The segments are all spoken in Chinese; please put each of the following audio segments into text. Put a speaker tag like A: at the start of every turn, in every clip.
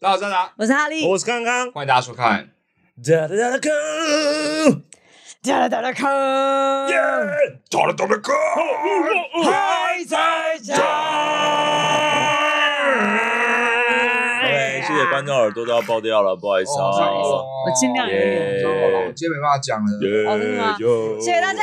A: 大家好，我是张达，
B: 我是哈利，
C: 我是康康，
A: 欢迎大家收看。
C: 哒哒哒哒康，
B: 哒啦哒啦康，
C: 耶，
A: 找了懂的歌，
B: 还在
C: 对
B: 对，
C: 谢谢观众耳朵都要爆掉了，不好意思
A: 哦不好意思
C: 哦。
B: 我尽量
C: 耶
A: 糟糕了我今天没办法讲了。
B: 哦真的吗
C: 哟
B: 谢谢大家，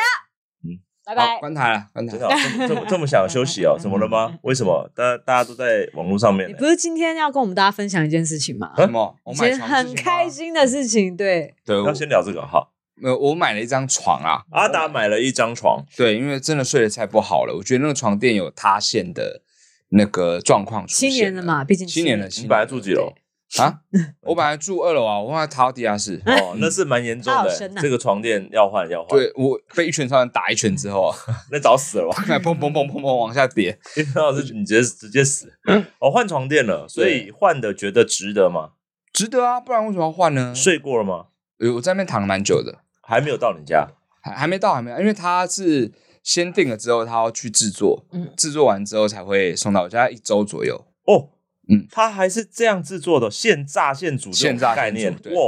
C: 嗯
B: 拜
A: 好，
B: 拜。
A: 关台了，关台
C: 真。的哦这么这么这么想休息哦？怎么了吗？为什么？大家大家都在网络上面
B: 你
C: 呢
B: 不。是今天要跟我们大家分享一件事情吗？
A: 什么？啊我
B: 其
A: 买
B: 实
A: 床
B: 很开。心的事情，对，
A: 对，我
C: 要先聊这个哈。
A: 没有，我买了一张床啊。
C: 阿达买了一张床，
A: 对，因为真的睡得太不好了，我觉得那个床垫有塌陷的那个状况出现
B: 新年了，嘛，毕竟
A: 新年了，
C: 你
A: 新
C: 本来住几楼？
A: 啊？我本来住二楼啊，我后来逃到地下 室。
C: 哦，那是蛮严重
B: 好
C: 的
B: 深呐，
C: 这个床垫要换要换。，
A: 对我被一拳超人打一拳之后 啊，
C: 那早死了吧？
A: 快砰砰砰砰砰往下跌。
C: 因为老师你直接直接死。
A: 嗯
C: 哦，换床垫了，所以换的觉得值得吗？
A: 值得啊，不然为什么要换呢？
C: 睡过了吗？
A: 呃我在那边躺了蛮久的，
C: 还没有到你家，
A: 还还没到，还没到，因为他是先定了之后，他要去制作，
B: 嗯
A: 制作完之后才会送到我家，一周左右。
C: 哦，
A: 嗯
C: 他还是这样制作的，现榨现煮这
A: 现
C: 种
A: 榨
C: 概念，
A: 现煮对
C: 哇，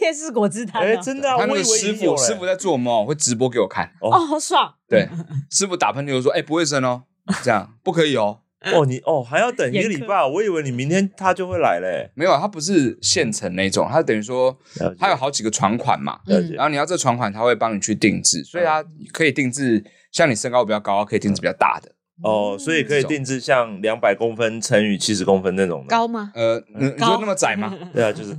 B: 夜市果汁摊
C: 哎，
B: 啊，
C: 真的啊，
A: 他那
C: 我
A: 个
C: 以为
A: 师
C: 已经有
A: 傅，
C: 了
A: 师傅在做梦，会直播给我看。
B: 哦，好爽，
A: 对，师傅打喷嚏就说：“哎、不卫生哦，这样不可以哦。
C: 哦，你哦还要等一个礼
B: 严
C: 拜，我以为你明天他就会来嘞”。
A: 没有，他不是现成那种，他等于说
C: 了解
A: 他有好几个床款嘛，
C: 了
B: 嗯
C: 解
A: 然后你要这床款，他会帮你去定制，所以他可以定制，像你身高比较高，可以定制比较大的。
C: 哦，所以可以
A: 嗯这种
C: 定制像两百公分乘以七十公分那种的，
B: 高吗？
A: 呃，你你说那么窄 吗？
C: 对啊， 就是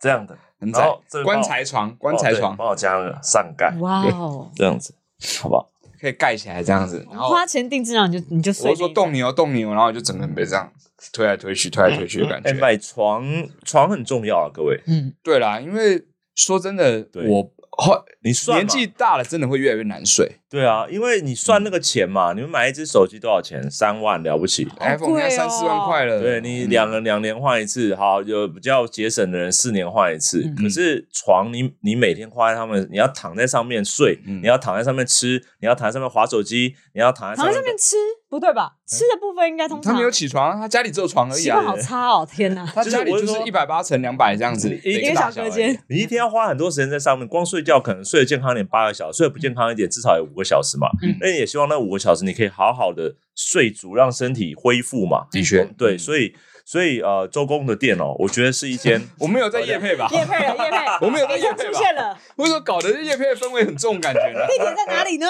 C: 这样的
A: 很
C: 然
A: 窄
C: 后哦这，个
A: 棺材床，棺材
C: 哦对
A: 床
C: 帮我加了上盖
B: 哇哦，
C: 这样子，好不好？
A: 可以盖起来这样子，然后
B: 花钱定制让你就你就睡
A: 我
B: 那
A: 说
B: 一
A: 动你哦，动你哦，然后我就整个人被这样推来推去、推来推去的感
C: 哎，
A: 觉。
C: 买床床很重要啊，各位，
B: 嗯，
A: 对啦，因为说真的，
C: 对
A: 我后
C: 你算嘛
A: 年纪大了，真的会越来越难睡。
C: 对啊，因为你算
B: 嗯
C: 那个钱嘛，你们买一只手机多少钱？三万了不起。
B: 贵哦
A: iPhone 要三四万块了，
C: 对你
B: 嗯
C: 两个两年换一次，好有比较节省的人四年换一次。
B: 嗯
C: 可是床你你每天花在他们，你要躺在上面睡，
A: 嗯
C: 你要躺在上面吃，你要躺在上面划手机，你要躺在
B: 躺
C: 上
B: 在上
C: 面
B: 面吃不对吧？吃的部分应该通
A: 他
B: 常
A: 没有起床啊，他家里只有床而已
B: 习惯
A: 啊
B: 好。差哦，天哪，
A: 他家里
C: 就
A: 就
C: 是我是
A: 是
C: 说
A: 一百八乘两百这样子，
C: 一
B: 一
A: 个
B: 个
A: 大
B: 小
A: 小
B: 隔
A: 而已
B: 间。，
C: 你一天要花很多时间在上面，光睡觉可能睡得健康一点八个小时，睡得不健康一点至少有五个小时嘛。
B: 嗯
C: 那你也希望那五个小时你可以好好的睡足，让身体恢复嘛。
A: 的确，
C: 对，所以所以呃，周公的店哦，我觉得是 一间
A: 我没有在夜配吧？
B: 叶配了，叶配，
A: 我们有在
B: 马上
A: 业配吧
B: 出现了，
A: 为什么搞得夜配的氛围很重感觉 呢？
B: 地点在哪 里呢？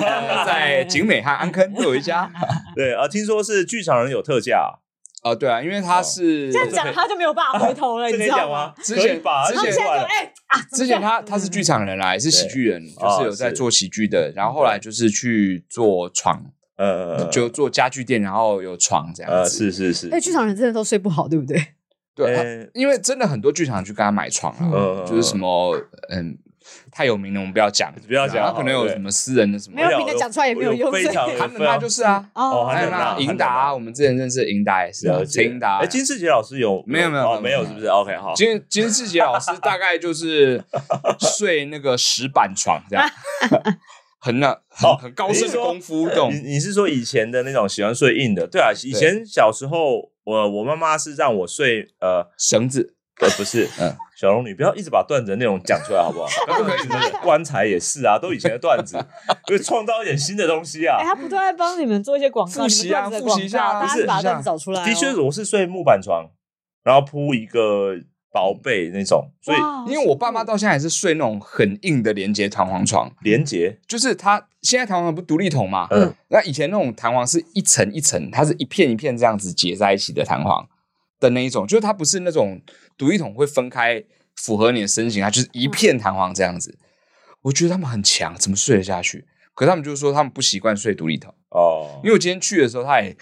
A: 在景美和安坑都有一家
C: 对啊、呃听说是剧场人有特价、
A: 啊，对啊，因为
C: 哦
A: 他是
B: 这样讲他就没有办法回头了，
C: 这
B: 哎你
C: 可以
B: 知道
C: 讲
B: 吗
C: 吗？？
A: 之
C: 可以
A: 前
C: 吧，
A: 之
B: 他
C: 这
B: 们
C: 也
B: 现在
C: 快
B: 就
C: 了
B: 哎，
A: 之前他他是剧场人啦，也是喜剧人，就
C: 哦
A: 是有在
C: 是
A: 做喜剧的，然后后来就是去做床，
C: 呃
A: 就做家具店，然后有床这样
C: 呃
A: 子。
C: 是是是，
B: 哎，剧场人真的都睡不好，对不对？
A: 对，啊
C: 呃
A: 因为真的很多剧场去跟他买床啊，
C: 嗯
A: 就是什么嗯太有名的我们不要讲，啊
C: 不要讲
A: 他可能有
C: 对
A: 什么私人的什么
B: 没有名的讲出来也没有用
C: 非 常
A: 韩冷娜就是啊，
C: 哦
A: 还
C: 韩
A: 有
C: 冷娜
A: 那银达
C: 韩冷
A: 啊，
C: 娜
A: 我们之前认识的银达也是啊
C: 了，解
A: 陈银达
C: 哎，。金世杰老师有
A: 没有没有
C: 哦没
A: 没有
C: 有是不是？OK 好，
A: 金金世杰老师大概就是睡那个石板床这 样，很那很
C: 哦
A: 很高深
C: 你是
A: 的
C: 说
A: 功夫，懂
C: 你你是说以前的那种喜欢睡硬的？对啊，以前小时候，我我妈妈是让我睡呃
A: 绳子。
C: 呃不是，
A: 嗯
C: 小龙女不要一直把段子的内容讲出来 好不好？刚刚你的棺材也是啊，都以前的段子，就创造一点新的东西啊
B: 哎，。他不断在帮你们做一些广告，
A: 复习啊
B: 你们段子的广告
A: 复习一下啊
B: 大
A: 不
B: 家
A: 是
B: 去把
A: 一下
B: 段子找出来哦。
C: 的确，我是睡木板床，然后铺一个薄被那种，所以
B: 哇，
A: 因为我爸妈到现在还是睡那种很硬的连接弹簧床，
C: 连结
A: 就是它现在弹簧不是独立筒嘛，
C: 嗯
A: 那以前那种弹簧是一层一层，它是一片一片这样子结在一起的弹簧的那一种，就是它不是那种独立筒会分开符合你的身形，它就是一片弹簧这样子。我觉得他们很强，怎么睡得下去？可他们就是说他们不习惯睡独立筒，
C: 哦
A: 因，为我今天去的时候他也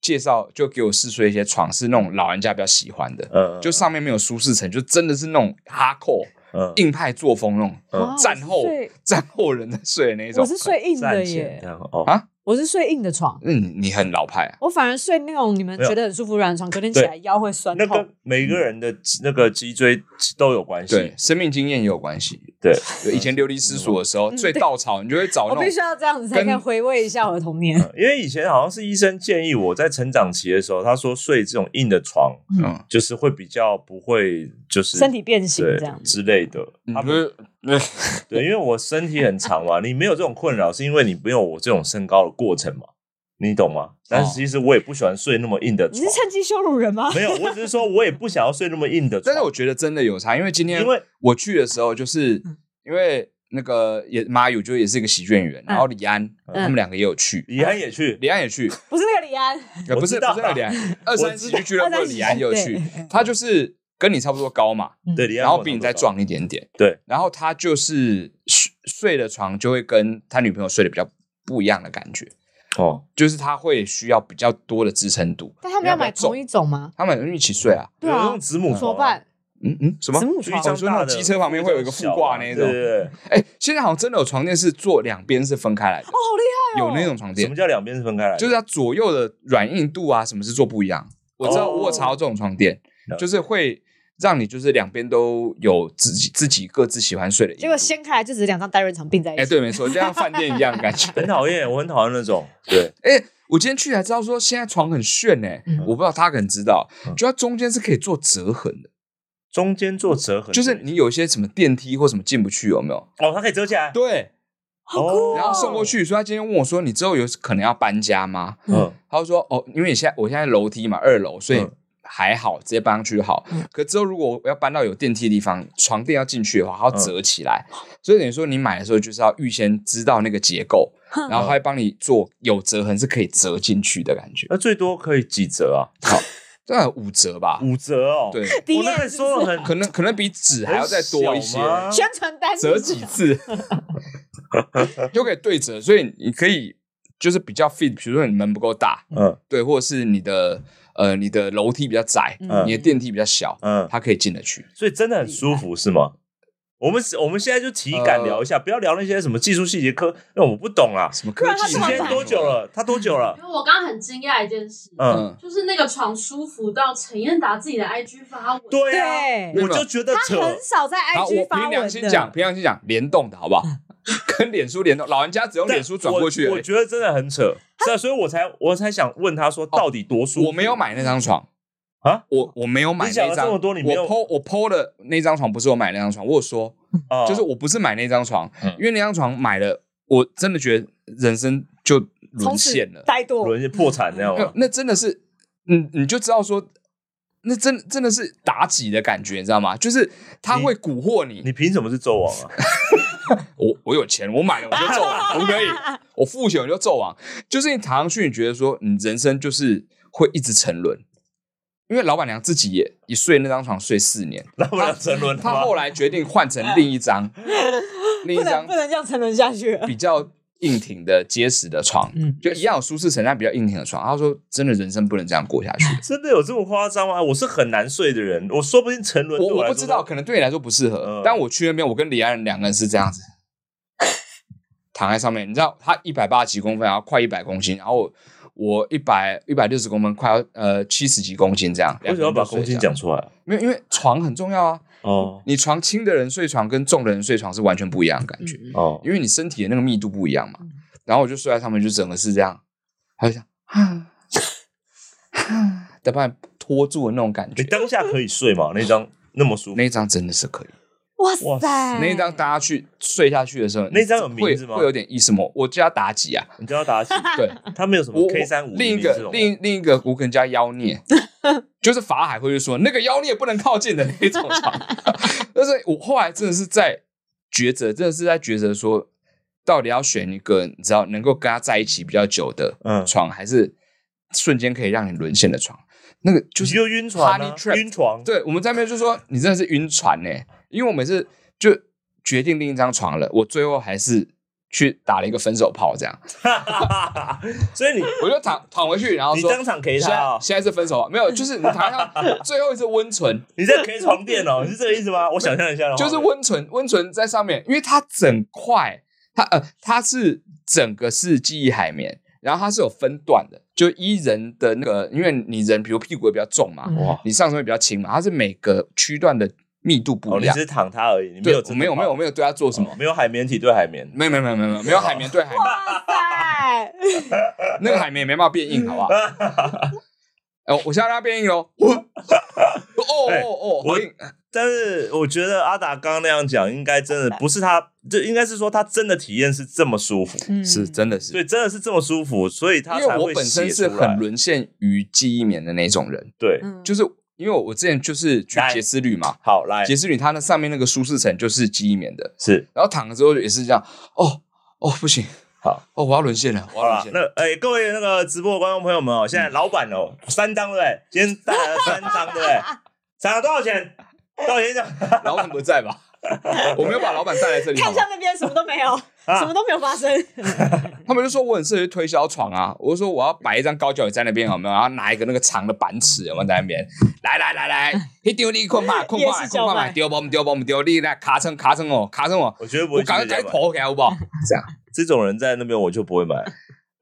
A: 介绍就给我试睡一些床是那种老人家比较喜欢的，
C: 嗯
A: 就上面没有舒适层，就真的是那种哈扣
C: 嗯
A: 硬派作风那种
C: 嗯
B: 哇
A: 战后
B: 我是睡
A: 战后人在睡的那一种。
B: 我是睡硬的
C: 站前
B: 耶
C: 这，样哦
A: 啊，
B: 我是睡硬的床，
A: 嗯，你很老派啊。
B: 我反而睡那种你们
C: 没有
B: 觉得很舒服软的床，隔天起来腰会酸
C: 那
B: 痛
C: 跟。每个人的脊那个脊椎都有关系。
A: 对，生命经验也有关系。
C: 对，
A: 对以前流离失所的时候，
B: 嗯
A: 最稻草，你就会找
B: 我
A: 那
B: 必须
A: 种
B: 要这样子才
A: 跟
B: 能回味一下我的童年。
C: 嗯因为以前好像是医生建议我在成长期的时候，他说睡这种硬的床，
B: 嗯，
A: 嗯，
C: 就是会比较不会就是
B: 身体变形
C: 对
B: 这样。
C: 之类的。
A: 你
C: 他
A: 不
C: 们
A: 是
C: 对，因为我身体很长嘛，你没有这种困扰，是因为你没有我这种身高的过程嘛，你懂吗？
A: 哦
C: 但是其实我也不喜欢睡那么硬的
B: 你
C: 床
B: 是，趁机羞辱人吗？
C: 没有，我只是说我也不想要睡那么硬的床。
A: 但是我觉得真的有差，因为今天
C: 因为
A: 我去的时候，就是
B: 嗯
A: 因为那个也马友就也是一个喜剧演
B: 嗯
A: 员，然后李安他们两个也有去，
C: 李安也去，
A: 李安也去，
B: 不是那个李安，
A: 呃
C: 我
A: 不是
C: 知
A: 不
C: 道
A: 是那个李安，二三喜剧俱乐部的李安也有去
B: 对，嗯
A: 他就是跟你差不多高嘛，
C: 对，李安
A: 然后
C: 跟我
A: 比你
C: 差
A: 再
C: 不多
A: 壮一点点，
C: 对，
A: 然后他就是睡睡的床就会跟他女朋友睡的比较不一样的感觉，
C: 哦，
A: 就是他会需要比较多的支撑度，
B: 但他们要买
A: 比较重
B: 同一种吗？
A: 他们一起睡啊，
B: 对
C: 有那
B: 啊
C: 种，子母
B: 怎么
C: 床啊
B: 办？
A: 嗯嗯，什么
B: 子？母哦
C: 就一
B: 床
C: 张
A: 我说那
C: 大
A: 种
C: 的
A: 机车旁边会有一个
C: 小
A: 副挂
C: 的
A: 那种
C: 对 对
A: 哎、现在好像真的有床垫是坐两边是分开来的，
B: 哦，好厉害哦！
A: 有那种床
C: 对什么
A: 垫，
C: 叫两边是分开来的？
A: 就是它左右的软硬度啊，什么是做不一样。我知道
C: 哦
A: 我有查到这种床垫，
C: 了解
A: 就是会让你就是两边都有自己自己各自喜欢睡的硬度。
B: 结果掀开来就只是两张单人床并在一
A: 哎、
B: 起。
A: 对，没错，就像饭店一样的感 觉。
C: 很讨厌，我很讨厌那种。对，
A: 哎、我今天去才知道说现在床很炫哎、
B: 嗯
A: 我不知道他可能知道
C: 嗯，
A: 就它中间是可以做折痕的，
C: 中间做折痕，
A: 就是你有一些什么电梯或什么进不去有没有？
C: 哦，它可以折起来。
A: 对，
B: 好酷哦！
C: 哦
A: 然后送过去，所以他今天问我说：“你之后有可能要搬家吗？”
C: 嗯，
A: 他就说：“哦，因为你现在我现在楼梯嘛，二楼，所以
C: 嗯
A: 还好，直接搬上去就好。
B: 嗯
A: 可之后如果我要搬到有电梯的地方，床垫要进去的话，它要折起来。所以等于说，你买的时候就是要预先知道那个结构，
B: 哼
A: 然后他会帮你做有折痕是可以折进去的感觉，
C: 那最多可以几折啊？
A: 大概五折吧。
C: 五折哦。
A: 对，
B: 第一
C: 我那个
B: 眼是不
C: 说
B: 是
C: 的很
A: 可能可能比纸还要再多一些
C: 很，小吗
B: 宣传单
A: 折几 次就可以对折，所以你可以就是比较 fit，比如说你门不够大，
C: 嗯
A: 对，或者是你的呃你的楼梯比较窄，
B: 嗯
A: 你的电梯比较小，
C: 嗯，
A: 它可以进得去。
C: 所以真的很舒服是吗？我们我们现在就体感
A: 呃
C: 聊一下，不要聊那些什么技术细节科，那我不懂啦。
A: 什么科
B: 不然它
A: 技？
B: 干
C: 你
B: 嘛
C: 现在
B: 买
C: 多久？了？他多久了？
D: 因为我刚刚很惊讶一件事，
C: 嗯，
A: 嗯，
D: 就是那个床舒服到陈彦达自己的 IG 发文，
C: 对啊，
B: 对，
C: 我就觉得
B: 他
C: 扯。
B: 很少在
A: 好，我
B: IG 发
A: 凭良
B: 文
A: 心讲，
B: 的。嗯
A: 凭良心讲，联动的好不好？跟脸书联动，老人家只用
C: 但
A: 脸书转过去欸而
C: 我，我
A: 已。
C: 觉得真的很扯。是啊，所以我才我才想问他说，到底多舒服？
A: 哦我没有买那张床
C: 啊，
A: 我我没有买
C: 你讲
A: 那
C: 了
A: 张。
C: 这么
A: 我
C: 多你没有
A: PO 我 PO 的那张床不是我买那张床，我有说，
C: 啊，
A: 就是我不是买那张床
C: 嗯，
A: 因为那张床买了，我真的觉得人生就沦
B: 从此
A: 陷了。
B: 怠惰，
C: 轮就破产那样
A: 没有
C: 嘛。
A: 那真的是，你你就知道说，那真真的是妲己的感觉，你知道吗？就是他会蛊惑你
C: 你凭什么是纣王啊？
A: 我我有钱，我买了我就纣王，我可 以，我付钱我就纣王。就是你躺上去，你觉得说你人生就是会一直沉沦，因为老板娘自己也一睡那张床睡四年，
C: 那不然沉沦了
A: 她
C: 吗
A: 后来决定换成另一 张，另
B: 不
A: 一
B: 能
A: 张嗯
B: 不能这样沉沦下去。
A: 比较硬挺的结实的床，
B: 嗯
A: 就一样有舒适层，但比较硬挺的床。她说真的人生不能这样过下去。
C: 真的有这么夸张吗？我是很难睡的人，我说不定沉沦。
A: 我
C: 我
A: 我
C: 来
A: 不
C: 说
A: 知道，可能对你来说不适合，
C: 嗯
A: 但我去那边，我跟李安两个人是这样子，躺在上面。你知道他一百八几公分，然后快一百公斤，然后我一百一百六十公分，快要呃七十几公斤这样。
C: 为什么要把
A: 两个
C: 公
A: 人
C: 斤
A: 都睡这样？
C: 讲出来啊？
A: 没有，因为床很重要啊。
C: 哦
A: 你床轻的人睡床跟重的人睡床是完全不一样的
B: 嗯
A: 感觉，
C: 哦，
A: 因为你身体的那个密度不一样嘛。然后我就睡在上面，就整个是这样，还有这样，啊啊，再把你拖住的那种感
C: 你
A: 觉。
C: 当下可以睡吗？那张那么舒服
A: 那，一张真的是可以。
B: 哇
C: 哇
B: 塞，
A: 那一张大家去睡下去的时候，
C: 那一张有
A: 会
C: 名字吗
A: 会有点意识模，我叫他妲己啊。
C: 你知道 打起，
A: 对，
C: 他们有什
A: 我
C: 么
A: 我
C: K 三五
A: 另一个另另一个我可能叫妖孽，就是法海会就说那个妖孽不能靠近的那种场。但是我后来真的是在抉择，真的是在抉择说，到底要选一个你知道能够跟他在一起比较久的
C: 嗯
A: 床，还是瞬间可以让你沦陷的床？那个就
C: 就是就晕船啊
A: Honey Trap
C: 晕床，
A: 对，我们在那边就说你真的是晕船呢、因为我每次就决定另一张床了，我最后还是去打了一个分手炮，这样
C: 所以你
A: 我就躺躺回去，然后
C: 你
A: 说
C: 当场 K
A: 现
C: 他
A: 在
C: 啊，
A: 现在是分手炮，没有，就是你躺 上最后一次温存，
C: 你在 K 床垫哦，你是这个意思 吗？我想象一下的话，
A: 就是温存，温存在上面，因为它整块，它呃它是整个是记忆海绵，然后它是有分段的，就依人的那个，因为你人比如屁股也比较重嘛，
B: 哇
C: 哇，
A: 你上身会比较轻嘛，它是每个区段的密度不
C: 哦，
A: 一
C: 你
A: 样
C: 只。是躺它而已，你没
A: 对，
C: 有
A: 我没有没有我没有
C: 有
A: 对它做什么，
C: 没有海绵体对海绵，
A: 没有没有没有没有没有海绵对海绵，
B: 哇塞，
A: 那个海绵也没办法变硬， 好不好？哦，我现在让它变硬喽！哦
C: 哎
A: 哦哦，好
C: 我
A: 硬！
C: 但是我觉得阿达刚刚那样讲，应该真的不是他，就应该是说他真的体验是这么舒服，
B: 嗯
A: 是真的是
C: 对，，真的是这么舒服，所以他
A: 因为
C: 才
A: 我
C: 会
A: 本身
C: 写出
A: 是很
C: 来。
A: 沦陷于记忆棉的那种人，
C: 对，
B: 嗯
A: 就是因为我之前就是去
C: 来
A: 杰斯旅嘛，
C: 好来
A: 杰斯旅它那上面那个舒适层就是记忆棉的，
C: 是
A: 然后躺了之后也是这样，哦哦不行，
C: 好，
A: 哦我要沦陷了，我
C: 好
A: 要沦
C: 了
A: 陷。。
C: 那
A: 了。
C: 哎、各位那个直播的观众朋友
A: 嗯
C: 们哦，现在老板哦，三张对不对？今天带来了三张对 不对？三张多少钱？多少钱讲？
A: 老板不在吧？ 我没有把老板带来这里好
B: 看
A: 吗
B: 向那边什么都没 有，
A: 啊
B: 什么都没有发生。
A: 他们就说我很适合去推销床啊，我就说我要摆一张高脚椅在那边，有没有？然后拿一个那个长的板尺，有没有在那边？来来来来，一丢你困 吧，困吧，
B: 夜市
A: 困
B: 小
A: 吧，
B: 卖
A: 丢吧，丢吧，丢你来卡成卡成哦，卡成哦，
C: 我绝对不
A: 我
C: 会
A: 赶快
C: 去
A: 改
C: 这种
A: 跑起来好不好？ 这样
C: 这种人在那边我就不会买。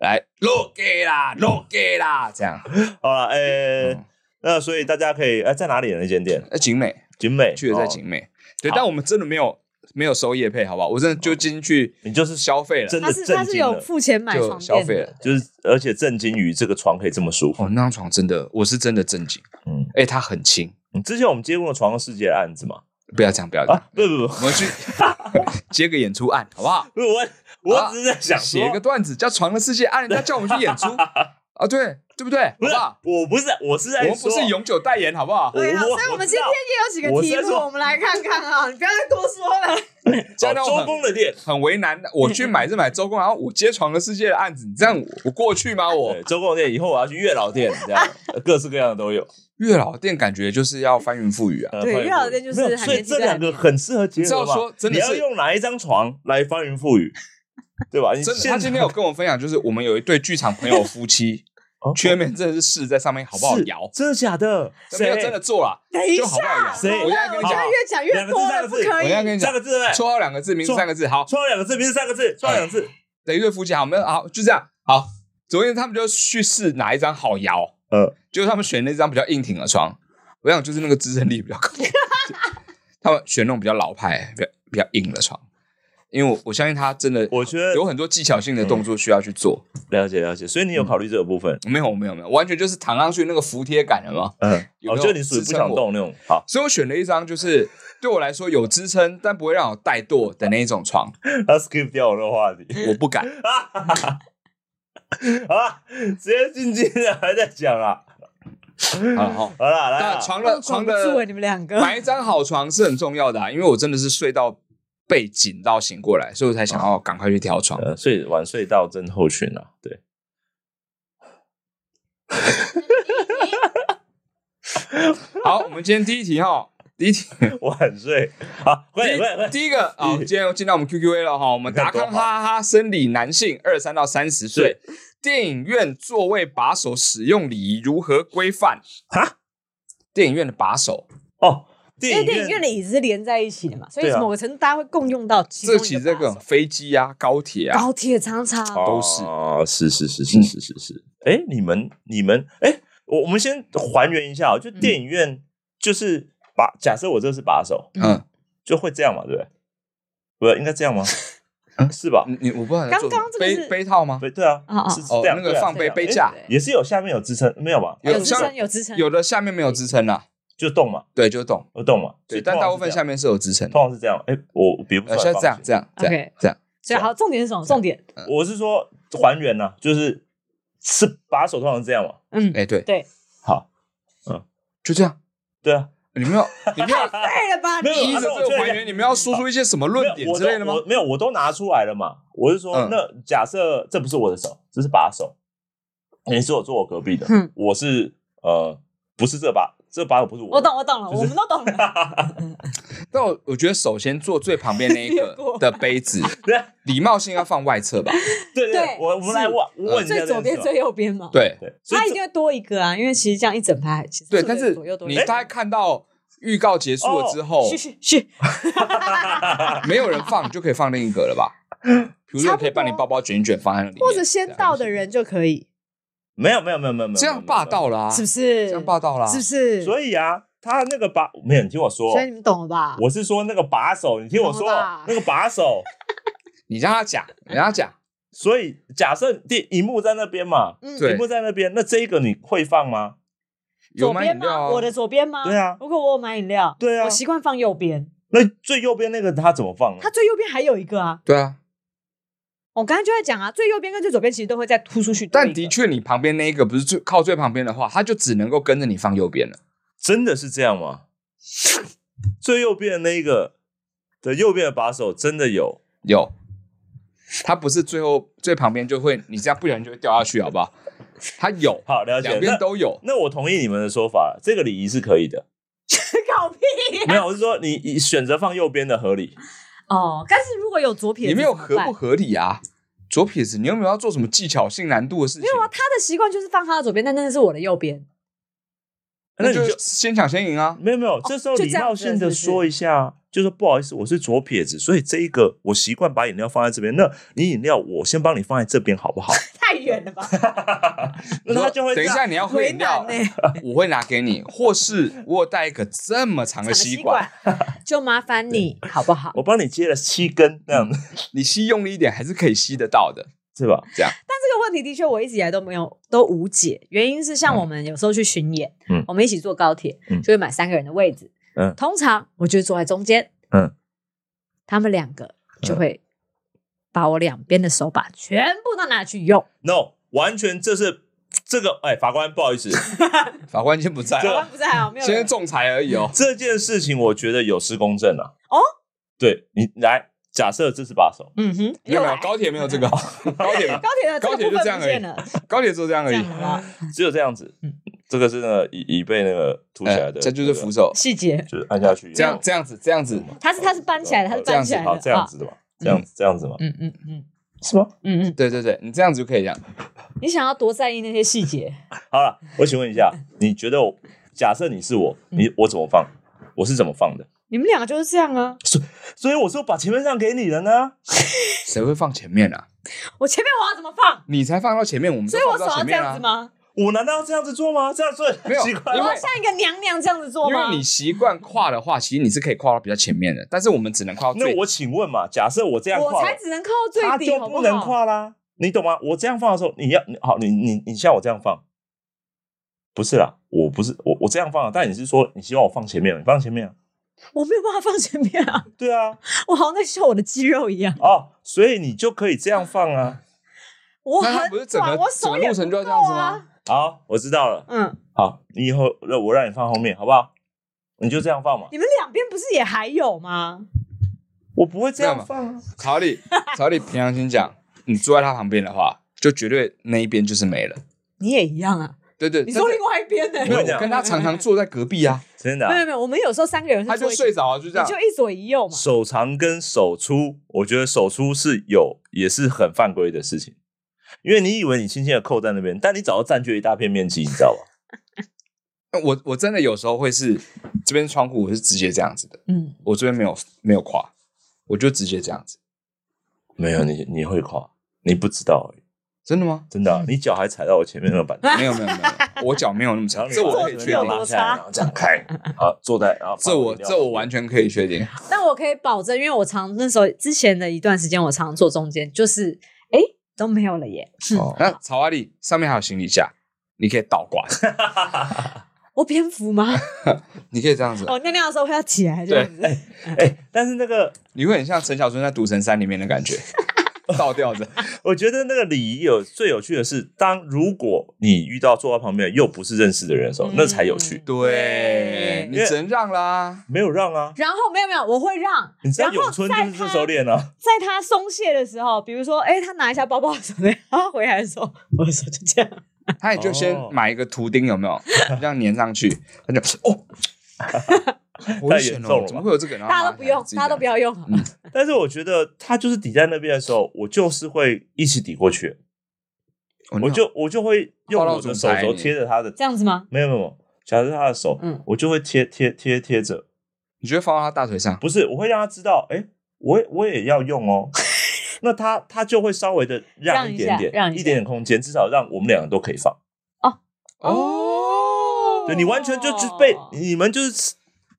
A: 来落给啦，落给啦，这 样。
C: 好了，呃、
A: 嗯
C: 那所以大家可以，哎、在哪里的那间店？
A: 呃，景美
C: 景美，
A: 去了在
C: 哦
A: 景美，对，
C: 好
A: 但我们真的没有没有收业配，好不好？我真的就进去
C: 你就是
A: 消费了，
C: 真
B: 他
C: 的
B: 是
C: 震
B: 他是
C: 惊
B: 有
C: 了，
B: 付钱买
A: 就
B: 床
A: 消
B: 垫
A: 费
B: 的，
A: 了。
C: 就是而且震惊于这个床可以这么舒服。
A: 哦，那张床真的，我是真的震惊，
C: 嗯，
A: 哎，它很轻，
C: 嗯之前我们接过的床上世界的案子嘛，
A: 不要这样，不要这样
C: 啊，，不不不
A: 我 们去接个演出案，好不好？
C: 不，我我只是在想
A: 啊写一个
C: 说，
A: 段子叫《床的世界》，啊，人家叫我们去 演出啊，对对不对？好
C: 不
A: 不
C: 是
A: 好？，
C: 我不是，我是在
A: 我们不
C: 说，
A: 是永久代言，好不好？
B: 对啊，
C: 我我
B: 所以我们今天也有
C: 我
B: 几
C: 是
B: 个
C: 在
B: 题目，
C: 说
B: 我们来看看啊，你不要再多说了。
A: 这样让我
C: 哦周
A: 很
C: 公的店，
A: 很为难。我去买是买周公，然后我接《床的世界》的案子，你这样我我过去吗？我
C: 对，周公的店以后我要去月老店，这样各式各样的都有。
A: 月老店感觉就是要翻云覆雨啊。
C: 呃
B: 对
C: 翻云
B: 月老
C: 覆雨
B: 店就是
C: 没有
B: 海
C: 所以
B: 绵
C: 这
B: 鸡蛋
C: 两个很适合结
A: 你知道
C: 合嘛
A: 说真的
C: 你要
A: 是
C: 用哪一张床来翻云覆雨，对吧？你
A: 真的，
C: 嗯现
A: 他今天有跟我分享，就是我们有一对剧场朋友夫妻
C: 哦，
A: 全面真的是试在上面好不好
C: 是
A: 摇，
C: 真的假的？
A: 没有
C: 谁
A: 真的做了，
B: 等一
A: 就好不好摇
B: 下，
C: 谁
B: 好
A: 我现在
B: 了
A: 跟
B: 我
A: 你
B: 现
A: 讲
B: 在
A: 好
B: 越讲越
C: 两个字
B: 多
C: 三
B: 了，
C: 个
B: 不
C: 字
B: 可
A: 我
B: 以
A: 现。在跟你讲
C: 三个，字对不对
A: 绰号两个字，名字
C: 绰
A: 三个字，哎好，
C: 说两个字，不是三个字，说两个字。
A: 的一对夫妻，好，我们好就这样，好。昨天他们就去试哪一张好摇，
C: 呃，
A: 结果他们选那张比较硬挺的床，我想就是那个支撑力比较高， 他们选那种比较老派、比较比较硬的床，因为我我相信他真的，
C: 我觉得
A: 有很多技巧性的动作需要去做。
C: 了解了解，所以你有考虑这个部分，
A: 没有没有没有，完全就是躺上去那个服帖感了吗？
C: 嗯，
A: 哎有
C: 哦，
A: 没有
C: 就你属于不想动那种。好，
A: 所以我选了一张就是对我来说有支撑但不会让我怠惰的那一种床，
C: 他 skip 掉我的话题
A: 我不敢。
C: 啊，直接进进的还在讲啊。
A: 然后，
C: 好了，来
A: 那
C: 啦，
A: 床
B: 我
A: 的
B: 管
A: 床
B: 不住了
A: 的
B: 你们两 个，
A: 买一张好床是很重要的、啊，因为我真的是睡到被紧到醒过来，所以我才想要赶快去挑 床。
C: 呃，睡晚睡到症候群啊，对，
A: 好，我们今天第一题哈，第 一题，
C: 晚睡。好，快点快点快点，
A: 第一个啊，好今天又进到我们 QQA 了哈，我们达康哈哈生理男性二三到三十岁，电影院座位把手使用礼仪如何规范？
C: 哈，
A: 电影院的把手，
C: 哦，
B: 因
C: 电
B: 为
C: 影
B: 电影院的椅子是连在一起的嘛，所以
C: 对啊
B: 某个程度大家会共用到其中
A: 这
B: 一
A: 其实
B: 把
A: 这个
B: 手
A: 飞机啊、高铁啊，
B: 高铁常常
A: 都是嗯
C: 哦，是是是是是是是。哎、你们你们哎，我我们先还原一下哦，就
B: 嗯
C: 电影院就是把、假设我这是把手，
A: 嗯，
C: 就会这样嘛，对不对？不是应该 这样吗？
A: 嗯
C: 是吧？
A: 你我不知道你在做什么
B: 刚刚这个
A: 杯
B: 是
A: 杯套吗？
C: 对对啊
B: 哦哦，
C: 是
A: 哦
C: 这，样。
A: 那
C: 对
A: 个
C: 啊
A: 放杯
B: 对啊
A: 杯架，
C: 也是有下面有支撑，没有吧？
A: 有
B: 支
A: 像
B: 撑有支撑，
A: 有的下面没有支撑啊，
C: 就动嘛，
A: 对，就懂，
C: 就动嘛。所
A: 对，
C: 以
A: 但
C: 通
A: 大
C: 常
A: 部分
C: 是这
A: 下
C: 样
A: 面是有支撑的。
C: 通常是这样。哎，我我比不出
A: 呃，
C: 来。
A: 现在这样
C: 抱歉
A: 这样这样
B: OK
A: 这样，
B: 所以好，重点是什么？重点，
C: 我是说还原呐、就是是把手通常是这样嘛。
B: 嗯，
A: 哎，对，
B: 对，
C: 好，
A: 就这样。
C: 对啊，
A: 你们要你们要
B: 对了吧？
C: 没有啊
A: 依
B: 你
A: 着这个还原，你们要说出一些什么论
C: 没
A: 点
C: 有，我
A: 之类的吗
C: 都？我没有，我都拿出来了嘛。我是说，
A: 嗯
C: 那假设这不是我的手，这是把手，你是我坐我隔壁的，
B: 嗯
C: 我是呃，不是这把，这把手不是我的
B: 我懂，我懂了，
C: 就是
B: 我们都懂了。
A: 但我我觉得首先坐最旁边 那一
B: 略
A: 个
B: 过
A: 的杯子，
C: 对
A: 礼貌性要放外侧 吧？
C: 对对
B: 对，
C: 我我们来
B: 是
C: 问问一下
B: 最
C: 这件事
B: 左
C: 吧
B: 边、最右边嘛，，
A: 对
C: 对，所
B: 它一
C: 以
B: 定会多一个啊，因为其实这样一整排，其实
A: 对，
B: 不
A: 但是
B: 左右多一
C: 哎
A: 你
B: 个
A: 大概看到预告结束
C: 哦
A: 了之后，
B: 嘘嘘嘘，
A: 没有人放，你就可以放另一个了吧？比如说
E: 差
A: 我
E: 不
A: 可以把你
E: 多
A: 包包卷一卷放在那里面，
E: 或者先到的人就可以，
C: 没有没有没有没有没有
A: 这样霸道。啊啦，
E: 是不是？
A: 这样霸道啦，
E: 是不是？
C: 没有没有所以啊，他那个把没有，你听我说
E: 所，以你们懂了吧？
C: 我是说那个把手，你听我说
E: 懂了吧
C: 那个把手。
A: 你让他讲，你让他讲，
C: 所以假设第荧幕在那边嘛，
E: 嗯
A: 对
C: 荧幕在那边，那这一个你会放吗？
A: 有
B: 左
A: 买
B: 边
A: 饮
B: 吗？
A: 料啊，
B: 我的左边吗？
C: 对啊
B: 如果我有买饮料，
C: 对啊
B: 我习惯放右边。
C: 那最右边那个他怎么放呢？
B: 它最右边还有一个啊，
A: 对啊，
B: 我刚才就在讲啊，最右边跟最左边其实都会再突出去多一个。
A: 但的确你旁边那一个不是最靠最旁边的话，他就只能够跟着你放右边了。
C: 真的是这样吗？最右边的那一个的右边的把手真的有，
A: 有，他不是最后最旁边就会，你这样不小心就会掉下去，好不好？他有，
C: 好了解
A: 两。边
C: 那
A: 都有，
C: 那我同意你们的说法，这个礼仪是可以的。
B: 搞屁
C: 没有，我是说你你选择放右边的合理。
B: 哦！但是如果有左撇子，
A: 你没有
B: 怎么
A: 合
B: 办
A: 不合理啊？左撇子，你有没有要做什么技巧性难度的事情
B: 没？有啊，他的习惯就是放他的左边，但那是我的右边。
C: 那
A: 那
C: 你就
A: 就先抢先赢啊！
C: 没有没有，这时候
B: 就
C: 礼
B: 这样
C: 貌
B: 子
C: 性的
B: 是不是
C: 说一下，就说不好意思，我是左撇子，所以这一个我习惯把饮料放在这边。那你饮料我先帮你放在这边好不好？
B: 太远 了吧？
C: 那他就会
A: 等一
C: 这样
A: 下你要喝
B: 为
A: 饮料
B: 难，呢，
A: 我会拿给你，或是我有带一个这么长的吸管，
B: 就麻烦 你好不好？
C: 我帮你接了七根这样子，
A: 你吸用力一点还是可以吸得到的。
C: 是吧？
A: 这样，
B: 但这个问题的确我一直以来都没有都无解，原因是像我们有时候去巡演，
C: 嗯
B: 我们一起坐高铁，
C: 嗯
B: 就会买三个人的位置，
C: 嗯
B: 通常我就会坐在中间，
C: 嗯，
B: 他们两个就会把我两边的手把全部都拿去用，
C: No，完全这是这个哎，法官不好意思，
A: 法官先不在
C: 对
A: 了，
B: 官不在啊，没
A: 现在仲裁而已哦。
C: 这件事情我觉得有失公正啊。
B: 哦，
C: 对你来，假设这是把手，
B: 嗯哼，
A: 没有没有
B: 来
A: 高铁没有这 个，高铁
B: 高铁的这
A: 高
B: 个
A: 铁
B: 部
A: 就这
B: 分
A: 样
B: 不
A: 而
B: 见
A: 已
B: 了，，
A: 高铁就这样而
B: 这
A: 已哎
B: 样。了吧？
C: 只有这样子，
B: 嗯
C: 这个是那个已已被那个凸起来
A: 哎
C: 的，
A: 这就是扶手，
B: 细节，
C: 就是按下去，
A: 这样这样子这样子，
B: 它是它是搬起来的，它是
C: 这
B: 搬
C: 样
B: 起
C: 子
B: 来，的，
C: 哦好，这样
B: 啊
C: 子的嘛，这样子这样子嘛，
B: 嗯嗯嗯
C: 是吗？
B: 嗯嗯，
A: 对对对，你这样子就可以这样。
B: 你想要多在意那些细节？
C: 好了，我请问一
B: 嗯
C: 下，你觉得我假设你是我，你我怎么放？我是怎么放的？
B: 你们两个就是这样啊！
C: 所以我说把前面让给你了呢。
A: 谁会放前面啊？
B: 我前面我要怎么放？
A: 你才放到前面，我们
B: 所
A: 都
B: 以我
A: 放不到
B: 手要
A: 前
B: 这
A: 面
B: 样子
A: 啊。
B: 吗？
C: 我难道要这样子做吗？这样做
A: 没有
C: 奇怪啊
A: 因
B: 我
A: 为
B: 要像一个娘娘这样子做
A: 因
B: 吗
A: 为？你习惯跨的话，其实你是可以跨到比较前面的，但是我们只能跨到最
C: 那。我请问嘛，假设我这样
B: 我
C: 跨
B: 才
C: 了，
B: 只能靠最
C: 他
B: 低，
C: 就
B: 好
C: 不能
B: 好？
C: 跨啦，你懂吗？我这样放的时候，你要你好，你你你像我这样放，不是啦，我不是我我这样放，啊但你是说你希望我放前面，你放前面啊，
B: 我没有办法放前面啊！
C: 对啊，
B: 我好像在秀我的肌肉一样。
C: 哦，所以你就可以这样放啊。
B: 我
A: 那它
B: 很
A: 不是整
B: 短，
A: 个
B: 我
A: 整
B: 手
A: 个
B: 也
A: 路
B: 不
A: 程就要这
B: 够
A: 样子
B: 啊
A: 吗？？
C: 好，我知道了，
B: 嗯，
C: 好，你以后让我让你放后面好不好？你就这样放嘛，
B: 你们两边不是也还有吗？
C: 我不会这
A: 这样
C: 样
A: 嘛
C: 放啊。
A: 曹丽，曹丽，平常心讲，你坐在他旁边的话，就绝对那一边就是没了。
B: 你也一样啊！
A: 对对，
B: 你
A: 但
B: 说
A: 是
B: 另外一边呢？
A: 没
C: 我
A: 有，
C: 跟你讲
A: 我跟他常常坐在隔壁啊，
C: 真的啊、
B: 没有没有，我们有时候三个人
A: 他就睡着啊，就这
B: 你
A: 样
B: 就。一左一右嘛。
C: 手长跟手粗，我觉得手粗是有也是很犯规的事情，因为你以为你轻轻的扣在那边，但你早就占据一大片面积，你知道吧？
A: 我我真的有时候会是这边窗户，我是直接这样子的，
B: 嗯，
A: 我这边没有没有跨，我就直接这样子。
C: 没
A: 嗯
C: 有你，你会跨，你不知道、欸，
A: 真的吗？
C: 真的啊、你脚还踩到我前面那个板凳，
A: 没有没有没有，我脚没有那么
C: 然
A: 长，
C: 后你
A: 这我
C: 把
A: 可以
C: 这
A: 确
C: 个
B: 有
A: 定。
B: 多
C: 拉下来，
B: 差
C: 然后这 样开，好，坐在，然后
A: 这我这我完
C: 完，
A: 全可以确定，
B: 但我可以保证，因为我常那时候之前的一段时间，我常坐中间，就是哎都没有了耶。
C: 哦
A: 那草阿里上面还有行李架，你可以倒挂，
B: 我蝙蝠吗？
A: 你可以这样 子，
B: 我尿尿的时候会要起来这样子。
C: 哎、但是那个
A: 你会很像陈小春在《赌神三》里面的感觉，倒吊 着。
C: 我觉得那个礼仪有最有趣的是，当如果你遇到坐在旁边又不是认识的人的时候，
A: 嗯
C: 那才有趣。
A: 对
B: 对，
A: 你只能让啦。
C: 没有让啊，
B: 然后没有没有，我会让。
C: 你知道
B: 然
C: 咏
B: 后
C: 春
B: 在
C: 就是这
B: 他
C: 手脸啊，
B: 在他松懈的时候，比如说，哎，他拿一下包包什么的，他回来的时候，我的手就这样。
A: 他也就先
C: 哦
A: 买一个图钉，有没有？ 这样粘上去，他就哦，好危险
C: 太严重了
A: 哦
C: 吧，
A: 怎么会有这个？然后
B: 大家都不用，大家都不
A: 要。
B: 要用。
A: 嗯
C: 但是我觉得他就是抵在那边的时候，我就是会一起抵过去，
A: 哦
C: 我就我就会用
A: 报道
C: 我的
A: 总
C: 手
A: 裁
C: 肘
A: 你
C: 贴着他的，
B: 这样子吗？
C: 没有没有没有，假设他的手，
B: 嗯
C: 我就会贴贴贴贴着，
A: 你就会放到他大腿上，
C: 不是，我会让他知道，哎、我也我也要用哦，那他他就会稍微的让
B: 让一
C: 一点
B: 下
C: 点，
B: 让一
C: 一
B: 下
C: 点点空间，至少让我们两个都可以放。
B: 哦
C: 对你完全就只被你们就是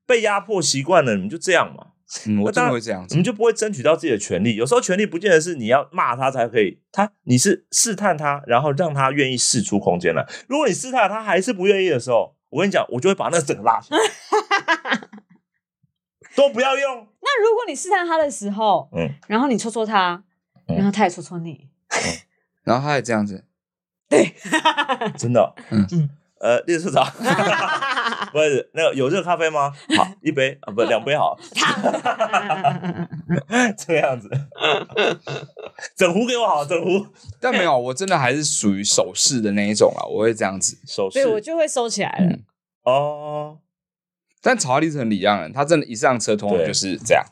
C: 被压迫习惯了，你们就这样嘛，
A: 嗯，我
C: 那当
A: 真
C: 然
A: 的会这样
C: 你
A: 子。
C: 们就不会争取到自己的权利。有时候权利不见得是你要骂他才可以，他你是试探他，然后让他愿意试出空间来。如果你试探他还是不愿意的时候，我跟你讲，我就会把那整个拉下来， 都不要用。
B: 那如果你试探他的时候，
C: 嗯
B: 然后你戳戳他，
C: 嗯
B: 然后他也戳戳 你，
A: 然后他也这样子，
C: 真的、
A: 嗯
B: 嗯，
C: 呃，列处长， 不是那个有热咖啡吗？好，一杯啊，不，两杯 好，
B: 嗯
C: 这个样子，整壶给我好，整 壶
A: 但没有，我真的还是属于手势的那一种啊啦，我会这样子。
C: 手
B: 所以我
C: 势
B: 就会收起来
C: 嗯
B: 了。
C: 哦。
A: 但曹阿丽是很礼让人，他真的一上车通常
C: 对
A: 就是这样。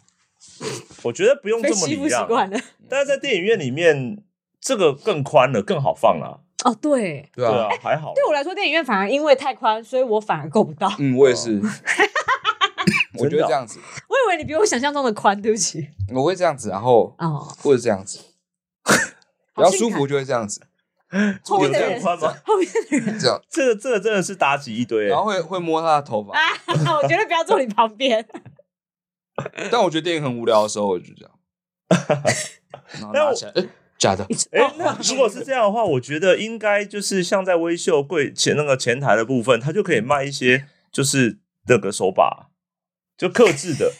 C: 我觉得不用
B: 被
C: 这么
B: 欺
C: 礼
B: 负习
C: 让，啊
B: 惯了
C: 但是在电影院里面，这个更宽了，更好放了。
B: 哦，对，
A: 对
C: 对
A: 啊
C: 啊，，还好。
B: 对我来说，电影院反而因为太宽，所以我反而够不到。
A: 嗯，我也是，
C: 啊
A: 我觉
C: 真的
A: 得
C: 哦
A: 这样子，
B: 我以为你比我想象中的宽，对不起。
A: 我会这样子，然后
B: 哦，
A: 或者这样子，比
B: 好
A: 较
B: 性
A: 舒
B: 感
A: 服就会这样子，
B: 后
C: 有
B: 面
C: 这
B: 的
C: 样
B: 人，
C: 宽吗？
B: 后面的人，
A: 这样，
C: 这个这个真的是打起一堆
A: 然，后会会摸他的头发。
B: 啊，我绝对不要坐你旁边。哎
A: 但我觉得电影很无聊的时候，我就 这样，然后
C: 但
A: 拿
C: 我
A: 起来，诶假的，
B: 哦
C: 哎，那如果是这样的话，我觉得应该就是像在微秀柜前那个前台的部分，它就可以卖一些就是那个手把，就克制的，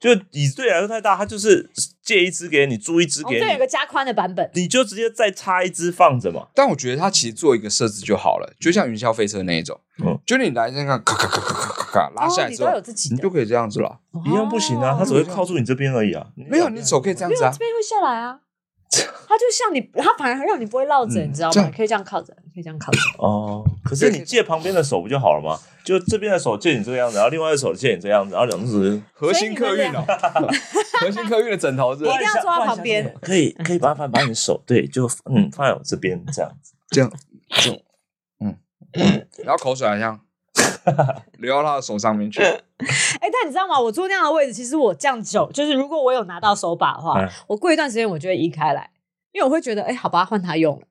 C: 就椅子对你来说太大，它就是借一只给你，租一只
B: 哦，
C: 给
B: 对，有个
C: 你，
B: 加宽的版本。
C: 你就直接再插一只放着嘛。
A: 但我觉得他其实做一个设置就好了，就像云霄飞车那一种，
C: 嗯
A: 就你来这样咔咔咔咔咔咔咔拉下
B: 哦，
A: 来
B: 你
A: 之
B: 都
A: 后，
B: 有自己
A: 你
B: 的
A: 就，可以这样子了。
B: 哦
C: 一样不行啊，它只会
A: 哦
C: 靠住你这边而已啊。
A: 没有，你手可以这样
B: 因为
A: 子
B: 我
A: 啊
B: 这，边会下来 啊。它就像你，它反而让你不会落枕，
A: 嗯
B: 你知道
A: 这
B: 吗？
A: 样
B: 你可以这样靠着，你可以这样靠着。
C: 哦，可是你借旁边的手不就好了吗？就这边的手借你这个样子，然后另外的手借你这个样子，然后两只手
A: 核心客运哦， 核心客运的枕头是
B: 一定要坐在旁边，
C: 可以可以麻烦把你的手对，就嗯放在我这边这样子。
A: 这样，这种，嗯，然后口水好 像流到他的手上面 去，
B: 哎、但你知道吗？我坐那样的位置，其实我这样久，就是如果我有拿到手把的话，
C: 嗯
B: 我过一段时间我就会移开来，因为我会觉得，哎、好吧，换他用了。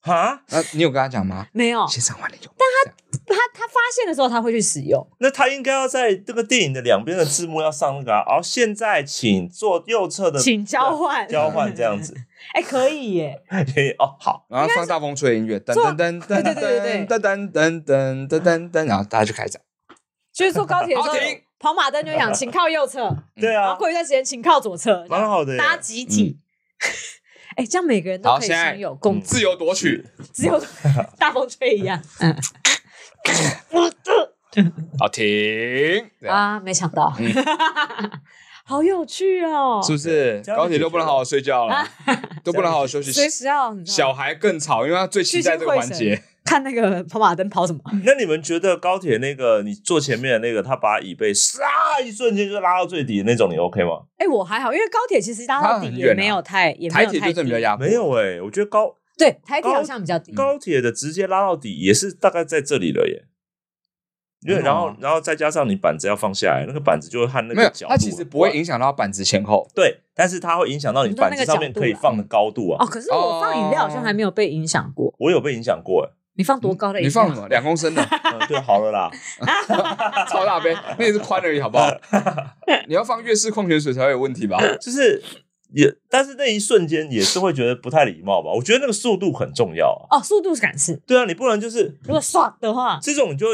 C: 哈，
A: 那你有跟他讲吗？
B: 没有，
A: 先上完了用，但
B: 他他发现的时候他会去使用，
C: 那他应该要在这个电影的两边的字幕要上那 个、啊，然后现在请坐右侧的
B: 请交换
C: 啊交换这样子。
B: 哎、可以耶，
C: 嘿哦，好，
A: 然后放大风吹音乐，噔
B: 做
A: 噔噔噔
B: 对对对对
A: 噔噔噔噔噔噔噔，然后大家就开始讲，
B: 就是坐高铁的时候
A: 好停，
B: 跑马灯就会想请靠右侧，
A: 嗯
C: 对
B: 然
C: 啊
B: 后，过一段时间请靠左侧，
C: 蛮好的耶
B: 大家集体。哎、这样每个人都
A: 好
B: 可以
A: 现在
B: 享有共
A: 嗯自由夺取，
B: 只有大风吹一样。嗯
A: 好停，这样
B: 啊，没想到，好有趣哦！
A: 是不是？
C: 这样就
A: 高铁都不能好好睡觉 了，都不能好好休息，
B: 随时要你知道
A: 小孩更吵，因为他最期待这个环
B: 聚
A: 节。
B: 看那个跑马灯跑什么？
C: 那你们觉得高铁那个你坐前面的那个，他把椅背唰一瞬间就拉到最底的那种，你 OK 吗？
B: 哎、我还好，因为高铁其实搭到
A: 它
B: 底
A: 很
B: 也
A: 远啊
B: 没有太，也没
A: 台
B: 有
A: 铁就
B: 太
A: 真的
B: 低
A: 比较压迫，
C: 没有哎、我觉得高
B: 对，台铁
C: 高
B: 好像比较
A: 嗯
B: 低。
C: 高铁的直接拉到底也是大概在这里了耶。因为然后
A: 哦
C: 然后再加上你板子要放下来，那个板子就会和那
A: 没
C: 个
A: 有，
C: 角度，
A: 它
C: 啊
A: 其
B: 啊
A: 实不会影响到板子前后。
C: 对，但是它会影响到你
B: 你说那
C: 板
B: 个
C: 子上面可以放的高度啊。
B: 哦，可是我放饮料好像还没有被影响过。
C: 我有被影响过哎、
B: 你放多高的饮
A: 你
B: 料？
A: 放什么？两公 升的，
C: 嗯对，好了啦，
A: 超大杯，那也是宽而已，好 不好？你要放粤式矿泉水才会有问题吧？
C: 就是也，但是那一瞬间也是会觉得不太礼貌吧。我觉得那个速度很重要啊。
B: 哦，速度感是，
C: 对啊，你不能就是
B: 如果爽的话，
C: 这种你就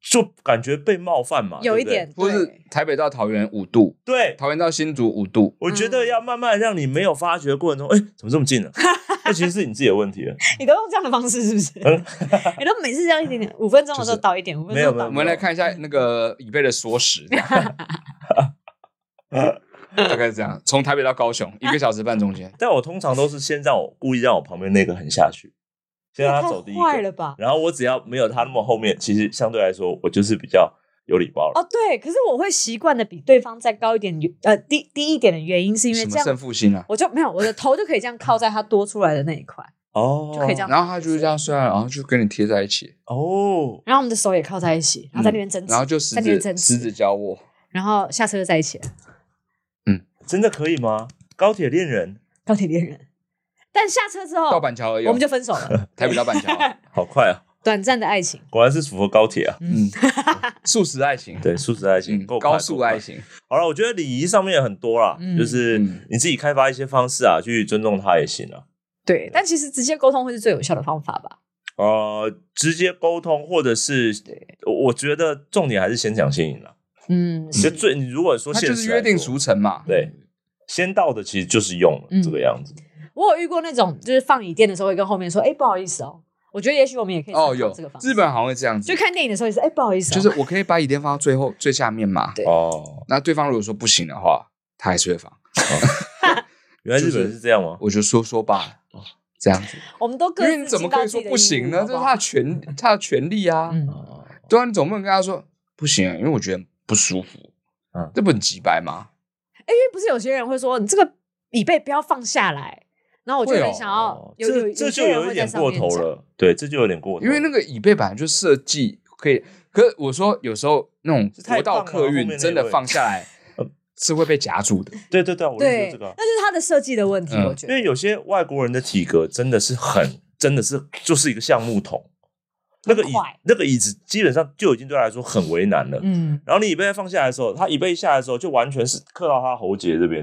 C: 就感觉被冒犯嘛，
B: 有
C: 对
B: 一
C: 不对
B: 点
A: 或是
B: 对
A: 台北到桃园五度，
C: 对。
A: 桃园到新竹五度，
C: 我觉得
B: 嗯
C: 要慢慢让你没有发觉的过程中，哎、怎么这么近呢、 那其实是你自己的问题了。
B: 你都用这样的方式是不是？你都每次这样一点点，五分钟的时候倒一点，五分
C: 没有
B: 钟
C: 没
B: 倒
C: 有
A: 我
B: 一
C: 没
A: 们
B: 点。
A: 来看一下那个椅背的缩时， 大概是这样，从台北到高雄一个小时半中间，
C: 但我通常都是先让我故意让我旁边那个很下去，先让他走第
B: 也
C: 一
B: 太坏
C: 个，
B: 了吧？
C: 然后我只要没有他那么后面，其实相对来说我就是比较有礼貌了。
B: 哦，对，可是我会习惯的比对方再高一点，呃，低低一点的原 因是因为
A: 什
B: 这
A: 么胜
B: 样，
A: 负心啊？
B: 我就没有我的头就可以这样靠在他多出来的那一块，
C: 哦，
B: 就可以这样
A: 然后他就是这样睡啊，然后就跟你贴在一起，
C: 哦，
B: 然后我们的手也靠在一起，然后在那边争执，
A: 嗯然后就十
B: 在那边
A: 指
B: 争
A: 十
B: 执，
A: 指交握，
B: 然后下车就在一起了，
C: 真的可以吗？高铁恋人
B: 高铁恋人但下车之后，
A: 到板桥而已哦，
B: 我们就分手了，
A: 台北到板桥，
C: 好快啊！
B: 短暂的爱情。嗯
C: 果然是符合高铁啊。
A: 嗯，素食爱情，
C: 对，素食爱情
A: 嗯，
C: 够快
A: 高速爱。
C: 够
A: 情，
C: 快好了，我觉得礼仪上面很多啦，
B: 嗯
C: 就是
A: 嗯
C: 你自己开发一些方式啊，去尊重他也行啊。
B: 对，但其实直接沟通会是最有效的方法吧？
C: 呃，直接沟通，或者是
B: 对
C: 我我觉得重点还是先讲先赢啦。
B: 嗯，
C: 就是最你如果说
A: 它
C: 现
A: 就是约定俗
C: 成，
A: 成嘛。
C: 对，先到的其实就是用了
B: 嗯
C: 这个样子。
B: 我有遇过那种，就是放椅垫的时候会跟后面说：“哎、不好意思哦。”我觉得也许我们也可以
A: 哦，
B: 参
A: 有
B: 考这个方式。
A: 日本好像会这样子
B: 就，看电影的时候也是：“哎、不好意思、哦。”
A: 就是我可以把椅垫放到最后最下面嘛。
B: 对
C: 哦，
A: 那对方如果说不行的话，他还是会放。
C: 原来日
A: 就
C: 本
A: 是
C: 是这样吗？
A: 我就说说罢
C: 哦
A: 了，这样子，
B: 我们都各
A: 因
B: 自
A: 为你怎么可以说不行呢？
B: 尽
A: 这是
B: 到自己的义务
A: 他的权，他的权利啊。
B: 好不好嗯，
C: 哦
A: 对啊，你总不能跟他说不行，啊因为我觉得很不舒服。
C: 嗯
A: 这不很直白吗？
B: 哎、因为不是有些人会说：“你这个椅背不要放下来。”然后我就
A: 会哦
B: 很想要
C: 哦
B: 有有
C: 这
B: 有
C: 这就
B: 些人
C: 有
B: 会
C: 一
B: 在
C: 点
B: 上
C: 过
B: 面
C: 头
B: 讲。
C: 了，对，这就有点过头了，
A: 因为那个椅背本来就设计可以，可是我说有时候那种
C: 太
A: 国道
C: 棒了
A: 客
C: 后面那
A: 运
C: 一
A: 真的
C: 位
A: 放下来是会被夹住的。
C: 对对对啊，我就觉得
B: 对
C: 这个啊，，
B: 那就是他的设计的问题，
A: 嗯
B: 我觉
C: 因
B: 得。
C: 为有些外国人的体格真的是很，真的是就是一个橡木桶，那个椅
B: 很快
C: 那个椅子基本上就已经对他来说很为难了。
B: 嗯，
C: 然后你椅背在放下来的时候，他椅背下来的时候就完全是刻到他喉结 这边，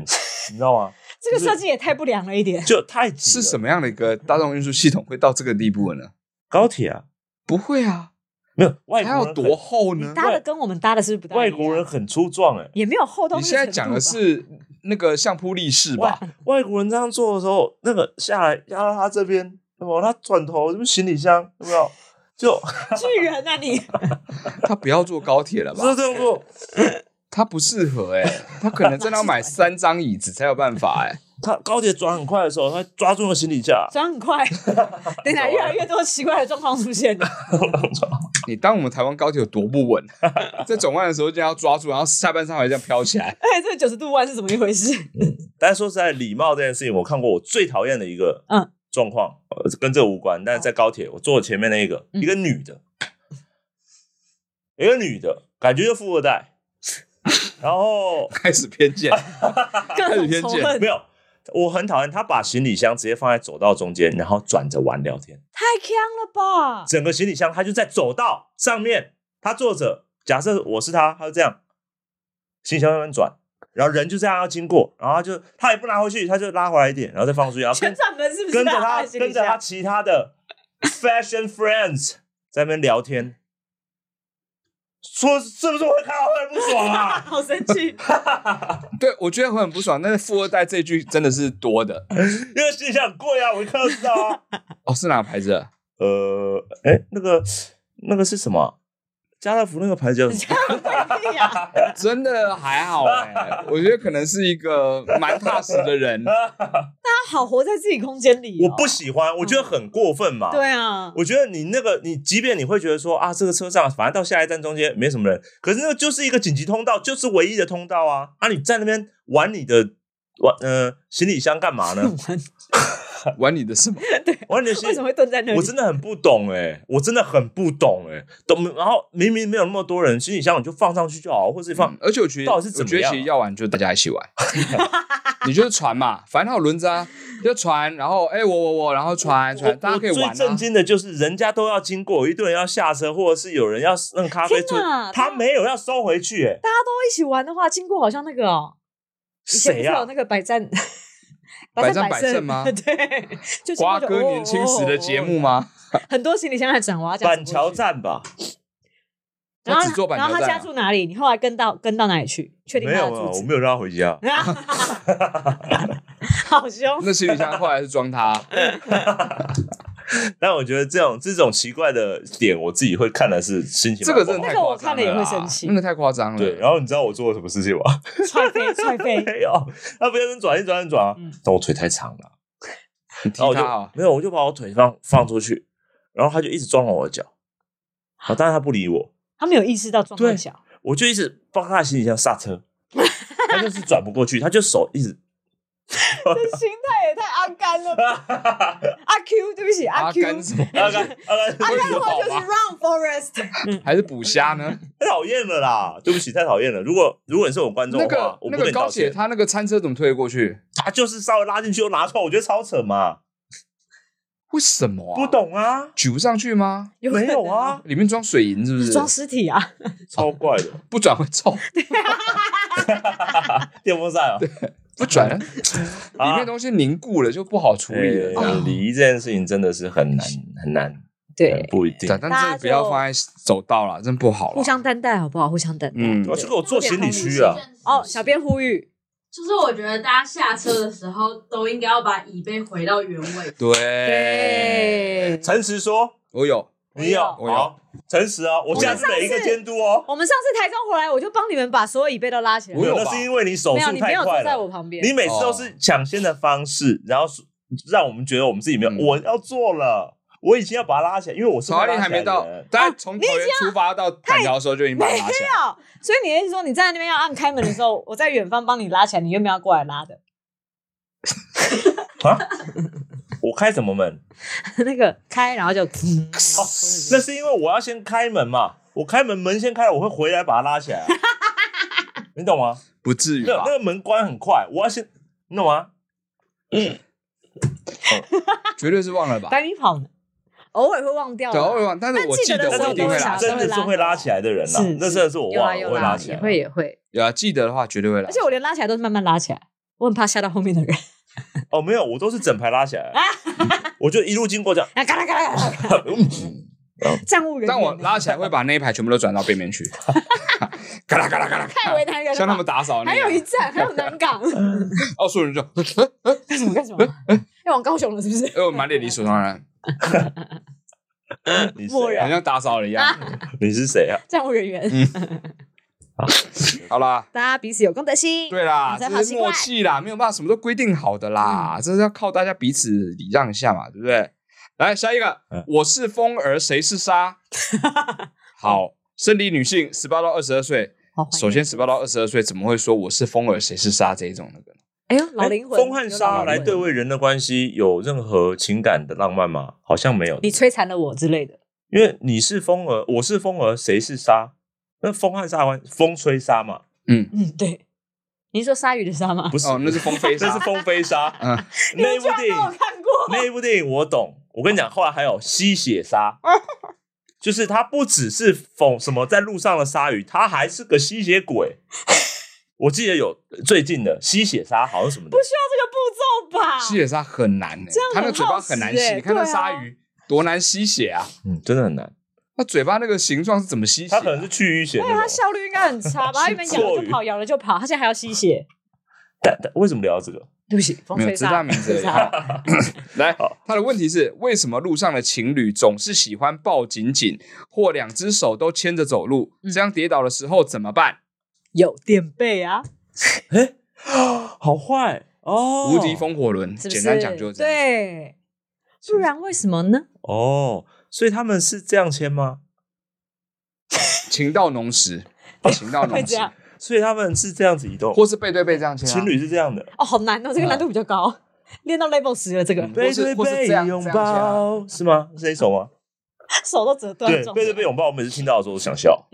C: 你知道吗？
B: 这个
C: 就是
B: 设计也太不良了一点。
C: 就太挤
A: 是
C: 了。
A: 什
C: 么
A: 么样的一个大众运输系统会到这个地步呢？
C: 高铁啊？
A: 不会啊，
C: 没有外
A: 它
C: 国
A: 要
C: 人
A: 多
C: 很
A: 厚
B: 你
A: 呢？
B: 搭的跟我们搭的是不是不大一
C: 嗯外
B: 样
C: 国人很粗壮哎、
B: 也没有厚到
A: 你
B: 那个
A: 现在
B: 程
A: 讲
B: 度
A: 的
B: 吧
A: 是那个相扑力士吧？
C: 外国人这样做的时候，那个下来压到他这边，那么他转头这不行李箱有没有？就
B: 巨人啊你！
A: 他不要坐高铁 了吧？
C: 这动作，
A: 他不适合哎、他可能真的要买三张椅子才有办法哎、
C: 他高铁转很快的时候，他抓住了行李架，
B: 转很快，等一下越来越多奇怪的状况出现了。
A: 你当我们台湾高铁有多不稳？在转弯的时候就要抓住，然后下半身还这样飘起来。
B: 哎，这个九十度弯是怎么一回事？
C: 但是说实在，礼貌这件事情，我看过我最讨厌的一个
B: 嗯
C: 状况，呃，跟这无关。但是在高铁，我坐我前面那一个，
B: 嗯
C: 一个女的，一个女的，感觉就富二代，然后
A: 开始偏见，
B: 各种
A: 偏
B: 仇
A: 见
B: 恨
C: 没，有，我很讨厌她把行李箱直接放在走道中间，然后转着玩聊天。
B: 太强了吧？
C: 整个行李箱她就在走道上面，她坐着，假设我是她，她就这样，行李箱慢慢转。然后人就这样要经过，然后她就她也不拿回去，她就拉回来一点，然后再放出去，然后跟
B: 旋转门是不是
C: 跟着
B: 在
C: 他
B: 爱心里
C: 跟着他
B: 下
C: 其他的 fashion friends 在那边聊天，说是不是会看到会不 爽啊？
B: 好生 气！
A: 对我觉得会很不爽。但是富二代这句真的是多的
C: 因为心想很贵啊，我一看就知道啊。
A: 哦，是哪个牌子的？
C: 呃，哎，那个那个是什么？啊家乐福那个牌子叫什么？
B: 对呀，
A: 真的还好哎、我觉得可能是一个蛮踏实的人。
B: 他好活在自己空间里哦。
C: 我不喜欢，我觉得很过分嘛。
B: 对啊，
C: 我觉得你那个，你即便你会觉得说啊，这个车上反正到下一站中间没什么人，可是那个就是一个紧急通道，就是唯一的通道啊！啊，你在那边玩你的玩呃行李箱干嘛呢？
A: 玩你的什么？
C: 玩你的行
B: 为
C: 李
B: 什么会蹲在那里？
C: 我真的很不懂哎、我真的很不懂哎、懂。然后明明没有那么多人，行李箱你就放上去就好，或是放、
A: 而且我觉得，
C: 到底是怎
A: 我
C: 么
A: 觉得
C: 样啊
A: 其实要玩就大家一起玩， 你就是传嘛，反正它有轮子啊，就传，然后哎、我我我，然后传
C: 我
A: 传，大家可以玩、
C: 我
A: 啊。
C: 最震惊的就是，人家都要经过，有一堆人要下车，或者是有人要弄咖啡出
B: 天哪，
C: 他没有要收回去、欸，
B: 大家都一起玩的话，经过好像那个哦，以前不
C: 谁啊
B: 是
C: 呀、
B: 有那个百战
A: 百战
B: 战
A: 百
B: 胜
A: 胜吗
B: 对，就经过
A: 瓜
B: 就
A: 哥
B: 哦
A: 年轻时的节目吗？
B: 很多行李箱在转娃，这样
C: 板
B: 子过
C: 桥
B: 去，
C: 站吧？
B: 然后
A: 他只坐板
B: 然后
A: 桥
B: 他
A: 站啊
B: 家住哪里？你后来跟到跟到哪里去？确定
C: 没
B: 他的
C: 有啊，
B: 住
C: 我
B: 址？
C: 没有 让他 回家。
B: 好凶！
A: 那行李箱后来是装 他，
C: 但我觉得这种这种奇怪的点，我自己会看的是心情
A: 这
C: 蛮
A: 个
C: 不好。
A: 真的
B: 那
A: 太
B: 个
A: 夸
B: 我
A: 张
B: 看了也
A: 啦
B: 会生气
A: 那个太夸张了。
C: 对，然后你知道我做了什么事情吗？
B: 踹飞踹飞，
C: 没有，他不要跟转一转一转啊
B: 嗯，
C: 但我腿太长 了。
A: 你踢
C: 然后我
A: 他
C: 就
A: 哦，
C: 没有，我就把我腿放放出去，然后他就一直撞我的脚，好，但是他不理我，
B: 他没有意识到撞到
C: 对
B: 小，
C: 我就一直帮他的行李箱刹车，他就是转不过去，他就手一直，
B: 这心态也太阿甘了吧！ 阿 Q，对不起，
A: 阿
B: Q，
A: 甘是什么？
C: 阿 甘阿甘
B: 阿甘的话
A: 会有
B: 就是
A: 宝吗
B: Run Forest，
A: 还是捕虾 呢？
C: 太讨厌了啦，对不起，太讨厌了。如果如果你是我观众
A: 那
C: 的话
A: 个，
C: 我
A: 那
C: 不
A: 个
C: 跟你道
A: 高铁，
C: 歉，
A: 他那个餐车怎么推得过去？
C: 他就是稍微拉进去又拿出来，我觉得超扯嘛。
A: 为什么、啊？
C: 不，懂 啊，
A: 举不上去吗？
B: 有可
C: 没
B: 能
C: 有啊，，
A: 里面装水银是不？
B: 就是装尸体啊，
C: 超怪的，
A: 不转会 臭，
C: 电风扇啊，
A: 不转里面东西凝固了就不好处理了。这哦
C: 啊哎
A: 样
C: 礼仪这件事情真的是很难很难，很
B: 对，
C: 不一定。
A: 对，
E: 大
A: 但真
E: 家
A: 的不要
E: 就
A: 放在走道了，真不好了。
B: 互相担待好不好？互相担待。
A: 嗯
C: 哦我去给我做行李区啊，
B: 哦，小编呼吁，
D: 就是我觉得大家下车的时候都应该要把椅背回到原位。
A: 对，
B: 对，
C: 诚实说，
A: 我有，
C: 你有，
A: 我有
C: 好，诚实啊，我下次每一个监督哦。
B: 我们上次台中回来，我就帮你们把所有椅背都拉起来。
A: 我有吧哦
C: 那是因为你手
B: 没有，
C: 速
B: 你没
C: 太
B: 有
C: 快
B: 坐在
C: 了
B: 我，旁边。
C: 你每次都是抢先的方式，然后让我们觉得我们自己没有，
A: 嗯
C: 我要做了，我已经要把它拉起来，因为我是
A: 草阿力
C: 会拉
A: 还
C: 起来
A: 没到
C: 的人，
A: 大家从桃园出发到板桥的时候就已经把它拿起来。
B: 有，所以你的意思说你站在那边要按开门的时候，我在远方帮你拉起来，你又没有过来拉的
C: 啊！我开什么门？
B: 那个开，然后就嗯，
C: 哦，那是因为我要先开门嘛，我开门门先开了，我会回来把它拉 起来啊、你懂吗？
A: 不至于
C: 那
A: 吧
C: 那？个门关很快，我要先，你懂吗？
A: 绝对是忘 了吧？
B: 百米跑呢，偶尔会忘掉啦，
A: 对，偶尔忘，但是
B: 但
A: 我
B: 记
A: 记
B: 得
A: 得
B: 的时
A: 我
B: 候
A: 一定会
B: 都
A: 拉
B: 会
A: 起来。
C: 真的是会拉起来的人呐、
B: 是
C: 那真的是我
B: 有
C: 忘
B: 啦
C: 了，
B: 有
C: 我会
B: 啦
C: 拉，起来
B: 也。会也会，
A: 有啊，记得的话绝对会拉
B: 而。且我连拉起来都是慢慢拉起来，我很怕吓到后面的人。
C: 哦，没有，我都是整排拉起来， 我就一路 经过这样。
B: 啊，嘎啦嘎啦嘎啦，
C: 嗯
B: 站务人员，
A: 但我拉起来会把那一排全部都转到背面去，嘎啦嘎啦嘎啦，
B: 太为难人了 吧，
A: 像他们打扫那
B: 还有一
A: 样。
B: 站，还有 南港，
A: 哦，所有人就，
B: 干什么干什么？要往高雄了是不是？
A: 哎，我满脸理所当 然，
C: 你
B: 默
C: 谁
A: 好
C: 啊？
A: 像打扫了一样。
C: 你是谁啊？
B: 站务人员，
A: 嗯好 啦，
B: 大家彼此有公德心。
A: 对啦，
B: 养成
A: 这
B: 好嗯
A: 是
B: 习惯
A: 默契啦，没有办法，什么都规定好的啦，这是要靠大家彼此礼让一下嘛，对不对？
B: 嗯
A: 来下一个
C: 嗯，
A: 我是风儿，谁是 沙？好，生理女性，十八到二十二岁。
B: 好，欢迎
A: 首先，十八到二十二岁怎么会说我是风儿，谁是沙这一种那个？
B: 哎呦，老灵魂，
C: 风和沙
B: 有老灵魂
C: 来对位人的关系有任何情感的浪漫吗？好像没有，
B: 你摧残了我之类的。
C: 因为你是风儿，我是风儿，谁是沙？那风和沙的关，风吹沙嘛，
B: 嗯，对。你是说鲨鱼的鲨吗？
C: 不是，
A: 哦，那是风飞
C: 那
A: 沙
C: 是。风飞沙。
A: 嗯，
C: 那一部电
B: 我
C: 影，
B: 看过，
C: 那一部电影我懂。我跟你讲，后来还有吸血鲨， 就是它不只是讽什么在路上的鲨鱼，它还是个吸血鬼。我记得有最近的吸血鲨，好像什么的
B: 不，需要这个步骤吧？
A: 吸血鲨很难呢、欸
B: 啊这样，
A: 它
B: 很
A: 那个嘴巴很难吸，
B: 耗时欸
A: 你看那
B: 对啊
A: 鲨鱼多难吸血啊！
C: 嗯，真的很难。
A: 那嘴巴那个形状是怎么吸血、
C: 它可能
A: 啊？
C: 是去淤血
B: 对
C: 那
B: 它
C: 种。
B: 效率应该很差吧？它原本咬了就跑，咬了就跑，它现在还要吸血。
C: 但但为什么聊到这个？
B: 对不起，风
A: 没有
B: 吹
A: 知道
B: 沙
A: 名 字而已
B: 沙
A: 啊。来，他的问题是为什么路上的情侣总是喜欢抱紧紧，或两只手都牵着走路？
B: 嗯
A: 这样跌倒的时候怎么办？
B: 有垫背啊，
C: 哎，好坏哦，
A: 无敌风火轮，
B: 是不是？
A: 简单讲就是这样。
B: 对，不然为什么呢？
C: 哦，所以他们是这样签吗？
A: 情到浓 时，情到
B: 会
A: 浓
B: 这
A: 时，
B: 样
C: 所以他们是这样子移动，
A: 或是背对背这样牵、啊，
C: 情侣是这样的，
B: 哦，好难哦，这个
C: 嗯
B: 难度比较高，练到 level 十了，这个
A: 嗯
C: 背
A: 或
C: 对
A: 是或是
C: 背
A: 这样
C: 拥
A: 这样这
C: 抱是吗？是那一首 吗？
B: 手都折断
C: 对
B: 了。，撞
C: 背对
B: 上
C: 背拥抱，我每次听到的时候我想 笑。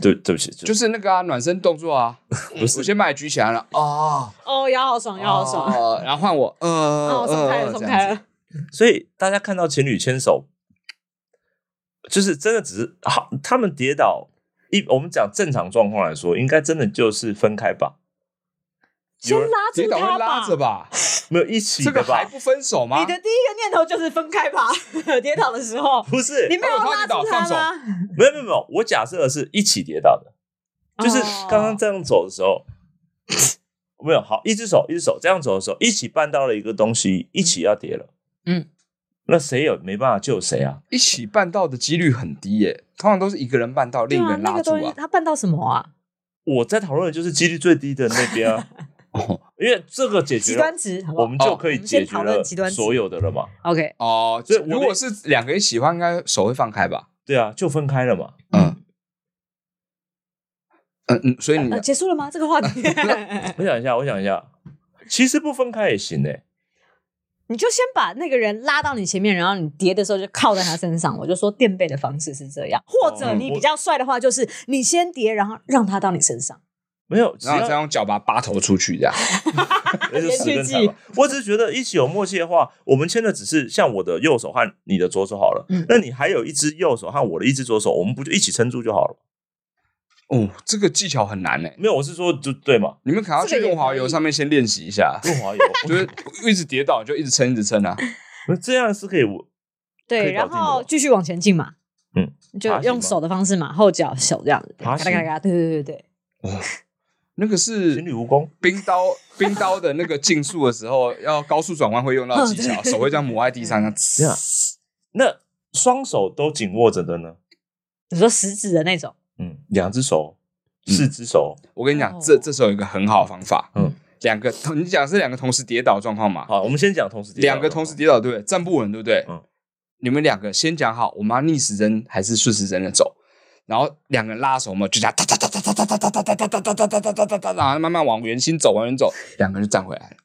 C: 对，对不起，就
A: 就是是那个啊，暖身动作啊。
C: 不
A: 我
C: 是
A: 先把你举起来了哦，
B: 哦，腰好爽，腰好爽。
A: 哦，然后换我，呃，
B: 哦，松开
A: 呃
B: 了，松。
A: 这样
B: 开
A: 子
B: 了。
C: 所以大家看到情侣牵手，就是真的只是好，他们跌倒一，我们讲正常状况来说，应该真的就是分开吧，
B: 先
C: 有人
B: 拉
A: 跌
B: 住
A: 倒
B: 他
A: 会拉着吧？
C: 没有一起
A: 这
C: 的
A: 个还
C: 吧？
A: 不分手吗？
B: 你的第一个念头就是分开吧，跌倒的时候，
C: 不是
B: 你，没有
A: 他有
B: 拉
A: 帮
B: 住
A: 你
B: 他
A: 倒
B: 吗？
C: 没有没有没有，我假设的是一起跌倒的，就是
B: 哦
C: 刚刚这样走的时候。没有好，一只手一只手这样走的时候，一起绊到了一个东西，一起要跌了。
B: 嗯，
C: 那谁也没办法救谁啊？
A: 一起办到的几率很低耶，通常都是一个人办到，
B: 对
A: 另一个
B: 啊，
A: 人
B: 那
A: 拉
B: 个
A: 住
B: 东西
A: 啊。
B: 他办到什么啊？
C: 我在讨论的就是几率最低的那 边啊，
A: 哦
C: 因为这个解决
B: 极
C: 了
B: 端，值，好不好？哦
C: 我们就可以解决
B: 我们先讨
C: 了
B: 论极端值
C: 所有的了嘛。
B: OK，
A: 哦，
C: 所以我
A: 如果是两个一起的话，应该手会放开吧？
C: 对啊，就分开了嘛。
A: 嗯，嗯嗯，所以你
B: 呃，结束了吗？这个话 题，
C: 我想一下，我想一下，其实不分开也行诶、
B: 你就先把那个人拉到你前面，然后你叠的时候就靠在他身上。我就说垫背的方式是这样，或者
C: 嗯
B: 你
C: 我
B: 比较帅的话，就是你先叠，然后让他到你身上。
C: 没有，只
A: 然后
B: 呃
A: 再
C: 要
A: 用脚把它扒头出去这样。
C: 那就死跟惨吧。我只是觉得一起有默契的话，我们牵的只是像我的右手和你的左手好了，
B: 嗯
C: 那你还有一只右手和我的一只左手，我们不就一起撑住就好了？
A: 哦，这个技巧很难呢、
C: 没有，我是说就对嘛，
A: 你们可能要
B: 这
A: 去
B: 个也
A: 润滑
B: 可以
A: 油上面先练习一下，
C: 润 滑油
A: 就是一直跌倒就一直撑一直撑啊。
C: 那这样是可以可
B: 对，
C: 以搞
B: 然
C: 定的
B: 后
C: 吧
B: 继续往前进嘛，
C: 嗯，
B: 就
C: 爬行
B: 用
C: 吗
B: 手的方式嘛，后脚手这样子，嘎
C: 爬
B: 嘎
C: 行
B: 嘎嘎，对对对对，
A: 那个
C: 情侣
A: 是
C: 蜈蚣。
A: 冰刀，冰刀的那个竞速的时候，要高速转弯会用到技巧，手会这样磨在地上，这
C: 这
A: 样
C: 样那双手都紧握着的呢？
B: 你说食指的那种，
C: 嗯，两只手，四只手，
A: 我跟你讲
B: 哦，
A: 这这时候有一个很好的方法，
C: 嗯
A: 嗯，两个同你讲是两个同时跌倒的状况嘛，
C: 好，我们先讲同时跌倒
A: 两个同时跌倒对不对？站不稳对不对？
C: 嗯
A: 你们两个先讲好，我们要逆时针还是顺时针的走，然后两个人拉手嘛，就这样哒哒哒哒哒哒哒哒哒哒哒哒哒哒哒哒哒，然后慢慢往圆心走，往圆走，两个人就站回来了。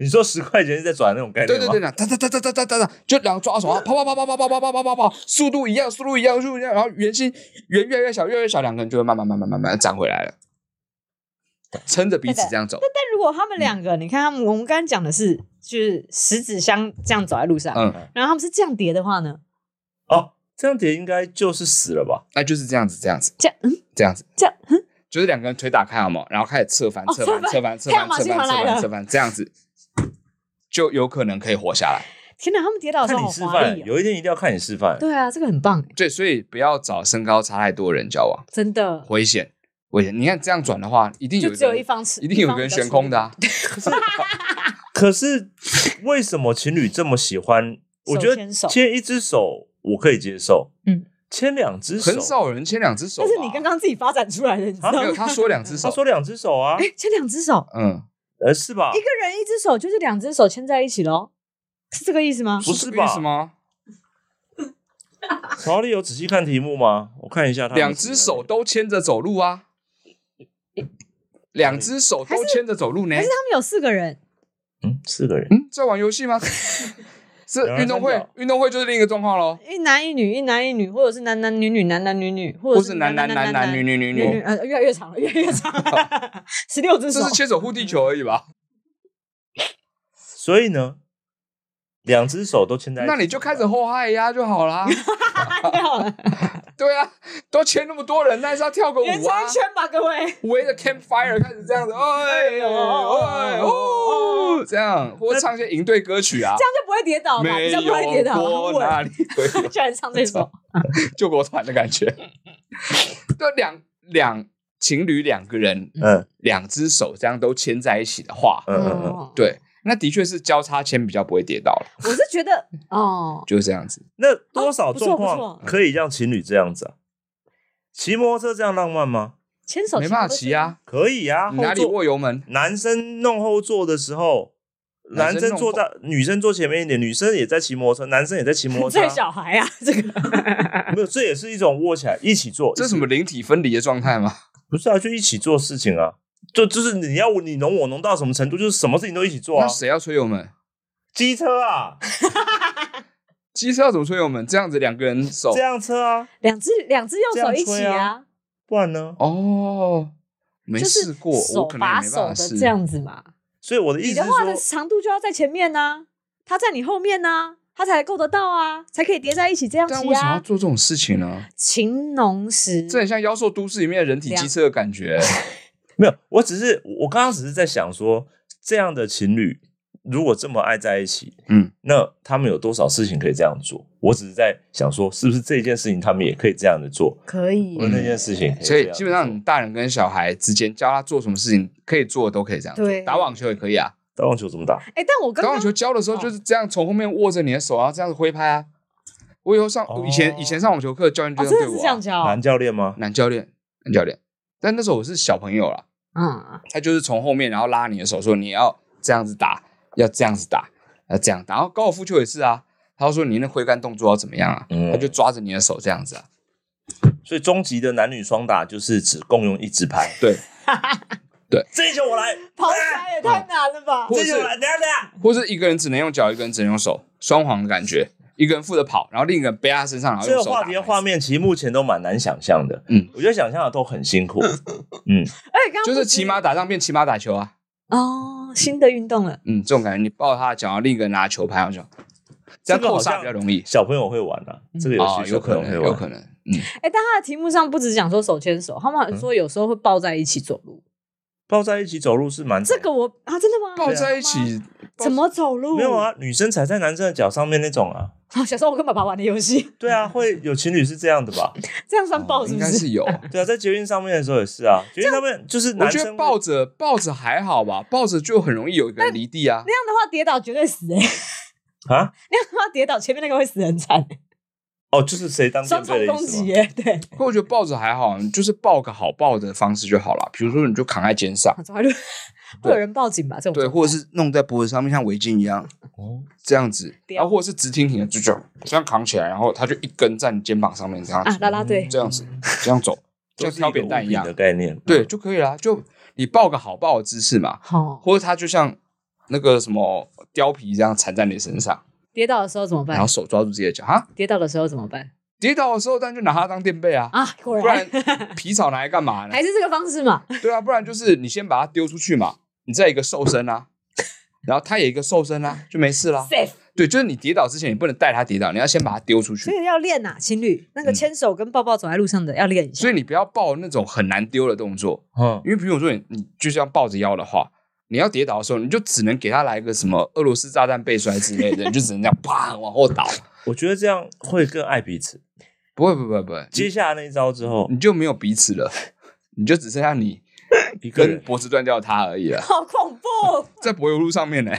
C: 你说十块钱再转那种概
A: 对
C: 念
A: 对
C: 吗？
A: 对，哒哒哒哒哒哒哒哒，就两个抓手啊，跑跑跑跑跑跑跑跑跑跑跑，速度一样，速度一样，速度一样，然后圆心圆越来越小，越来越小，两个人就会慢慢慢慢慢慢站回来了，撑着彼此这样走。
B: 但如果他
C: 嗯
B: 们两个，你看他们，我们刚刚讲的是就是食指相这样走在路上，
A: 嗯，
B: 然后他们是这样叠的话呢，
C: 哦，这样跌应该就是死了吧？
A: 那就是这样子，这样子，
B: 这样嗯
A: 这样子，
B: 这样
A: 就是两个人腿打开好吗？然后开始侧翻，
B: 哦
A: 侧翻，侧
B: 侧
A: 翻，
B: 翻
A: 侧
B: 太
A: 翻，
B: 阳马
A: 侧
B: 戏
A: 翻，
B: 团
A: 侧
B: 来
A: 翻，
B: 了
A: 侧翻，这样子就有可能可以活下来。
B: 天哪，他们跌倒的时候
C: 看你
B: 好
C: 示
B: 华
C: 范，
B: 丽哦，
C: 有一天一定要看你示范。
B: 对啊，这个很棒哎，
A: 对，所以不要找身高差太多的人交往，
B: 真的，
A: 危险，危险。你看这样转的话，一定有
B: 就
A: 个
B: 只有
A: 人
B: 一方吃，
A: 一定有
B: 一
A: 个
B: 方
A: 人
B: 比较
A: 悬空的啊
B: 吃。
C: 可是为什么情侣这么喜欢？我觉
B: 手
C: 得
B: 牵手
C: 牵一只手我可以接受，
B: 嗯，
C: 牵两只手
A: 很少有人牵两只手
B: 力，但
A: 吧，啊
B: 是你刚刚自己发展出来的，你知道
A: 没有
B: 吗？
A: 他说两只手，
C: 他说两只手啊，
B: 哎，牵两只手，
A: 嗯，
C: 呃，是吧
B: 一？个人一只手就是两只手牵在一起喽，是这个意思吗？
C: 不
A: 这
C: 是
A: 个意
C: 吧
A: 思？吗？
C: 曹丽有仔细看题目吗？我看一下他们
A: 两只手都牵着走路啊，两只手都牵着走路呢
B: 还是。他们有四个人？
C: 嗯，四个人，
A: 嗯，在玩游戏 吗？是
C: 两人
A: 运动会
C: 啊三角，
A: 运动会就是另一个状况喽，
B: 一男一女，一男一女，或者是男男女女，男男女女，或
A: 不
B: 者
A: 是
B: 男
A: 男男男
B: 男
A: 男女女女
B: 女女，
A: 女，
B: 呃，越来越长了，越来越长了， 十六只
A: 这
B: 手
A: 是。牵手护地球而已吧？
C: 所以呢，两只手都牵在一起，
A: 那你就开始后嗨呀就好啦。对啊，都牵那么多人，但是要跳个
B: 圆
A: 舞
B: 圈
A: 啊
B: 一，圈吧，各位。
A: 围着 campfire 开始这样子，哎呦哎哦，这样或唱一些营队歌曲啊
B: 这，样就不会跌倒嘛，
A: 没
B: 这样不会跌倒，
A: 有
B: 很
A: 过哪
B: 稳。
A: 里会有
B: 居然唱这首，
A: 救国团的感觉。就两两情侣两个人，
C: 嗯
A: 两只手这样都牵在一起的话，
C: 嗯嗯嗯，
B: 哦，
A: 对，那的确是交叉牵比较不会跌倒了，
B: 我是觉得哦，
A: 就是这样子。
C: 那多少
B: 哦不错
C: 状
B: 不
C: 况
B: 错
C: 可以让情侣这样子啊？骑摩托车这样浪漫吗？
B: 牵手
A: 没办法骑啊，
C: 可以啊，
A: 你哪里
C: 后座
A: 握油门？
C: 男生弄后座的时候，
A: 男
C: 男
A: 生
C: 生坐
A: 弄
C: 在女生坐前面一点，女生也在骑摩托车，男生也在骑摩托车
B: 这
C: 啊，
B: 小孩啊，这个
C: 没有，这也是一种握起来一起做，
A: 这
C: 一
A: 是
C: 起
A: 什么灵体分离的状态吗？
C: 不是啊，就一起做事情啊，就就是你要我你侬我侬到什么程度，就是什么事情都一起做
A: 那
C: 啊，
A: 谁要吹油门？
C: 机车啊，
A: 机车要怎么吹油门？这样子两个人手
C: 这样车啊，
B: 两只两只右手一
C: 这
B: 起
C: 样吹
B: 啊
C: 啊，不然呢？
A: 哦，没
B: 就是
A: 试过，我
B: 手
A: 可能也
B: 把
A: 没
B: 手
A: 办法
B: 的
A: 试。
B: 这样子嘛。
C: 所以我的意
B: 你
C: 思
B: 的
C: 是
B: 话的
C: 说，
B: 长度就要在前面呢、它在你后面呢、啊它才够得到啊，才可以叠在一起这样
A: 但
B: 骑
A: 为什么要
B: 啊。
A: 做这种事情呢？
B: 嗯勤农时，
A: 这很像《妖兽都市》里面的人体机车的感 觉。
C: 没有，我只是我刚刚只是在想说，这样的情侣如果这么爱在一起，
A: 嗯，
C: 那他们有多少事情可以这样做？我只是在想说，是不是这件事情他们也可以这样的做，
E: 可以
C: 或者那件事情可
A: 嗯所
B: 啊
C: 这样
A: 以
C: 子做
A: 基本上，你大人跟小孩之间教他做什么事情可以做的都可以这样做
E: 对
A: 打网球也可以啊。
C: 打网球怎么打？
B: 哎、但我刚
A: 打
B: 刚
A: 网球教的
B: 哦
A: 时候就是这样，从后面握着你的手，然后这样子挥拍啊。我以后上
C: 哦
A: 以前以前上网球课，教练就
B: 哦，
A: 这
B: 真
A: 样
B: 的
A: 对
B: 是
A: 我
B: 这样
A: 啊，
B: 教，
C: 男教练吗？
A: 男教练，男教练。但那时候我是小朋友啦，
B: 嗯，
A: 他就是从后面然后拉你的手，说你要这样子打，要这样子打，要这样打。然后高尔夫球也是啊，他说你那挥杆动作要怎么样啊？
C: 嗯
A: 他就抓着你的手这样子啊。
C: 所以终极的男女双打就是只共用一支拍，
A: 对，
C: 这一球我来，
E: 跑起来也
A: 嗯
E: 太难了吧
A: 或？
C: 这
A: 者
C: 一
A: 是
C: 球我来，等一下等一下，
A: 或是一个人只能用脚，一个人只能用手，双簧的感觉，一个人负责跑，然后另一个人背在他身上，然后
C: 这
A: 用
C: 个
A: 手打
C: 话
A: 拍
C: 题
A: 子。
C: 的画面其实目前都蛮难想象的。
A: 嗯，
C: 我觉得想象的都很辛苦。嗯，
B: 而哎且刚刚
A: 就
B: 不
A: 是骑马打仗变骑马打球啊，
B: 哦，新的运动了，
A: 嗯，这种感觉，你抱着他的脚，然后另一个人拿球拍上去，这样
C: 这个
A: 扣
C: 好
A: 杀
C: 像
A: 比较容易。
C: 小朋友会玩啊，这个游
A: 啊、
C: 戏
A: 有
C: 小
A: 可
C: 朋友
A: 能，
C: 会
A: 有
C: 玩。
A: 可能，嗯，
B: 哎，但他的题目上不只讲说手牵手，他们好像说有时候会抱在一起走路。
C: 抱在一起走路是蛮
B: 这个我啊，真的吗？
A: 抱在一起，
B: 怎么走路？
C: 没有啊，女生踩在男生的脚上面那种啊。
B: 啊。小时候我跟爸爸玩的游戏，
C: 对啊，会有情侣是这样的吧？
B: 这样算抱
A: 哦
B: 是
A: 应
B: 不
A: 该是有。
C: 对啊，在捷运上面的时候也是啊，捷运上面就是
A: 我
C: 男
A: 觉
C: 生
A: 得
C: 会
A: 抱着抱着还好吧，抱着就很容易有一个人离地啊。
B: 那样的话跌倒绝对死 哎、
C: 啊，
B: 那样的话跌倒前面那个会死很惨，
C: 哦，就是谁当
B: 双重
C: 垫背的意
B: 攻
C: 思
B: 击
C: 吗？
B: 哎、对，
A: 可我觉得抱着还好，你就是抱个好抱的方式就好了。比如说，你就扛在肩上，
B: 怎么就 会有人报警吧？这种
A: 对，或者是弄在脖子上面，像围巾一样
C: 哦，
A: 这样子，
B: 吊
A: 然后或者是直挺挺的，就这样这样扛起来，然后它就一根在你肩膀上面这样
B: 啊
A: 子，
B: 啦啦队
C: 嗯
A: 嗯这样子，这样走，
C: 就
A: 就是挑
C: 一个
A: 扁担
C: 物
A: 一
C: 品
A: 样
C: 的，概念。
A: 对，就可以啦。就你抱个好抱的姿势嘛，
B: 好、
A: 或者它就像那个什么貂皮这样缠在你身上，
B: 跌倒的时候怎么
A: 然
B: 办
A: 后？手抓住自己的脚哈，
B: 跌倒的时候怎么办？
A: 跌倒的时候，但就拿它当垫背啊，
B: 啊，果
A: 不然
B: 然
A: 皮草拿来干嘛呢
B: 还？是这个方式嘛。
C: 嗯
A: 对啊，不然就是你先把它丢出去嘛，你再一个瘦身啊，然后它也一个瘦身啊，就没事啦。
B: safe，
A: 对，就是你跌倒之前，你不能带它跌倒，你要先把它丢出去
B: 所。以要练呐、情侣那个牵手跟抱抱走在路上的要练一下
A: 所以。你不要抱那种很难丢的动作，
C: 嗯，
A: 因为比如说你你就这样抱着腰的话，你要跌倒的时候，你就只能给它来个什么俄罗斯炸弹背摔之类的，你就只能这样啪往后倒。
C: 我觉得这样会更爱彼
A: 嗯
C: 此。
A: 不会不会不会，
C: 接下来那一招之后
A: 你，就没有彼此了，你就只剩下你
C: 一个
A: 跟
C: 人
A: 脖子断掉的它而已了，
B: 好恐怖，
A: 在柏油路上面呢。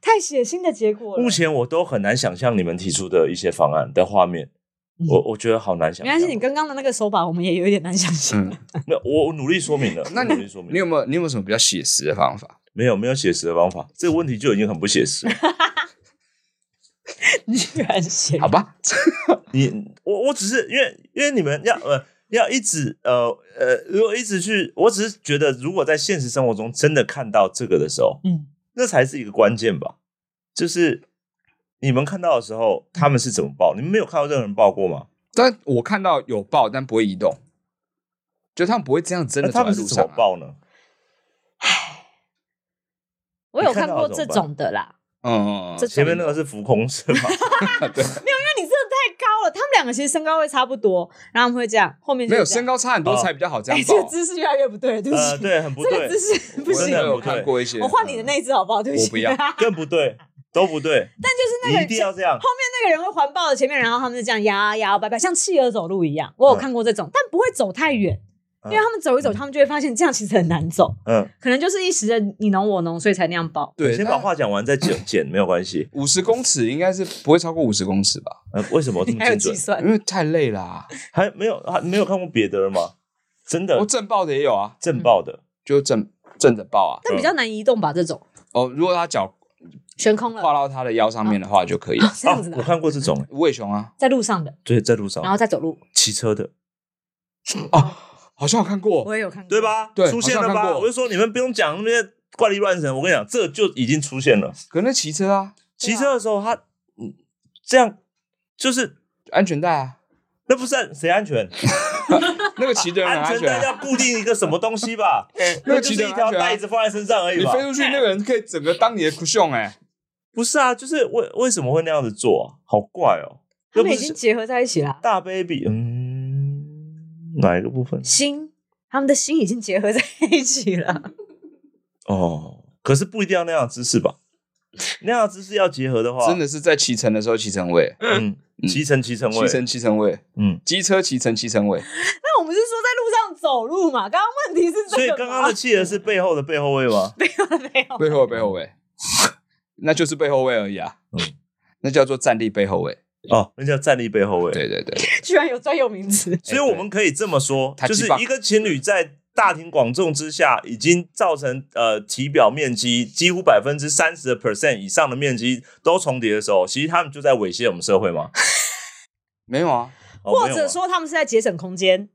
B: 太血腥的结果了。
C: 目前我都很难想象你们提出的一些方案的画面，
B: 嗯
C: 我我觉得好难想象。
B: 没关系，你刚刚的那个手法我们也有一点难相信。
A: 嗯，
C: 没有我我努力说明了，
A: 那
C: 我努力说明了
A: 你有没有你有没有什么比较写实的方法？
C: 没有没有写实的方法，这个问题就已经很不写 实了。
B: 居然写
A: 好吧，
C: 你我我只是因为因为你们要呃要一直呃呃，如果一直去，我只是觉得如果在现实生活中真的看到这个的时候，
B: 嗯，
C: 那才是一个关键吧。就是你们看到的时候，他
A: 嗯
C: 们是怎么报？你们没有看到任何人报过吗？
A: 但我看到有抱，但不会移动，就他们不会这样真的
C: 那
A: 走
C: 呃他
A: 在
C: 们是
A: 路
C: 怎
A: 上、
C: 么
A: 啊。
C: 报呢？
B: 我有
C: 你看
B: 看
C: 到
B: 过
C: 了
B: 这
C: 怎么办哦
B: 种的啦。
A: 嗯，嗯
B: 这
A: 嗯
C: 前面那个是浮空是 吗？
B: 那你真的太高了，他们两个其实身高会差不多，然后他们会这样，后面就
A: 没有
B: 这样
A: 身。高差很多
C: 哦
A: 才比较好这
B: 哎、
A: 样
B: 这
A: 抱
B: 个
A: 啊。
B: 姿势越来越不对，对不起，
C: 呃，对，很不
B: 这个
C: 对，
B: 姿势不
A: 我真
B: 行
A: 的。有
C: 不对
A: 看过一些，
B: 我换你的那一只好不好？对不起，
A: 我不 要
C: 更不对，都不对。
B: 但就是
C: 你
B: 那个
C: 一定要这样，
B: 那个人会环抱着前面，然后他们就这样摇啊摇摆摆，像企鹅走路一样。
A: 嗯
B: 我有看过这种，但不会走太远，因
C: 嗯
B: 为他们走一走，他们就会发现这样其实很难走，
C: 嗯，
B: 可能就是一时的你侬我侬，所以才那样抱。
A: 对，
C: 先把话讲完再剪剪没有关系。
A: 五十公尺应该是不会超过五十公尺吧，
C: 呃，为什么
A: 嗯
C: 这
B: 你
C: 么
B: 还有
C: 精
B: 计
C: 准？
B: 算
A: 因？为太累啦、
C: 还没有还没有看过别的了吗？真的
A: 我正抱的也有啊，
C: 正爆的，
A: 就正正着抱啊。
B: 但比较难移动吧，这种
A: 哦，如果他脚
B: 悬空了
A: 跨到他的腰上面的话就可以了。
B: 这样子
C: 啊
B: 的
C: 我，看过这 种，
A: 无尾熊啊，
B: 在路上的，
C: 对，在路上
B: 然后再走路，
C: 骑车的，
A: 好像有看过
B: 我，也有看过，
C: 哦对？吧？
A: 对
C: 出现
A: 好
C: 了
A: 像看
C: 吧？
A: 过
C: 我就说你们不用讲那些怪力乱神，我跟你讲，这就已经出现了。
A: 可能骑车啊，
C: 骑车的时候他嗯这样就是
A: 安全带啊，
C: 那不是安谁安 全？
A: 那个骑的人很安
C: 全
A: 全、
C: 带
A: 啊。
C: 要固定一个什么东 西吧？
A: 那
C: 那
A: 个
C: 就
A: 骑
C: 是
A: 的
C: 一
A: 人安
C: 条
A: 全啊
C: 带子放在身上而已
A: 你
C: 吧？
A: 飞出去，那个人可以整个当你的 cushion 哎、
C: 不是啊，就是为为什么会那样子做啊？好怪哦！
B: 他
C: 又不
B: 们已
C: 是
B: 经结合在一起了，
C: 大 baby，嗯，哪一个部分？
B: 心，他们的心已经结合在一起了。
C: 哦，可是不一定要那样的姿势吧？那样的姿势要结合的话，
A: 真的是在骑乘的时候骑乘位，
C: 嗯，骑乘骑乘
A: 骑
C: 位，
A: 乘骑乘位，
C: 嗯，
A: 机车骑乘骑乘位，
B: 那我们是说在路上走路嘛？刚刚问题是这个吗，
C: 所以刚刚的企鹅是背后的背后位 吗？
B: 没有
A: 背后背后位， 那就是背后位而已啊，
C: 嗯
A: 那叫做站立背后位，
C: 哦，那叫站立背后位。
A: 对对对，
B: 居然有专有名词。
C: 所以我们可以这么说，
A: 塔
C: 就
A: 吉
C: 是
A: 棒
C: 一个情侣在大庭广众之下，已经造成呃体表面积几乎百分之三十的 percent 以上的面积都重叠的时候，其实他们就在猥亵我们社会吗？
A: 没有啊，
C: 哦
B: 或
C: 没有
B: 者
C: 吗
B: 说他们是在节省空间。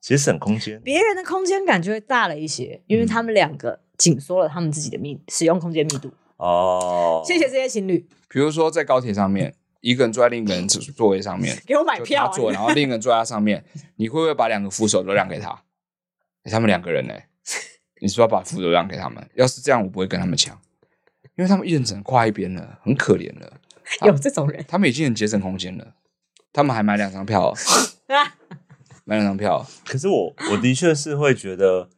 C: 节省空间。
B: 别人的空间感就会大了一些，因为他们两个紧缩了他们自己的密使用空间密度。
C: 哦，
B: 谢谢这些情侣
A: 比如说在高铁上面，一个人坐在另一个人座座位上面，
B: 给我买
A: 就
B: 票、
A: 他
B: 啊，
A: 坐，然后另一个人坐在他上面，你会不会把两个扶手都让给他？诶他们两个人呢、你是不是要把扶手让给他们？要是这样，我不会跟他们抢，因为他们一人只能跨一边了，很可怜了。
B: 有这种人
A: 他们已经很节省空间了，他们还买两张票哦，
B: 啊，
A: 买两张票哦。
C: 可是我我的确是会觉得，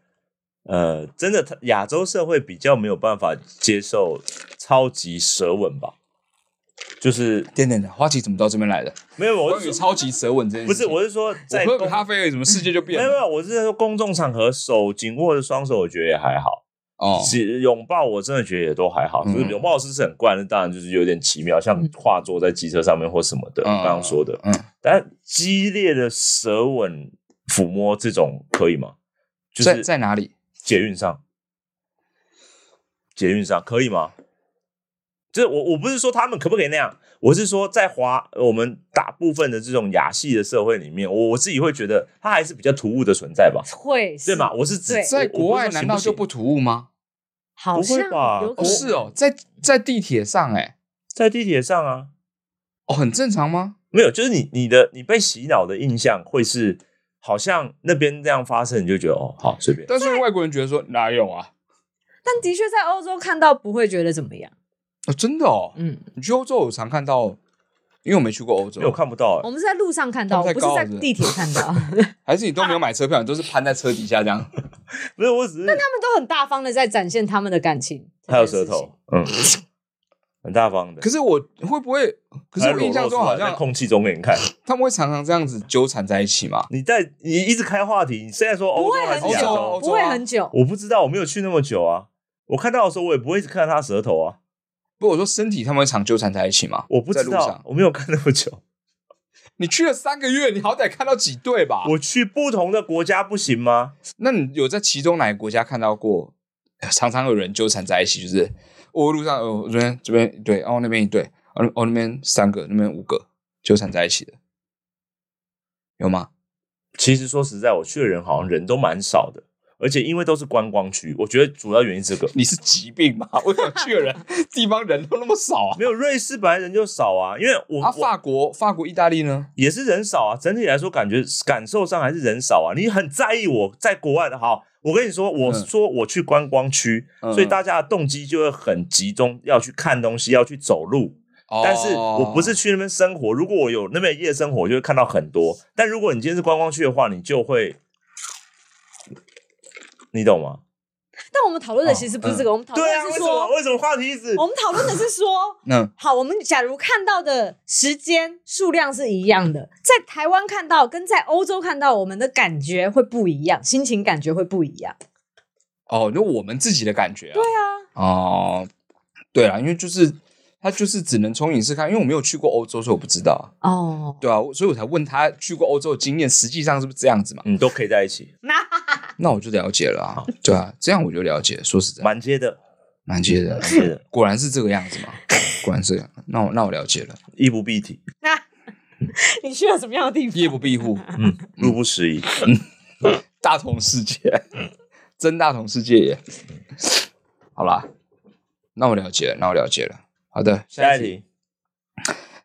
C: 呃，真的，他亚洲社会比较没有办法接受超级舌吻吧，就是
A: 等等等，花旗怎么到这边来的？
C: 没有，我
A: 关
C: 是
A: 于
C: 说
A: 超级舌吻这件
C: 不
A: 事
C: 是，
A: 情，
C: 我是说在
A: 我喝个
C: 公
A: 咖啡而已，怎么世界就
C: 没
A: 变
C: 有没
A: 了？
C: 有，我是说公众场合手紧握着双手，我觉得也还好。
A: 哦，
C: 是拥抱，我真的觉得也都还好。
A: 嗯
C: 就是拥抱是很惯，那当然就是有点奇妙，像跨坐在机车上面或什么的，
A: 嗯
C: 刚刚说的。
A: 嗯，
C: 但激烈的舌吻、抚摸这种可以吗？就
A: 在
C: 是
A: 在哪里？
C: 捷运上，捷运上可以吗？这我我不是说他们可不可以那样，我是说在华呃我们大部分的这种亚系的社会里面，我我自己会觉得它还是比较突兀的存在吧，
B: 会是
C: 对吗？？我是指
B: 对
A: 在国外难道就
C: 不
A: 不突兀吗？
B: 好像
C: 不会吧
B: 有可
A: 不
B: 能
A: 是哦，在在地铁上、欸，
C: 在地铁上啊？
A: 哦，很正常吗？
C: 没有，就是你你的你被洗脑的印象会是好像那边这样发生，你就觉得哦好随便。
A: 但是外国人觉得说哪有啊？
B: 但的确在欧洲看到不会觉得怎么样。
A: 哦，真的哦，
B: 嗯，
A: 你去欧洲我常看到，因为我没去过欧洲
C: 没有，看不到、
B: 我
C: 欸，
B: 们是在路上看到，
A: 他们
B: 不
A: 太
B: 是
A: 高
B: 在
A: 了是不是
B: 地铁看到，他们
A: 还是你都没有买车票，你都是攀在车底下这样。
C: 不是我只是
B: 都很大方的在展现他们的感情。
C: 还有舌头，嗯，很大方的。
A: 可是我会不会？可是我印象中好
C: 在
A: 像
C: 空气中给你看，
A: 他们会常常这样子纠缠在一起嘛。
C: 你在你一直开话题，你现在说欧洲还是
A: 很
C: 亚
A: 久
C: 洲
A: 欧？
B: 不
A: 洲
B: 会
A: 啊
B: 很久，
C: 我不知道，我没有去那么久啊。我看到的时候，我也不会一直看他舌头啊，
A: 不，我说身体他们会常纠缠在一起嘛。
C: 我不
A: 在
C: 知
A: 路
C: 道
A: 上，，
C: 我没有看那么久。
A: 你去了三个月，你好歹看到几对吧？
C: 我去不同的国家不行吗？
A: 那你有在其中哪个国家看到过，呃常常有人纠缠在一起？就是我路上哦，这边这边一对，哦那边一对，哦那哦那边三个，那边五个纠缠在一起的，有吗？
C: 其实说实在，我去的人好像人都蛮少的，而且因为都是观光区，我觉得主要原因是这个。
A: 你是疾病吗？ 为什么去的人地方人都那么少啊？
C: 没有瑞士本来人就少啊，因为我、
A: 啊，
C: 我
A: 法国、法国、意大利呢？
C: 也是人少啊，整体来说感觉感受上还是人少啊。你很在意我在国外的好，我跟你说，我
A: 嗯
C: 说我去观光区，
A: 嗯
C: 所以大家的动机就会很集中，要去看东西，要去走路。但是
A: 哦
C: 我不是去那边生活，如果我有那边的夜生活，我就会看到很多。但如果你今天是观光区的话，你就会，你懂吗？
B: 但我们讨论的其实不是这个，我们讨论
C: 对啊，
B: 的
C: 为
B: 是
C: 什
B: 说
C: 么，为什么话题一直
B: 我们讨论的是说，
A: 那
B: 好，我们假如看到的时间数量是一样的，在台湾看到跟在欧洲看到，我们的感觉会不一样，心情感觉会不一样。
A: 哦，就我们自己的感觉、啊。对啊。哦，对啊，因为就是他就是只能从影视看，因为我没有去过欧洲，所以我不知道啊。
B: 哦，
A: 对啊，所以我才问他去过欧洲的经验，实际上是不是这样子嘛？
C: 你嗯都可以在一起，
A: 那我就了解了啊，对啊，这样我就了解。说实在，蛮
C: 满街的，
A: 蛮接的
C: 满，街 的，
A: 果然是这个样子嘛，果然是这样。那我那我了解了，
C: 衣不蔽体，
B: 你去了什么样的地
A: 夜
B: 方？
A: 不闭户，
C: 嗯，路不拾遗。
A: 大同世界，真大同世界耶。好啦，那我了解了，那我了解了。好的，
C: 下
A: 下
C: 一
A: 一题。
C: 题，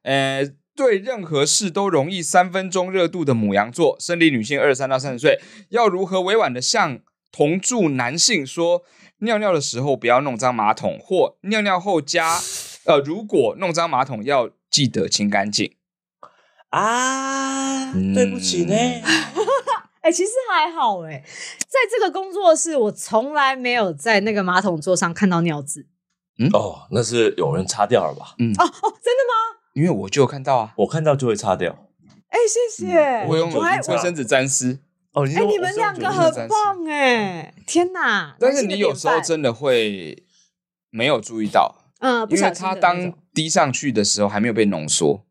A: 呃，对任何事都容易三分钟热度的母羊座，生理女性二十三到三十岁，要如何委婉的向同住男性说，尿尿的时候不要弄脏马桶，或尿尿后加，呃，如果弄脏马桶要记得清干净。
C: 啊
A: 嗯
C: 对不起 呢，
B: 哎、其实还好哎、在这个工作室，我从来没有在那个马桶座上看到尿渍。
C: 哦，那是有人擦掉了吧？
A: 嗯，
B: 哦哦，真的吗？
A: 因为我就有看到啊，
C: 我看到就会擦掉。
B: 哎、谢谢。
A: 嗯我用
C: 我还
A: 卫生纸沾湿，
C: 哦，你
B: 哎、
C: 说
B: 你
C: 我
B: 们
C: 是用
B: 两
C: 酒
B: 个
C: 精
A: 我
B: 很棒哎、天哪！
A: 但
B: 男
A: 是
B: 性的
A: 你有
B: 典
A: 时候
B: 范
A: 真的会没有注意到，
B: 嗯，不
A: 因
B: 小
A: 为
B: 心的
A: 它
B: 那
A: 当
B: 种
A: 滴上去的时候还没有被浓缩，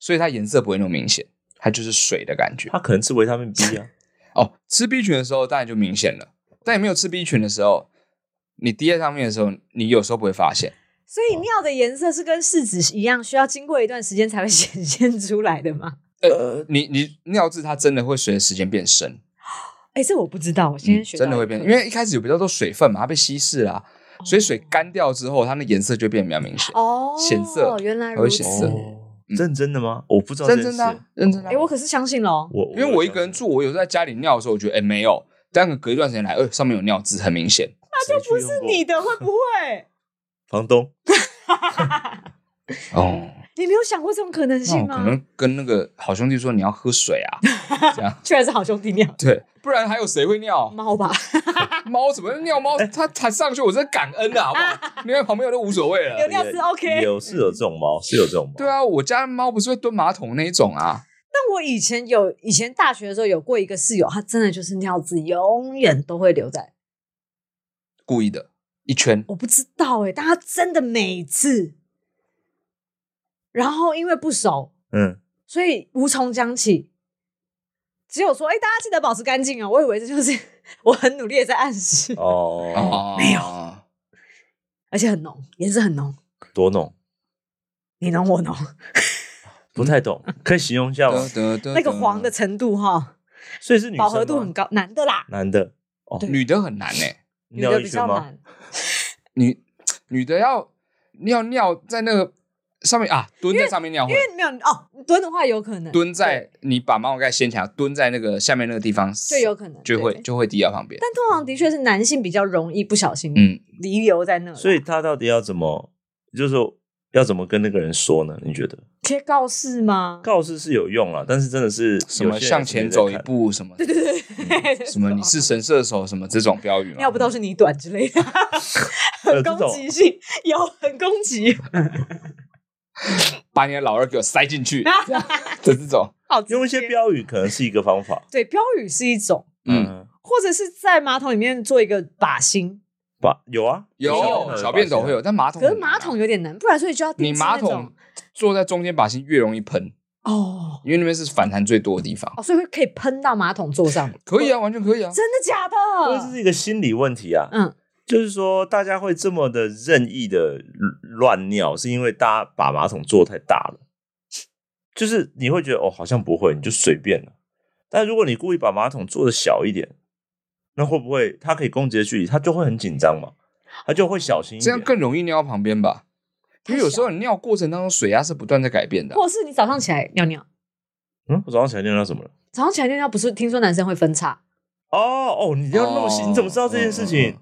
A: 所以它颜色不会那么明显，它就是水的感觉
C: 他。可能吃维他命 B 啊。
A: 哦，吃 B 群的时候当然就明显了，但你没有吃 B 群的时候，你滴在上面的时候，你有时候不会发现。
B: 所以尿的颜色是跟试纸一样，需要经过一段时间才会 显现出来的吗？
A: 呃，你你尿渍它真的会随着时间变深，
B: 哎，这我不知道，我今天学
A: 嗯
B: 到
A: 真的会变，
B: 一
A: 因
B: 个
A: 为一开始有比较多水分嘛，它被稀释啦、所以水干掉之后，它那颜色就变比较明显。
B: 哦
A: 显色
B: 原来
A: 它会
B: 如
A: 显
B: 此
A: 色。
C: 哦，认真的吗？我不知道
A: 认
C: 这
A: 真
C: 件事
A: 的啊、认真的啊、
B: 哎，我可是相信喽。
C: 我
A: 因为我一个人，住，我有时候在家里尿的时候，我觉得哎、没有，但可隔一段时间来，呃、上面有尿渍，很明显。
C: 那就
B: 不是你的会不会？
C: 房东，
A: 哦，
B: 你没有想过这种可能
A: 那
B: 性
A: 我可
B: 吗？
A: 能跟那个好兄弟说你要喝水啊， 这样
B: 居然是好兄弟尿
A: 对，不然还有谁会尿？
B: 猫吧？
A: 猫怎么尿猫？
B: 哎
A: 它它上去，我真的感恩啊的好不 好？你看旁边有都无所谓
B: 有
A: 了。
B: 尿是 OK。
C: 有是有这种猫，是有这种猫，
A: 对，啊，我家猫不是会蹲马桶那一种啊？
B: 但我以前有，以前大学的时候有过一个室友，他真的就是尿渍永远都会留在，
A: 故意的，一圈
B: 我不知道哎、但他真的每次，然后因为不熟，
C: 嗯，
B: 所以无从讲起，只有说哎、诶大家记得保持干净啊。我以为这就是 我很努力的在暗示，
C: 哦，
A: 哦，没有。
B: 而且很浓，颜色很浓，
C: 多弄，
B: 你浓我浓，
C: 不太 懂，可以形容一下吗？
A: 那
B: 那个黄的程度哈，
C: 所以是女生
B: 饱
C: 吗
B: 和度很，高，男的啦，
C: 男的
A: 女的很难呢、欸
B: 女
C: 尿
B: 的
C: 一
B: 比
C: 圈
B: 较
C: 吗？
B: 难。
A: 女女的要尿尿在那个上面啊，蹲在上面尿会
B: 因，为没有哦，蹲的话有可能
A: 蹲
B: 对
A: 在你把马桶盖掀起来，蹲在那个下面那个地方
B: 就有可能
A: 就会
B: 对
A: 就会滴到旁边。
B: 但通常的确是男性比较容易不小心
A: 嗯，
B: 遗留在那，
C: 所以他到底要怎么，就是说要怎么跟那个人说呢？你觉得
B: 贴告示吗？
C: 告示是有用啦，但是真的是
A: 什
C: 有
A: 么
C: 些人
A: 向
C: 还是
A: 前
C: 没在
A: 走一
C: 看，
A: 步，什么
B: 对对对，
A: 什么你是神射手，什么这种标语吗？
B: 尿不都是你短之类的，
C: 有
B: 很
C: 这种
B: 攻击性，有很攻击，
A: 把你的老二给我塞进 去，这样的这种，
B: 好直接
C: 用一些标语可能是一个方法，
B: 对标语是一种，
A: 嗯，，
B: 或者是在马桶里面做一个靶心，
C: 把有啊，
A: 有小便斗会有，但马桶
B: 可
A: 很
B: 是
A: 难啊
B: 马桶有点难，不然所以就要定
A: 你
B: 制
A: 马
B: 那种
A: 桶坐在中间把心越容易喷，
B: 哦
A: 因为那边是反弹最多的地方。
B: 哦，所以会可以喷到马桶座上，
A: 可以啊，完全可以啊。
B: 真的假的？
C: 所以这是一个心理问题啊。
B: 嗯，
C: 就是说大家会这么的任意的乱尿，是因为大家把马桶做太大了。就是你会觉得哦，好像不会，你就随便了。但如果你故意把马桶做的小一点，那会不会它可以攻击的距离，它就会很紧张嘛？它就会小心一
A: 这
C: 点
A: 样。更容易尿到旁边吧？因为有时候
B: 太
A: 你尿过程当中水压是不断在改变的啊。
B: 小，或者是你早上起来尿尿，
C: 嗯，我早上起来尿到什么了？
B: 早上起来尿尿不是听说男生会分叉？
C: 哦哦，你要那么细，
A: 哦
C: 你怎么知道这件事
A: 嗯嗯
C: 情？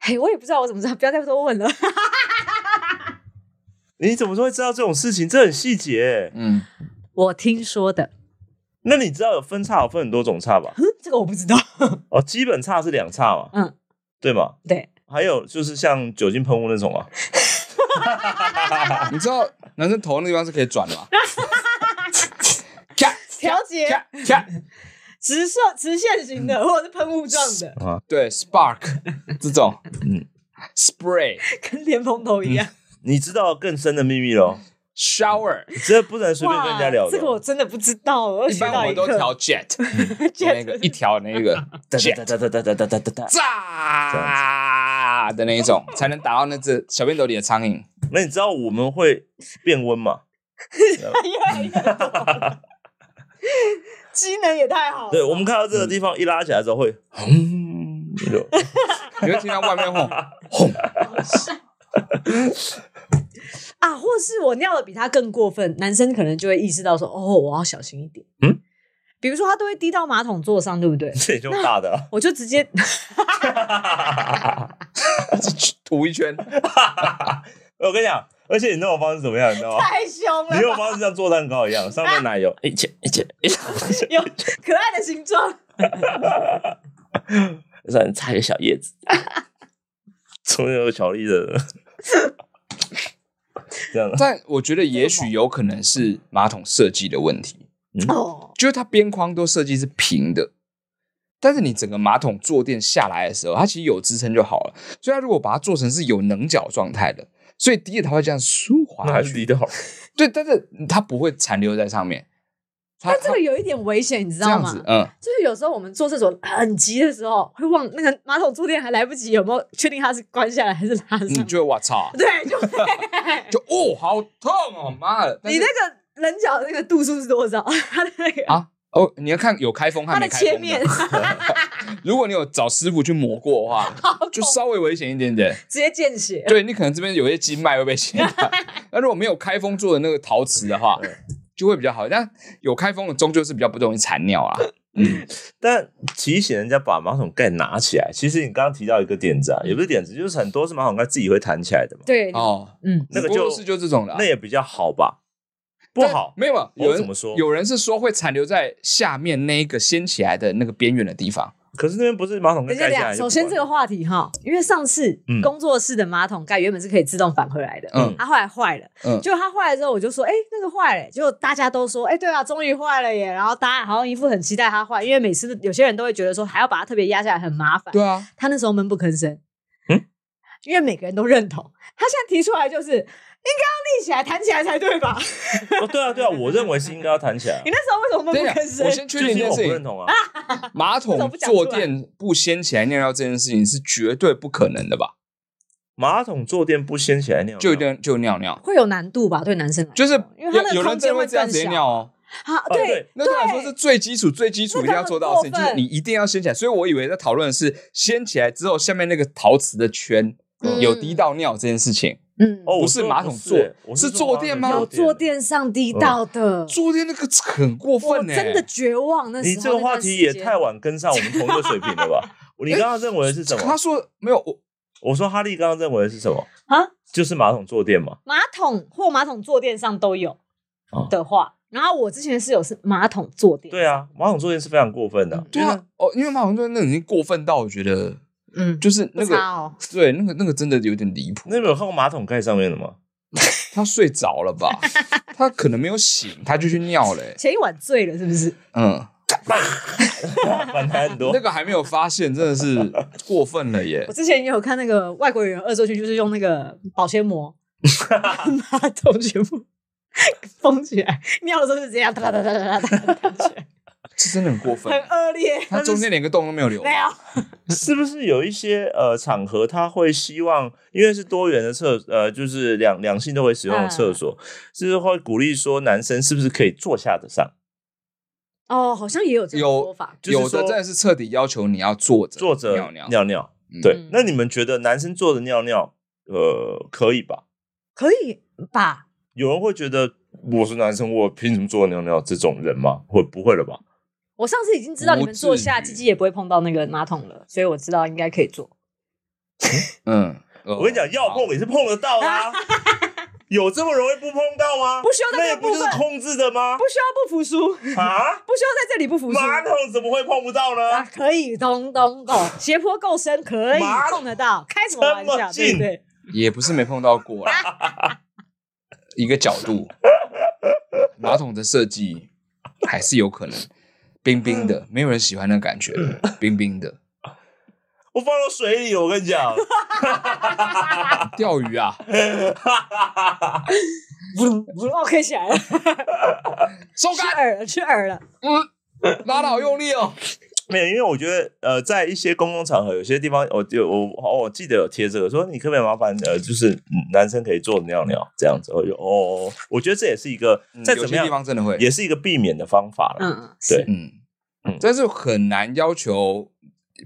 B: 嘿，我也不知道我怎么知道，不要再多问了。
C: 你怎么会知道这种事情？这很细节欸。
A: 嗯，
B: 我听说的，
C: 那你知道有分叉，有分很多种叉吧？
B: 嗯，这个我不知道。
C: 哦，基本差是两差嘛，
B: 嗯，
C: 对嘛？
B: 对，
C: 还有就是像酒精喷雾那种啊，
A: 你知道男生头那地方是可以转的 吗？咔
B: 调节
A: 咔咔，
B: 直射直线型的，或者是喷雾状的，
A: 对，spark 这种，嗯，spray
B: 跟莲蓬头一样。
A: 嗯
C: 你知道更深的秘密喽？
A: shower，
C: 你这不能随便跟人家聊的
B: 这
C: 哦。
B: 个我真的不知道，我又
A: 一
B: 学
A: 般我
B: 到一
A: 们都调
B: 个。
A: jet，那嗯个一条那个 jet
C: 哒哒哒哒哒哒哒哒哒。
A: 炸的那一种，才能打到那只小便斗里的苍蝇。
C: 那你知道我们会变温吗？
B: 越来越多 机能也太好了。
C: 对，我们看到这个地方一拉起来之后会，嗯，就
A: 你会听到外面 吼，
B: 啊，或是我尿的比他更过分，男生可能就会意识到说，哦，我要小心一点。
C: 嗯，？
B: 比如说他都会滴到马桶座上，对不对
C: 这就大的啊。
B: 我就直接
A: 涂一圈，
C: 哎我跟你讲，而且你那种方式怎么样？你知道吗？
B: 太凶
C: 你
B: 了
C: 那种
B: 吧，
C: 方式像做蛋糕一样，上面奶油 一切一切一切，
B: 有可爱的形状。
C: 上面插一个小叶子， 中间有巧克力 的，这样。
A: 但我觉得也许有可能是马桶设计的问题，
B: 哦，
A: 就是它边框都设计是平的，但是你整个马桶坐垫下来的时候，它其实有支撑就好了。所以它如果把它做成是有棱角状态的，所以滴液它会这样舒滑
C: 那
A: 下
C: 还是
A: 去。
C: 低调。
A: 对，但是它不会残留在上面。它
B: 但这个有一点危险，你知
A: 它这
B: 道
A: 样
B: 吗
A: 子？，嗯，
B: 就是有时候我们坐厕所很急的时候，会忘那个马桶坐垫还来不及有没有确定它是关下来还是拉上。
A: 你就我操，
B: 对，就会
A: 就哦，好痛哦，妈的！但
B: 你
A: 是
B: 那个棱角那 个度数是多少？它的那个
A: 啊哦，你要看有开封和
B: 它
A: 没
B: 的
A: 开
B: 切
A: 封
B: 面
A: 的。如果你有找师傅去磨过的话，就稍微危险一点 点。
B: 直接见血。
A: 对你可能这边有些经脉会被切 断，那如果没有开封做的那个陶瓷的话，就会比较好。但有开封的终究是比较不容易残尿啊。
C: 但提醒人家把马桶盖拿起来，其实你刚刚提到一个点子啊，也不是点子，就是很多是马桶盖自己会弹起来的嘛，
B: 对，
A: 哦，
B: 嗯，
C: 那个
A: 不过
C: 就是
A: 就这种的啊、
C: 那也比较好吧？不
A: 但
C: 好，
A: 没有嘛，有人
C: 怎么说
A: 有人是说会残留在下面那一个掀起来的那个边缘的地方。
C: 可是那边不是马桶盖
B: 等一下，
C: 盖
B: 等一
C: 下
B: 下。
C: 来就
B: 首
C: 不管了，
B: 先这个话题哈，因为上次
C: 嗯
B: 工作室的马桶盖原本是可以自动返回来的，
A: 嗯
B: 它后来坏了，
A: 嗯
B: 结果它坏了之后，我就说，哎，那个坏了，结果大家都说，哎，对啊，终于坏了耶，然后大家好像一副很期待它坏，因为每次有些人都会觉得说还要把它特别压下来很麻烦，
A: 对 啊，
B: 他那时候闷不吭声，
C: 嗯，
B: 因为每个人都认同，他现在提出来就是应该要立起来、弹起来才对吧？
C: 哦，对啊，对啊，我认为是应该要 弹起来 啊
B: 你，那时候为什么
A: 等一
B: 闷
A: 下
B: 不吭，
A: 啊我
B: 声？
A: 先
C: 就
A: 确定一
C: 是因为
A: 件
C: 我
A: 事
C: 不
A: 情
C: 认：同啊。
A: 马
B: 为什么
A: 桶
B: 不讲出
A: 坐
B: 来
A: 垫不掀起来尿尿这件事情是绝对不可能的吧？
C: 马桶坐垫不掀起来尿尿，
A: 就尿就尿尿，
B: 会有难度吧？对男生来说，
A: 就是
B: 哦因为他那
A: 有
B: 个
A: 有人
B: 空
A: 真
B: 间
A: 的会这样
B: 更
A: 直接
B: 小
A: 尿哦。
B: 啊，
C: 对
B: 对，
A: 那对我来说是最基础、最基础一
B: 那
A: 定
B: 个
A: 要做到的事情，
B: 很
A: 就
B: 过
A: 是
B: 分
A: 你一定要掀起来。所以我以为在讨论的是掀起来之后，下面那个陶瓷的圈
B: 嗯
A: 有滴到尿这件事情，
B: 嗯，
C: 哦，我
A: 不是
C: 说
A: 马
C: 不
A: 桶
C: 是
A: 坐
C: 欸我
A: 是
C: 说
A: 坐
C: 马桶
A: 垫吗
B: 有坐垫上滴到的，
A: 坐垫那个很哦过
B: 我
A: 分欸呢、
B: 嗯真的绝望。那时候
C: 你这个
B: 那段
C: 话题也
B: 时间
C: 太晚跟上我们同一个水平了 吧？你刚刚认为的是什
A: 他
C: 么？
A: 说没有，我
C: 我说哈利刚刚认为的是什么？
B: 啊，
C: 就是马桶坐垫嘛。
B: 马桶或马桶坐垫上都有
C: 哦
B: 的话，然后我之前的室友是马桶坐垫，
C: 对啊，马桶坐垫是非常过分的啊。
A: 对啊，哦，因为马桶坐垫那已经过分到我觉得
B: 嗯，
A: 就是那
B: 不
A: 个
B: 差哦，
A: 对那个那个真的有点离谱。
C: 那你们有看过马桶盖上面 的吗？
A: 他睡着了 吧？他可能没有醒，他就去尿了欸、
B: 前一晚醉了是不是？
A: 嗯，
C: 反弹很多
A: 那。个还没有发现，真的是过分了耶
B: 我！之前也有看那个外国人恶作剧，就是用那个保鲜 膜把马桶全部封起来，尿的时候就这样哒哒哒哒哒哒哒哒起来，
A: 这真的很过分
B: 很。恶劣。
A: 他中间连个洞都没有留。
B: 没有，
C: 是不是有一些呃场合，他会希望，因为是多元的厕，呃，就是两两性都会使用的
A: 嗯
C: 厕所，是会鼓励说男生是不是可以坐下得上，
B: 哦，好像也有这种
A: 有
B: 说法。
C: 就是
A: 有
C: 说
A: 的真的是彻底要求你要坐着
C: 坐着
A: 尿尿，
C: 尿尿
A: 嗯
C: 对
B: 嗯，
C: 那你们觉得男生坐着尿尿，呃，可以吧？
B: 可以吧？
C: 有人会觉得我是男生，我凭什么坐着尿尿这种人吗？会不会了吧？
B: 我上次已经知道你们坐下，
A: 不至于
B: 鸡鸡也不会碰到那个马桶了，所以我知道应该可以坐。
A: 嗯，呃
C: 我跟你讲，要碰也是碰得到啦、有这么容易不碰到吗？
B: 不需要在
C: 那
B: 这
C: 也
B: 个
C: 不就
B: 部分
C: 是控制的吗
B: 不？需要不服输，不需要
C: 啊，
B: 在这里不服输。
C: 马桶怎么会碰不到
B: 啊，
C: 呢？
B: 可以，咚咚咚，斜坡够深，可以
C: 马
B: 碰得到，开什么玩
C: 这
B: 笑，
C: 么
B: 对
C: 近
B: 不对？
A: 也不是没碰到过啦， 一个角度，马桶的设计还是有可能冰冰 的，没有人喜欢那感觉，冰冰的。
C: 我放到水里，我跟你讲，
A: 钓鱼 啊，
B: 不不，OK 起来了，
A: 收
B: 去
A: 竿，
B: 饵了，去饵了。
A: 拉的好用力哦。
C: 没有，因为我觉得呃，在一些公共场合，有些地方，我就我我我记得有贴这个，说你可不可以麻烦呃，就是嗯男生可以坐着尿尿这样子，我就哦，我觉得这也是一个
A: 嗯
C: 再
A: 有
C: 怎
A: 些
C: 么样
A: 地方真的会，
C: 也是一个避免的方法了。
B: 嗯，
C: 对
B: 是
A: 嗯
C: 嗯，
A: 但是很难要求，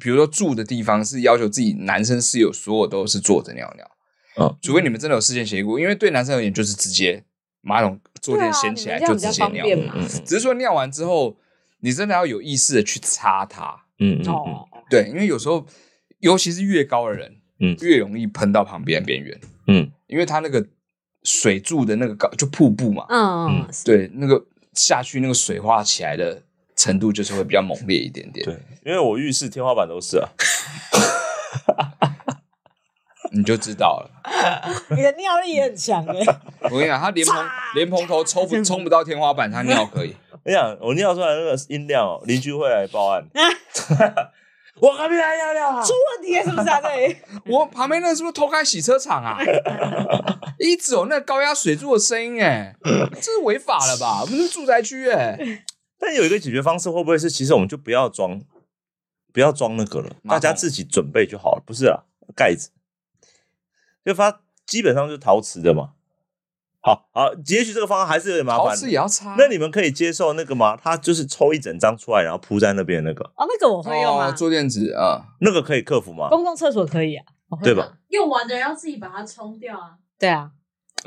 A: 比如说住的地方是要求自己男生室友所有都是坐着尿尿，
C: 嗯，
A: 除非你们真的有事先协议过，因为对男生而言就是直接马桶坐
B: 对
A: 垫
B: 啊
A: 掀起来
B: 你们
A: 就
B: 这
A: 直
B: 样比
A: 接
B: 较
A: 尿
B: 方，便
C: 嗯嗯
A: 只是说尿完之后，你真的要有意识的去擦它，
C: 嗯嗯嗯嗯，
B: 哦，
A: 对，因为有时候尤其是越高的人，
C: 嗯
A: 越容易喷到旁边边缘，
C: 嗯，
A: 因为它那个水柱的那个高就瀑布嘛，
B: 嗯，是
A: 对，那个下去那个水化起来的程度就是会比较猛烈一点点。
C: 对，因为我浴室天花板都是啊，
A: 你就知道了。
B: 你的尿力也很强哎，
A: 我跟你讲，他莲蓬莲蓬头抽不冲不到天花板，他尿可以。
C: 我想我尿出来那个音量哦，邻居会来报案。 我隔壁来尿尿啊！
B: 出问题了是不是啊？这里
A: 我旁边那是不是偷开洗车场啊？一直有那高压水柱的声音、哎，这是违法了吧？我们是住宅区、哎，
C: 但有一个解决方式，会不会是其实我们就不要装，不要装那个了，
A: 马桶
C: 大家自己准备就好了，不是啊？盖子，就发基本上就是陶瓷的嘛，好好，也许这个方案还是有点麻
A: 陶
C: 烦
A: 瓷。也要擦。
C: 那你们可以接受那个吗？他就是抽一整张出来，然后铺在那边那个，
B: 哦，那个我会用啊
A: 哦，，坐垫子啊，
C: 那个可以克服吗？
B: 公共厕所可以哦啊，我会
C: 对
B: 拿
C: 吧？
D: 用完的人要自己把它冲掉啊！
B: 对啊，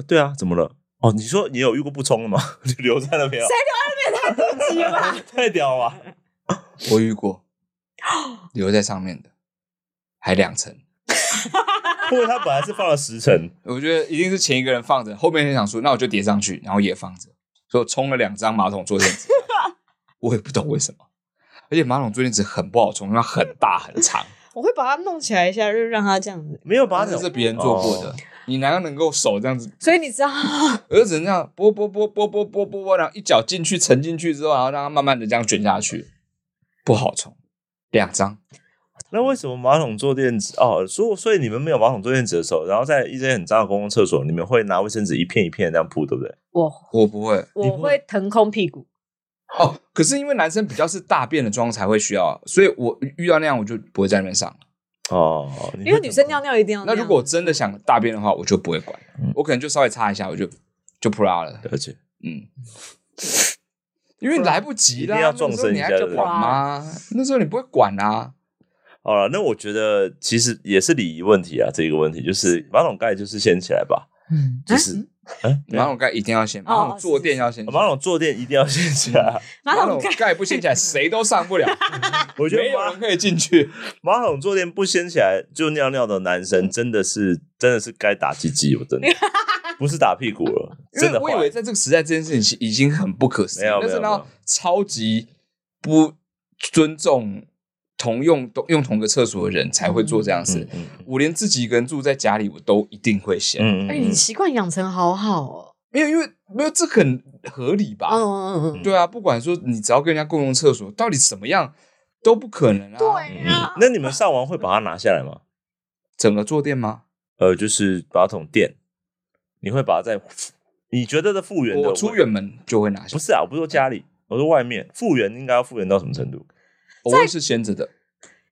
C: 对啊，怎么了？哦，你说你有遇过不冲的吗？ 就留在那边啊，
B: 鸡吧，
C: 太屌了吧！
A: 我遇 过，留在上面的，还两层。
C: 因为他本来是放了十层，
A: 我觉得一定是前一个人放着，后面人想说，那我就叠上去，然后也放着，所以我冲了两张马桶坐垫子，我也不懂为什么。而且马桶坐垫子很不好冲，因为它很大很长，
B: 我会把它弄起来一下，就让它这样子。
C: 没有把
A: 而
C: 它
A: 且是别人做过的，
C: 哦
A: 你哪能够手这样子？
B: 所以你知道，
A: 我就只能这样拨拨拨拨拨拨拨拨，然后一脚进去沉进去之后，然后让它慢慢的这样卷下去，不好冲。两张，
C: 那为什么马桶坐垫子？哦，所以所以你们没有马桶坐垫子的时候，然后在一些很脏的公共厕所，你们会拿卫生纸一片一片这样铺，对不对？
B: 我
A: 我不会
C: 你
B: 我
C: 不
B: 会
C: 会
B: 腾空屁股，
A: 哦。可是因为男生比较是大便的装才会需要，啊所以我遇到那样我就不会在那边上。
C: 哦，
B: 因为女生尿
C: 尿
B: 尿一定要那
A: 那
B: 样。
A: 如果我真的想大便的话，我就不会管
C: 嗯，
A: 我可能就稍微擦一下，我就就扑啦了，
C: 了解，
A: 嗯，因为来不及啦，
C: 一定要
A: 那
C: 撞
A: 时候你还
C: 生一下
A: 在管吗？那时候你不会管啊，
C: 好了，哦那我觉得其实也是礼仪问题啊，这个问题就是马桶盖就是掀起来吧，
B: 嗯，
C: 就是、嗯对
A: 马桶盖一定要先，
B: 哦
A: 马桶坐垫要先，
C: 马桶坐垫一定要掀起来啊，
B: 马桶盖
A: 桶盖不掀起来，谁都上不了，
C: 我觉
A: 没
C: 得
A: 有
C: 马
A: 人可以进去。
C: 马桶坐垫不掀起来就尿尿的男生真的是真的是该打鸡鸡，我真 的不是打屁股了， 真
A: 因为
C: 的
A: 我以
C: 坏
A: 为在这个时代，这件事情是已经很不可思议
C: 没有，
A: 但是
C: 没有没
A: 呢
C: 有，
A: 超级不尊重同用同用同个厕所的人才会做这样的事
C: 嗯。嗯
A: 我连自己一个人住在家里，我都一定会先。
C: 嗯嗯
B: 哎，
C: 嗯
B: 你习惯养成好好哦。
A: 没有，因为没有，这很合理吧？
B: 嗯嗯嗯嗯，
A: 对啊，不管说你只要跟人家共用厕所，到底怎么样都不可能啊。对，
C: 嗯那你们上完会把它拿下来吗？
A: 整个坐垫吗？
C: 呃，就是马桶垫，你会把它在你觉得的复原的
A: 我出远门就会拿下
C: 不，是啊，我不是说家里，我说外面复原应该要复原到什么程度？
A: 我会是掀着的。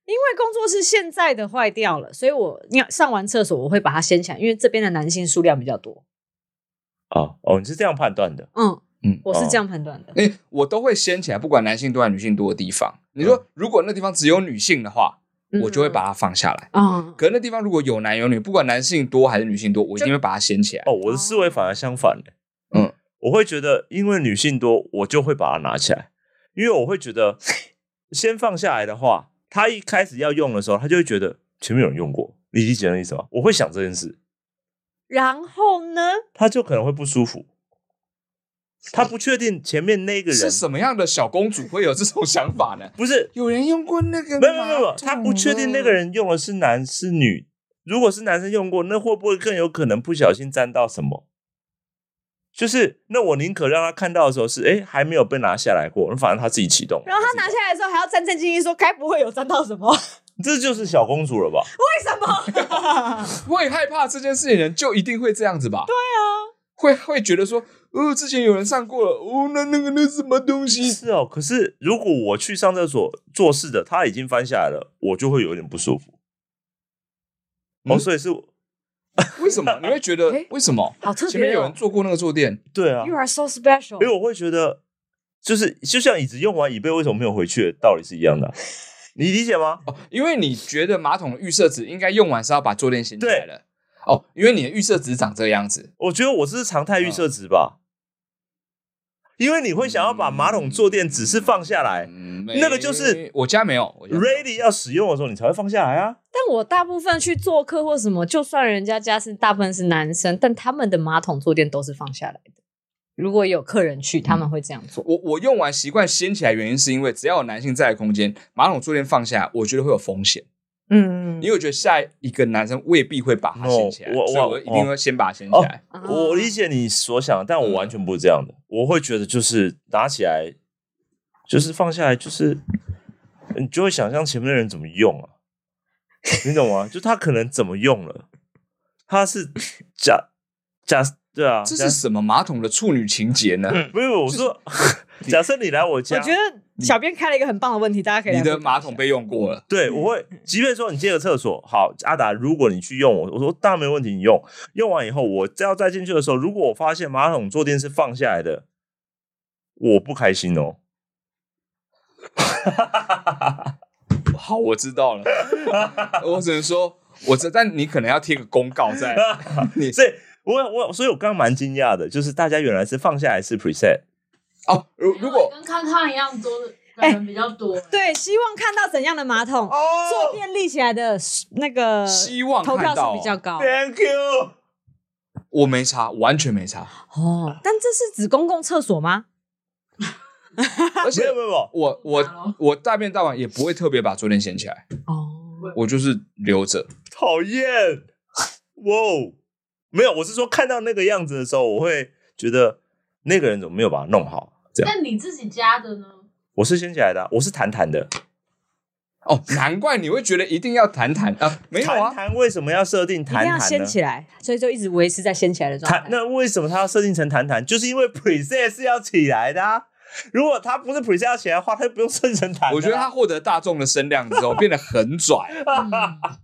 B: 因为工作室现在的坏掉了，所以我尿上完厕所我会把它掀起来，因为这边的男性数量比较多。
C: 哦哦，你是这样判断的？
B: 嗯
A: 嗯
B: 我是这样判断的。
A: 哎，我都会掀起来，不管男性多还是女性多的地方。你
C: 嗯
A: 说，如果那地方只有女性的话，
B: 嗯
A: 我就会把它放下来。
B: 嗯，
A: 可是那地方如果有男有女，不管男性多还是女性多，我一定会把它掀起来
C: 哦，。我的思维反而相反、欸、
A: 嗯，
C: 我会觉得因为女性多，我就会把它拿起来，因为我会 觉得先放下来的话，他一开始要用的时候，他就会觉得前面有人用过，你理解那意思吗？我会想这件事，
B: 然后呢？
C: 他就可能会不舒服。他不确定前面那个人
A: 是什么样的小公主会有这种想法呢？
C: 不是
A: 有人用过那个
C: 没有没有没
A: 马
C: 有，
A: 桶
C: 他不确定那个人用的是男是女。如果是男生用过，那会不会更有可能不小心沾到什么？就是那我宁可让他看到的时候是，哎，还没有被拿下来过，反正他自己启动。
B: 然后他拿
C: 自
B: 下来的时候还要战战兢兢说：“该不会有沾到什么？ 为
C: 己这就是小公主了吧？
B: 什 么？
A: 会害怕这件事情的人，就一定会这样子吧？对啊，会会觉得说，哦，之前有人上过了，哦，那那个那什么东西？
C: 是哦，可是如果我去上厕所做事的，他已经翻下来了，我就会有点不舒服。哦，
A: 嗯
C: 所以是，
A: 为什 么？你会觉得
B: 诶
A: 为什么？
B: 好特别哦
A: 前面有人坐过那个坐垫，
C: 对啊，
B: You are so special。”
C: 因为我会觉得，就是就像椅子用完椅背为什么没有回去的道理是一 样的啊，你理解吗？
A: 哦，因为你觉得马桶的预设值应该用完是要把坐垫掀起来了。哦，因为你的预设值长这个样子，
C: 我觉得我这是常
A: 嗯
C: 态预设值吧，因为你会想要把马桶坐垫只是放下来、
A: 嗯，
C: 那个就是
A: 没我家没有我家没有
C: r e a d y 要使用的时候，你才会放下来啊。
B: 但我大部分去做客或什么，就算人家家是大部分是男生，但他们的马桶坐垫都是放下来的。如果有客人去，他们会这样做。
A: 我我用完习惯掀起来，原因是因为只要有男性在的空间，马桶坐垫放下，我觉得会有风险。
B: 嗯
A: 因为我觉得下一个男生未必会把它掀起来
C: 哦 No，我哦
A: 所以
C: 我
A: 我一定会先把它掀起来。
B: 啊嗯
C: 我理解你所想，但我完全不是这样的。我会觉得就是拿起来，就是放下来，就是你就会想象前面的人怎么用啊，你懂吗？就他可能怎么用了，他是假假对啊，
A: 这
C: 假嗯
A: 是什么马桶的处女情节呢？
C: 没有，我说 假设你来我家，
B: 我觉得小编开了一个很棒的问题，大家可以 来
A: 你的
B: 回答一
A: 马
B: 下
A: 桶被用过了，
C: 对，我会，即便说你借个厕所，好，阿达，如果你去用我，我说当然没问题，你用，用完以后，我要再进去的时候，如果我发现马桶坐垫是放下来的，我不开心哦。
A: 好，我知道了， 我只能说，我知，但你可能要贴个公告在，你
C: 所以，我我所以，我刚刚蛮惊讶的，就是大家原来是放下来是 preset，
A: 哦，如如果
D: 跟康康一样多的人比较多，
B: 哎对，希望看到怎样的马桶？坐
C: 哦
B: 便立起来的那个
A: 希望
B: 投票
A: 看到哦
B: 数比较高
C: ，Thank you，
A: 我没查，完全没查，
B: 哦，但这是指公共厕所吗？
A: 而
C: 没
A: 且
C: 有没有没有，
A: 我
D: 查
A: 我
D: 咯
A: 我大便大完也不会特别把坐垫掀起来，
B: 哦，
A: 我就是留着。
C: 讨厌，哇哦，没有，我是说看到那个样子的时候，我会觉得那个人怎么没有把它弄好，这样，
D: 但你自己家的呢？
C: 我是掀起来的啊，我是弹弹的。
A: 哦，难怪你会觉得一定要谈谈啊，没有
C: 谈
A: 啊，
C: 谈为什么要设定
B: 一定
C: 谈
B: 要
C: 谈
B: 掀
C: 呢？
B: 起来，所以就一直维持在掀起来的状
C: 谈
B: 态。
C: 那为什么它要设定成谈谈？就是因为 preset 是要起来的、啊。如果它不是 preset 要起来的话，它就不用设定成谈、
A: 我觉得他获得大众的声量之后变得很拽，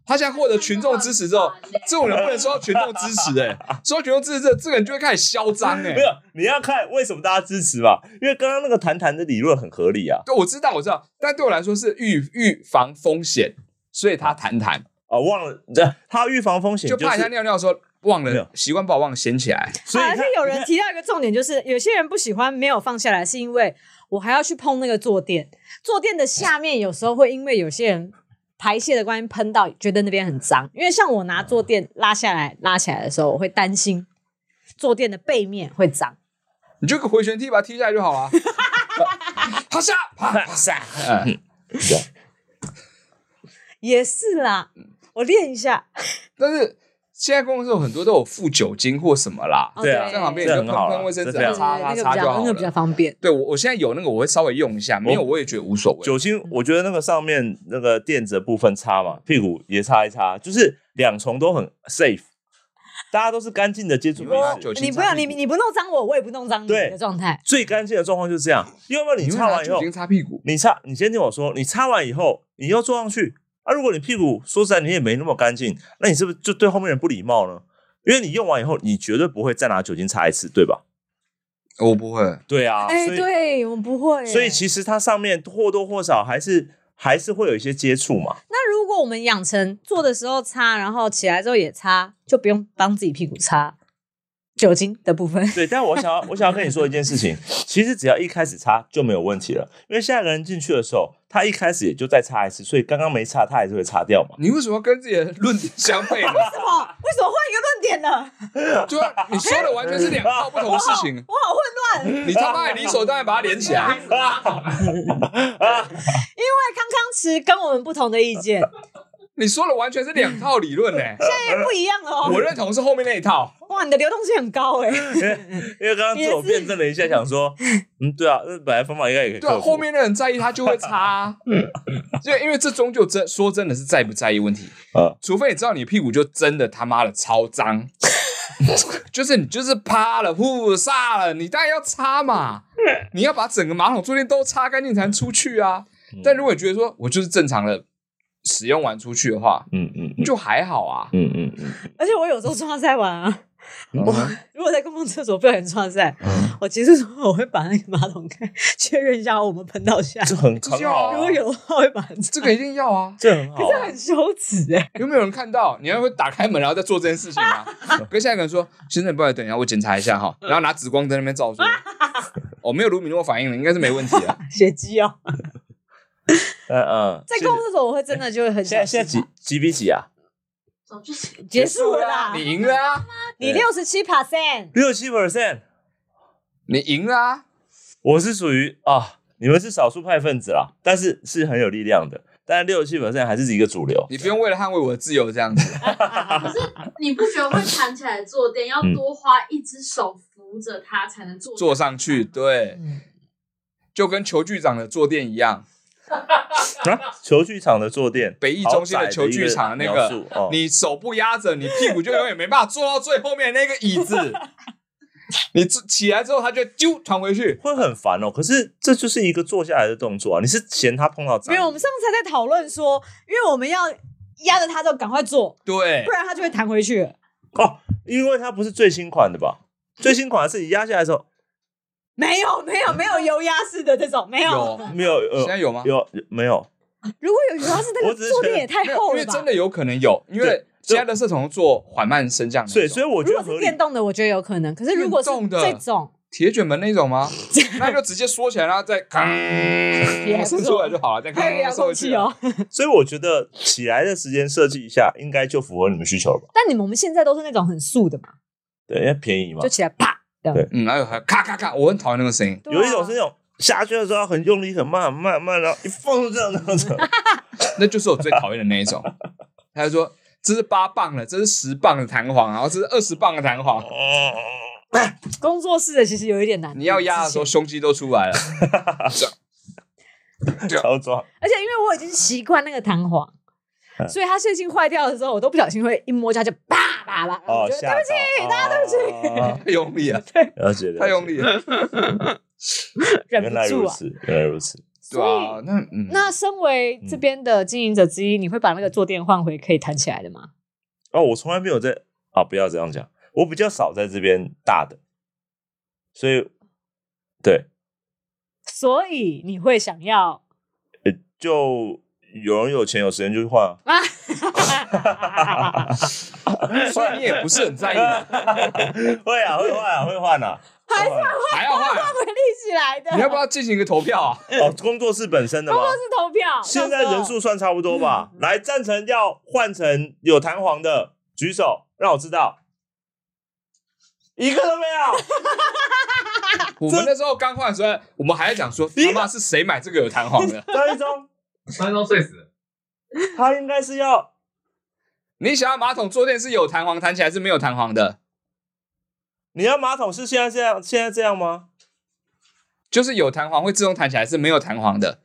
A: 他现在 获得群众支持之
D: 嗯
A: 后，这种人不能受到群众支持哎、受到群众支持之后，这个人就会开始嚣张哎
C: 没。有，你要看为什么大家支持嘛？因为刚刚那个谈谈的理论很合理啊。
A: 对，我知道，我知道，但对我来说是预预防风险，所以他谈谈，
C: 啊、忘了，这它预防风险，
A: 就是怕人家尿尿的时候忘
C: 没有
A: 了习惯不好忘了掀起来。
C: 所以
B: 啊而
C: 你
B: 且
C: 看
B: 有
C: 你
B: 人
C: 看
B: 提到一个重点，就是有些人不喜欢没有放下来，是因为我还要去碰那个坐垫，坐垫的下面有时候会因为有些人排泄的关系喷到，觉得那边很脏。因为像我拿坐垫拉下来拉起来的时候，我会担心坐垫的背面会脏。
A: 你就个回旋踢把它踢下来就好了。啊 呃趴下，趴下， 嗯
C: 啊
B: 也是啦，我练一下。
A: 但是现在公共厕所很多都有附酒精或什么啦，
B: 哦
C: 对啊
A: 在旁边
C: 这
A: 你就
C: 很
A: 喷
C: 好啊
A: 喷卫生纸，
C: 这非
A: 擦
C: 常
B: 对
A: 擦擦
B: 那个比
A: 就
B: 较
A: 好
B: 那个比较
A: 了。
B: 方便。
A: 对我，我现在有那个，我会稍微用一下，没有
C: 我
A: 我也觉得无所谓。
C: 哦酒精，我觉得那个上面那个垫子的部分擦嘛，屁股也擦一擦，就是两重都很 safe，大家都是干净的接触
A: 你
C: 彼
A: 会拿
C: 此。
A: 酒精
B: 你不
A: 擦
B: 要
A: 屁
B: 你
A: 股
B: 你不弄脏我，我也不弄脏你
C: 对
B: 的状态。
C: 最干净的状况就是这样，要不然
A: 你会
C: 擦
A: 拿
C: 完以
A: 酒
C: 后
A: 精，擦屁股，
C: 你擦，你先听我说，你擦完以后，你又坐上去啊。如果你屁股说实在你也没那么干净，那你是不是就对后面人不礼貌呢？因为你用完以后，你绝对不会再拿酒精擦一次，对吧？
A: 我不会。
C: 对啊，
B: 哎，
C: 所以
B: 对我不会耶。
C: 所以其实它上面或多或少还是还是会有一些接触嘛。
B: 那如果我们养成做的时候擦，然后起来之后也擦，就不用帮自己屁股擦酒精的部分。
C: 对，但我想要我想要跟你说一件事情， 其实只要一开始擦就没有问题了，因为下一个人进去的时候，他一开始也就再擦一次，所以刚刚没擦他还是会擦掉嘛。
A: 你为什么要跟自己的论点相悖呢？
B: 什么？为什么换一个论点呢？
A: 对啊，你说的完全是两套不同的事情。
B: 我好混乱。因为
A: 你他妈也理所当然把它连起来。
B: 康康池跟我们不同的意见，
A: 你说的完全是两套理论呢、
B: 现在不一样了哦。
A: 我认同是后面那一套，
B: 哇，你的流动性很高哎。
C: 因为刚刚自我辩证了一下，想说，嗯，对啊，那本来方法应该也可以
A: 对、啊，
C: 克服。
A: 后面那人在意他就会差、 啊，就因为这终究真说真的是在不在意问题，
C: 啊
A: 除非你知道你屁股就真的他妈的超脏， 就是你就是趴了、呼撒了，你当然要擦嘛，你要把整个马桶坐垫都擦干净才能出去啊。
C: 嗯
A: 但如果你觉得说我就是正常的使用完出去的话，
C: 嗯嗯嗯
A: 就还好啊。
C: 嗯嗯哦嗯，
B: 而且我有时候撞在玩啊。
A: 嗯
B: 我 如果在公共厕所不小心撞在，
C: 嗯
B: 我其实说我会把那个马桶盖确认一下，我们喷到 下。
C: 这很
A: 这
C: 很
A: 就好啊
C: 好
B: 如
C: 啊
B: 果，有的话，我会把它擦
A: 这个一定要啊！
C: 这很好啊，
B: 可是很羞耻哎、
A: 有没有人看到？你要会打开门，然后再做这件事情啊？跟下一个人说：“先生，你不好意思，等一下，我检查一下哈。”然后拿紫光灯那边照说：“哦，没有卢米诺反应了，应该是没问题啊。
B: 学鸡哦。
C: 嗯嗯，
B: 在公共厕所，我会真的就会很
C: 现在现在几几比几啊？
D: 走去洗
B: 结束了啦，
A: 你赢了啊，
B: 你六十七 percent，
C: 六七 percent，
A: 你赢了啊，
C: 我是属于啊，你们是少数派分子啦，但是是很有力量的，但六七 percent 还是一个主流。
A: 你不用为了捍卫我的自由这样子。
D: 可是你不觉得会弹起来坐垫
A: 嗯
D: 要多花一只手扶着它才能坐
A: 坐上去，对，
C: 嗯
A: 就跟裘局长的坐垫一样，
C: 啊，球剧场的坐垫，
A: 北艺中心
C: 好
A: 的
C: 窄
A: 球剧场的那
C: 一描
A: 个
C: 述，哦、
A: 你手不压着，你屁股就永远没办法坐到最后面那个椅子。 你自起来之后，它就啾传回去。
C: 会很烦哦。可是这就是一个坐下来的动作啊，你是嫌它碰到
B: 没
C: 脏？
B: 有，我们上次还在讨论说，因为我们要压着它之后赶快做，
A: 对
B: 不，然它就会弹回去了。
C: 哦，因为它不是最新款的吧？最新款是你压下来的时候
B: 没有，没有，没有油压式的这种，没有。嗯
A: 有
C: 没有
A: 现在
C: 呃
A: 有吗？
C: 有没有？
B: 如果有油压式，那
C: 我
B: 个
C: 只是
B: 坐垫
C: 觉得
B: 也 太
A: 没有
B: 厚
A: 因
B: 了
A: 为
B: 吧？
A: 真的有可能有，因为
C: 对
A: 现在的摄童做缓慢升降那种，
C: 所以所以我觉
B: 如
C: 得
B: 果
C: 合
B: 是
C: 理
B: 电。动的，我觉得有可能。可是如果是
A: 运动的
B: 这种，
A: 铁卷门那种 吗？那就直接缩起来，然后再
B: 也还
A: 咔
B: 不错
A: 伸出来就好了，再
B: 还有
A: 咔
B: 遥
A: 收
B: 控
A: 回去
B: 器。哦。
C: 所以我觉得起来的时间设计一下，应该就符合你们需求了吧？
B: 但你们我们现在都是那种很素的嘛，
C: 对，因为便宜嘛
B: 就。起来啪这样。
C: 对
A: 嗯，还有还有咔咔咔，我很讨厌那个声音。
B: 对啊
C: 有一种是那种下去的时候很用力、很慢、很慢、很慢，然后一放就这样这 样子。
A: 那就是我最讨厌的那一 种。他就说这是八磅的，这是十磅的弹簧，然后这是二十磅的弹 簧。
C: 哦
B: 工作室的其实有一点难度。
A: 你要压的时候，
B: 之前
A: 胸肌都出来了。这样
C: 超装，
B: 而且因为我已经习惯那个弹簧，
C: 嗯
B: 所以它线性坏掉的时候，我都不小心会一摸它就啪啪啦。
C: 哦
B: 我，觉得哎
C: 吓
B: 对不起，
C: 起，大家 对不起，
A: 太用 力了，
C: 了解，了解
A: 太用力，了，
B: 忍
C: 原来
B: 不住
C: 如
B: 啊。
C: 此，原来如此。
A: 对啊，那嗯，
B: 那身为这边的经营者之一，你会把那个坐垫换回可以弹起来的吗？
C: 哦，我从来没有在啊，不要这样讲，我比较少在这边大的，所以对，
B: 所以你会想要
C: 呃就有人有钱有时间就去换啊。
B: 啊？
A: 所以你也不是很在 意，
C: 会啊，会换啊，会换啊。
B: 还是
C: 会换啊
A: 还要换？
B: 会立起来的。
A: 你要不要进行一个投票啊？
C: 哦，工作室本身的吗？
B: 是投票？
C: 现
B: 到
C: 在
B: 时候
C: 人数算差不多吧？
B: 嗯
C: 来，赞成要换成有弹簧的举手，让我知道。一个都没 有，
A: 我们那时候刚换的时候，我们还在讲说他妈是谁买这个有弹簧的？
C: 张一中，
F: 三周睡死，
C: 他应该是要
A: 你想要马桶坐垫是有弹簧弹起来还是没有弹簧的？
C: 你要马桶是现在这样，现在这样吗？
A: 就是有弹簧会自动弹起来，还是没有弹簧的？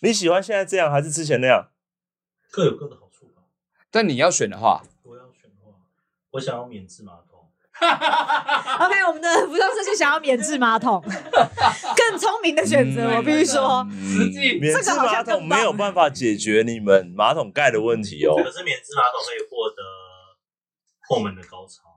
C: 你喜欢现在这样还是之前那样？
G: 各有各的好处吧。
A: 但你要选的话，
G: 我要选的话，我想要免治马桶。
B: OK，我们的服装设计想要免治马 桶，更聪明的选择，
A: 嗯
B: 我必须说，
F: 实际
C: 免治马桶没有办法解决你们马桶盖的问题哦。
G: 可是免治马桶可以获得后门的高潮。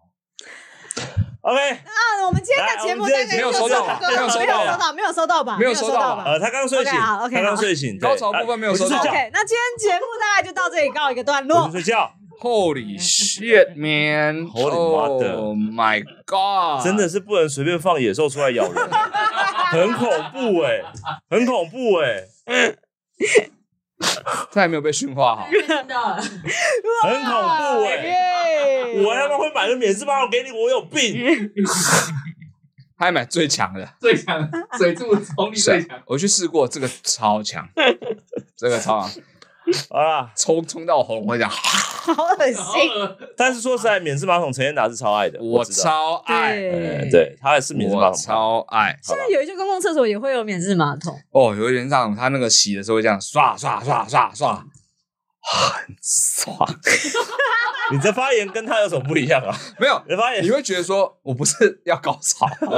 C: OK，
B: 那啊我们今天
C: 来
B: 的
C: 我
B: 节
C: 们
B: 目
C: 今
B: 大
C: 天
B: 概
A: 没有
B: 就
A: 收
B: 是
A: 到
B: 这
A: 吧
B: 个
A: 没有收
B: 没有
A: 到
B: 收
A: 吧
B: 到，没有收到吧？
A: 没有
B: 收
A: 收到吧
B: 吧
C: 呃，他刚睡醒
B: OK，好，OK，
C: 他刚
B: 好
C: 睡醒，对哎
A: 高潮部分没有收
C: 我
A: 到
C: 是睡觉
B: ？OK，那今天节目大概就到这里告一个段
C: 我
B: 落
C: 去。睡觉，
A: Holy shit, man!
C: Holy mother.
A: oh my god!
C: 真的是不能随便放野兽出来咬人， 很恐怖哎、很恐怖哎、
A: 他还没有被驯化好。
D: 听到 了，
A: 啊
C: 很恐怖哎、
B: 啊耶
C: 我他妈会买个免治马桶给你，我有 病！
A: 他还买最强的，
F: 最强，水柱冲力最强，
A: 我去试过，这个超强，这个超强，
C: 好啦，
A: 冲冲到红，我讲，
B: 好恶
F: 然
B: 心，
F: 后呢
C: 但是说实在，免治马桶陈彦达是超爱的，我
A: 我
C: 知道，
A: 超爱，
C: 呃
B: 对。
C: 对，他也是免治马
A: 我
C: 桶派，
A: 超爱。
B: 现在有一些公共厕所也会有免治马桶，
A: 哦，有一点像他那个洗的时候会这样刷刷刷刷刷，很爽。
C: 你这发言跟他有什么不一样啊？
A: 没有，
C: 你的发言
A: 你会觉得说我不是要高潮，我是
C: 哥，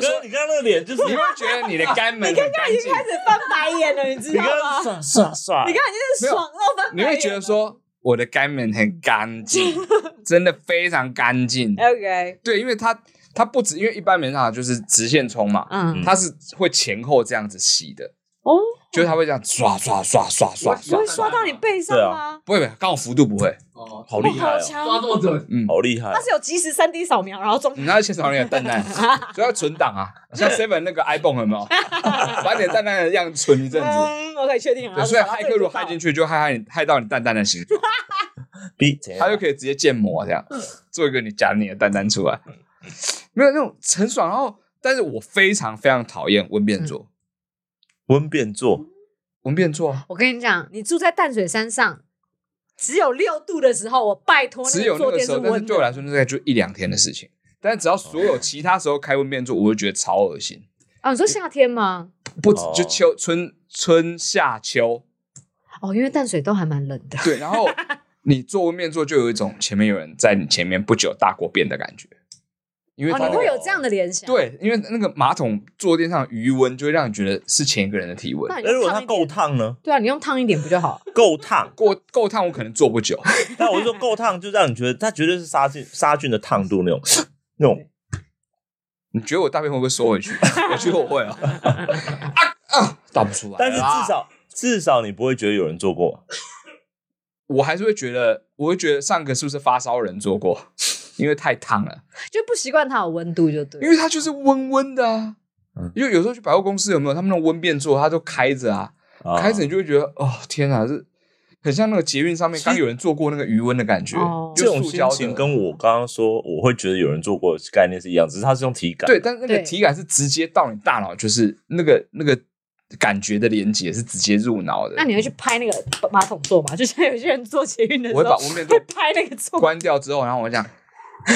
A: 说
C: 你刚刚那个脸就是，
A: 你会觉得你的肛门很干
B: 已
A: 净
B: 经，开始翻白眼了，你知
C: 你
B: 道
C: 刚
B: 吗？
C: 刚
A: 啊
C: 爽爽爽
B: 你，看，你就是爽到翻白
A: 你
B: 眼了。
A: 会觉得说我的肛门很干净，真的非常干净。
B: OK，
A: 对，因为它它不止，因为一般没上就是直线冲嘛，
B: 嗯，
A: 它是会前后这样子洗的，
B: 哦，
A: 就是它会这样刷刷刷刷刷
B: 不
A: 刷
B: 会，刷到你背上
C: 对啊
B: 吗？
A: 不会不会，刚好幅度不会，
F: 哦，
C: 好厉害
B: 好
C: 哦，
B: 强
F: 抓这么准，
A: 嗯，
C: 好厉害啊
B: 它，是有即时三 D 扫描，然后装
A: 你那现场有蛋 蛋，就要存档啊，像 Seven 那个 iPhone 有没有，把你的蛋蛋的样子存一阵子。
B: 嗯，我可以确定
A: 对，
B: 了。
A: 所以骇客如果骇进
B: 去，
A: 去，就害害你害到你蛋蛋的形状，
C: 逼
A: 他就可以直接建模这样，
B: 嗯
A: 做一个你假的你的蛋蛋出来，没有那种很爽。然后，但是我非常非常讨厌温变
B: 嗯
A: 做，
C: 温变做，
A: 温变做啊，
B: 我跟你讲，你住在淡水山上，只有六度的时候，我拜托
A: 只
B: 那
A: 有
B: 个
A: 那
B: 坐
A: 个
B: 垫
A: 时候，但是
B: 温
A: 对我来
B: 的。
A: 说，那大概就一两天的事情。但只要所有其他时候开温变做，我就觉得超恶心。
B: 哦，你说夏天吗？
A: 不止
C: 哦
A: 就秋春春夏秋，
B: 哦，因为淡水都还蛮冷的。
A: 对，然后你坐温面坐就有一种前面有人在你前面不久大锅变的感觉，因为
B: 哦，
A: 它那
B: 你
A: 个
B: 会有这样的联想，，
A: 对，因为那个马桶坐垫上的余温就会让你觉得是前一个人的体温
B: 那。你
C: 那哎如
B: 用
C: 果它
B: 烫一
C: 够
B: 点，
C: 烫呢？
B: 对啊，你用烫一点不就好？
C: 够烫，
A: 过够烫，我可能坐不久。
C: 但我就说够烫，就让你觉得它绝对是杀菌杀菌的烫度那种那种。
A: 你觉得我大便会不会缩回去？ 我觉得我会啊，啊啊，打不出来啦。
C: 但是至少至少你不会觉得有人做过，
A: 我还是会觉得，我会觉得上个是不是发烧人做过？ 因为太烫了，
B: 就不习惯它有温度就对
A: 因。为它就是温温的啊
C: 嗯。
A: 因为有时候去百货公司有没有他们那种温变座，它都开着啊，
C: 啊
A: 开着你就会觉得哦天啊，这很像那个捷运上面刚有人坐过那个余温的感觉
B: 哦，
A: 就
C: 这种
A: 塑
C: 心
A: 胶的
C: 情跟我刚刚说我会觉得有人做过的概念是一样，只是它是用体感。
A: 对，但是那个
B: 对
A: 体感是直接到你大脑，就是那个那个感觉的连接是直接入脑的。
B: 那你会去拍那个马桶座吗？就像有些人坐捷运的时
A: 我会把
B: 候
A: 无面
B: 会
A: 座
B: 拍那个座，
A: 关掉之后，然后我讲，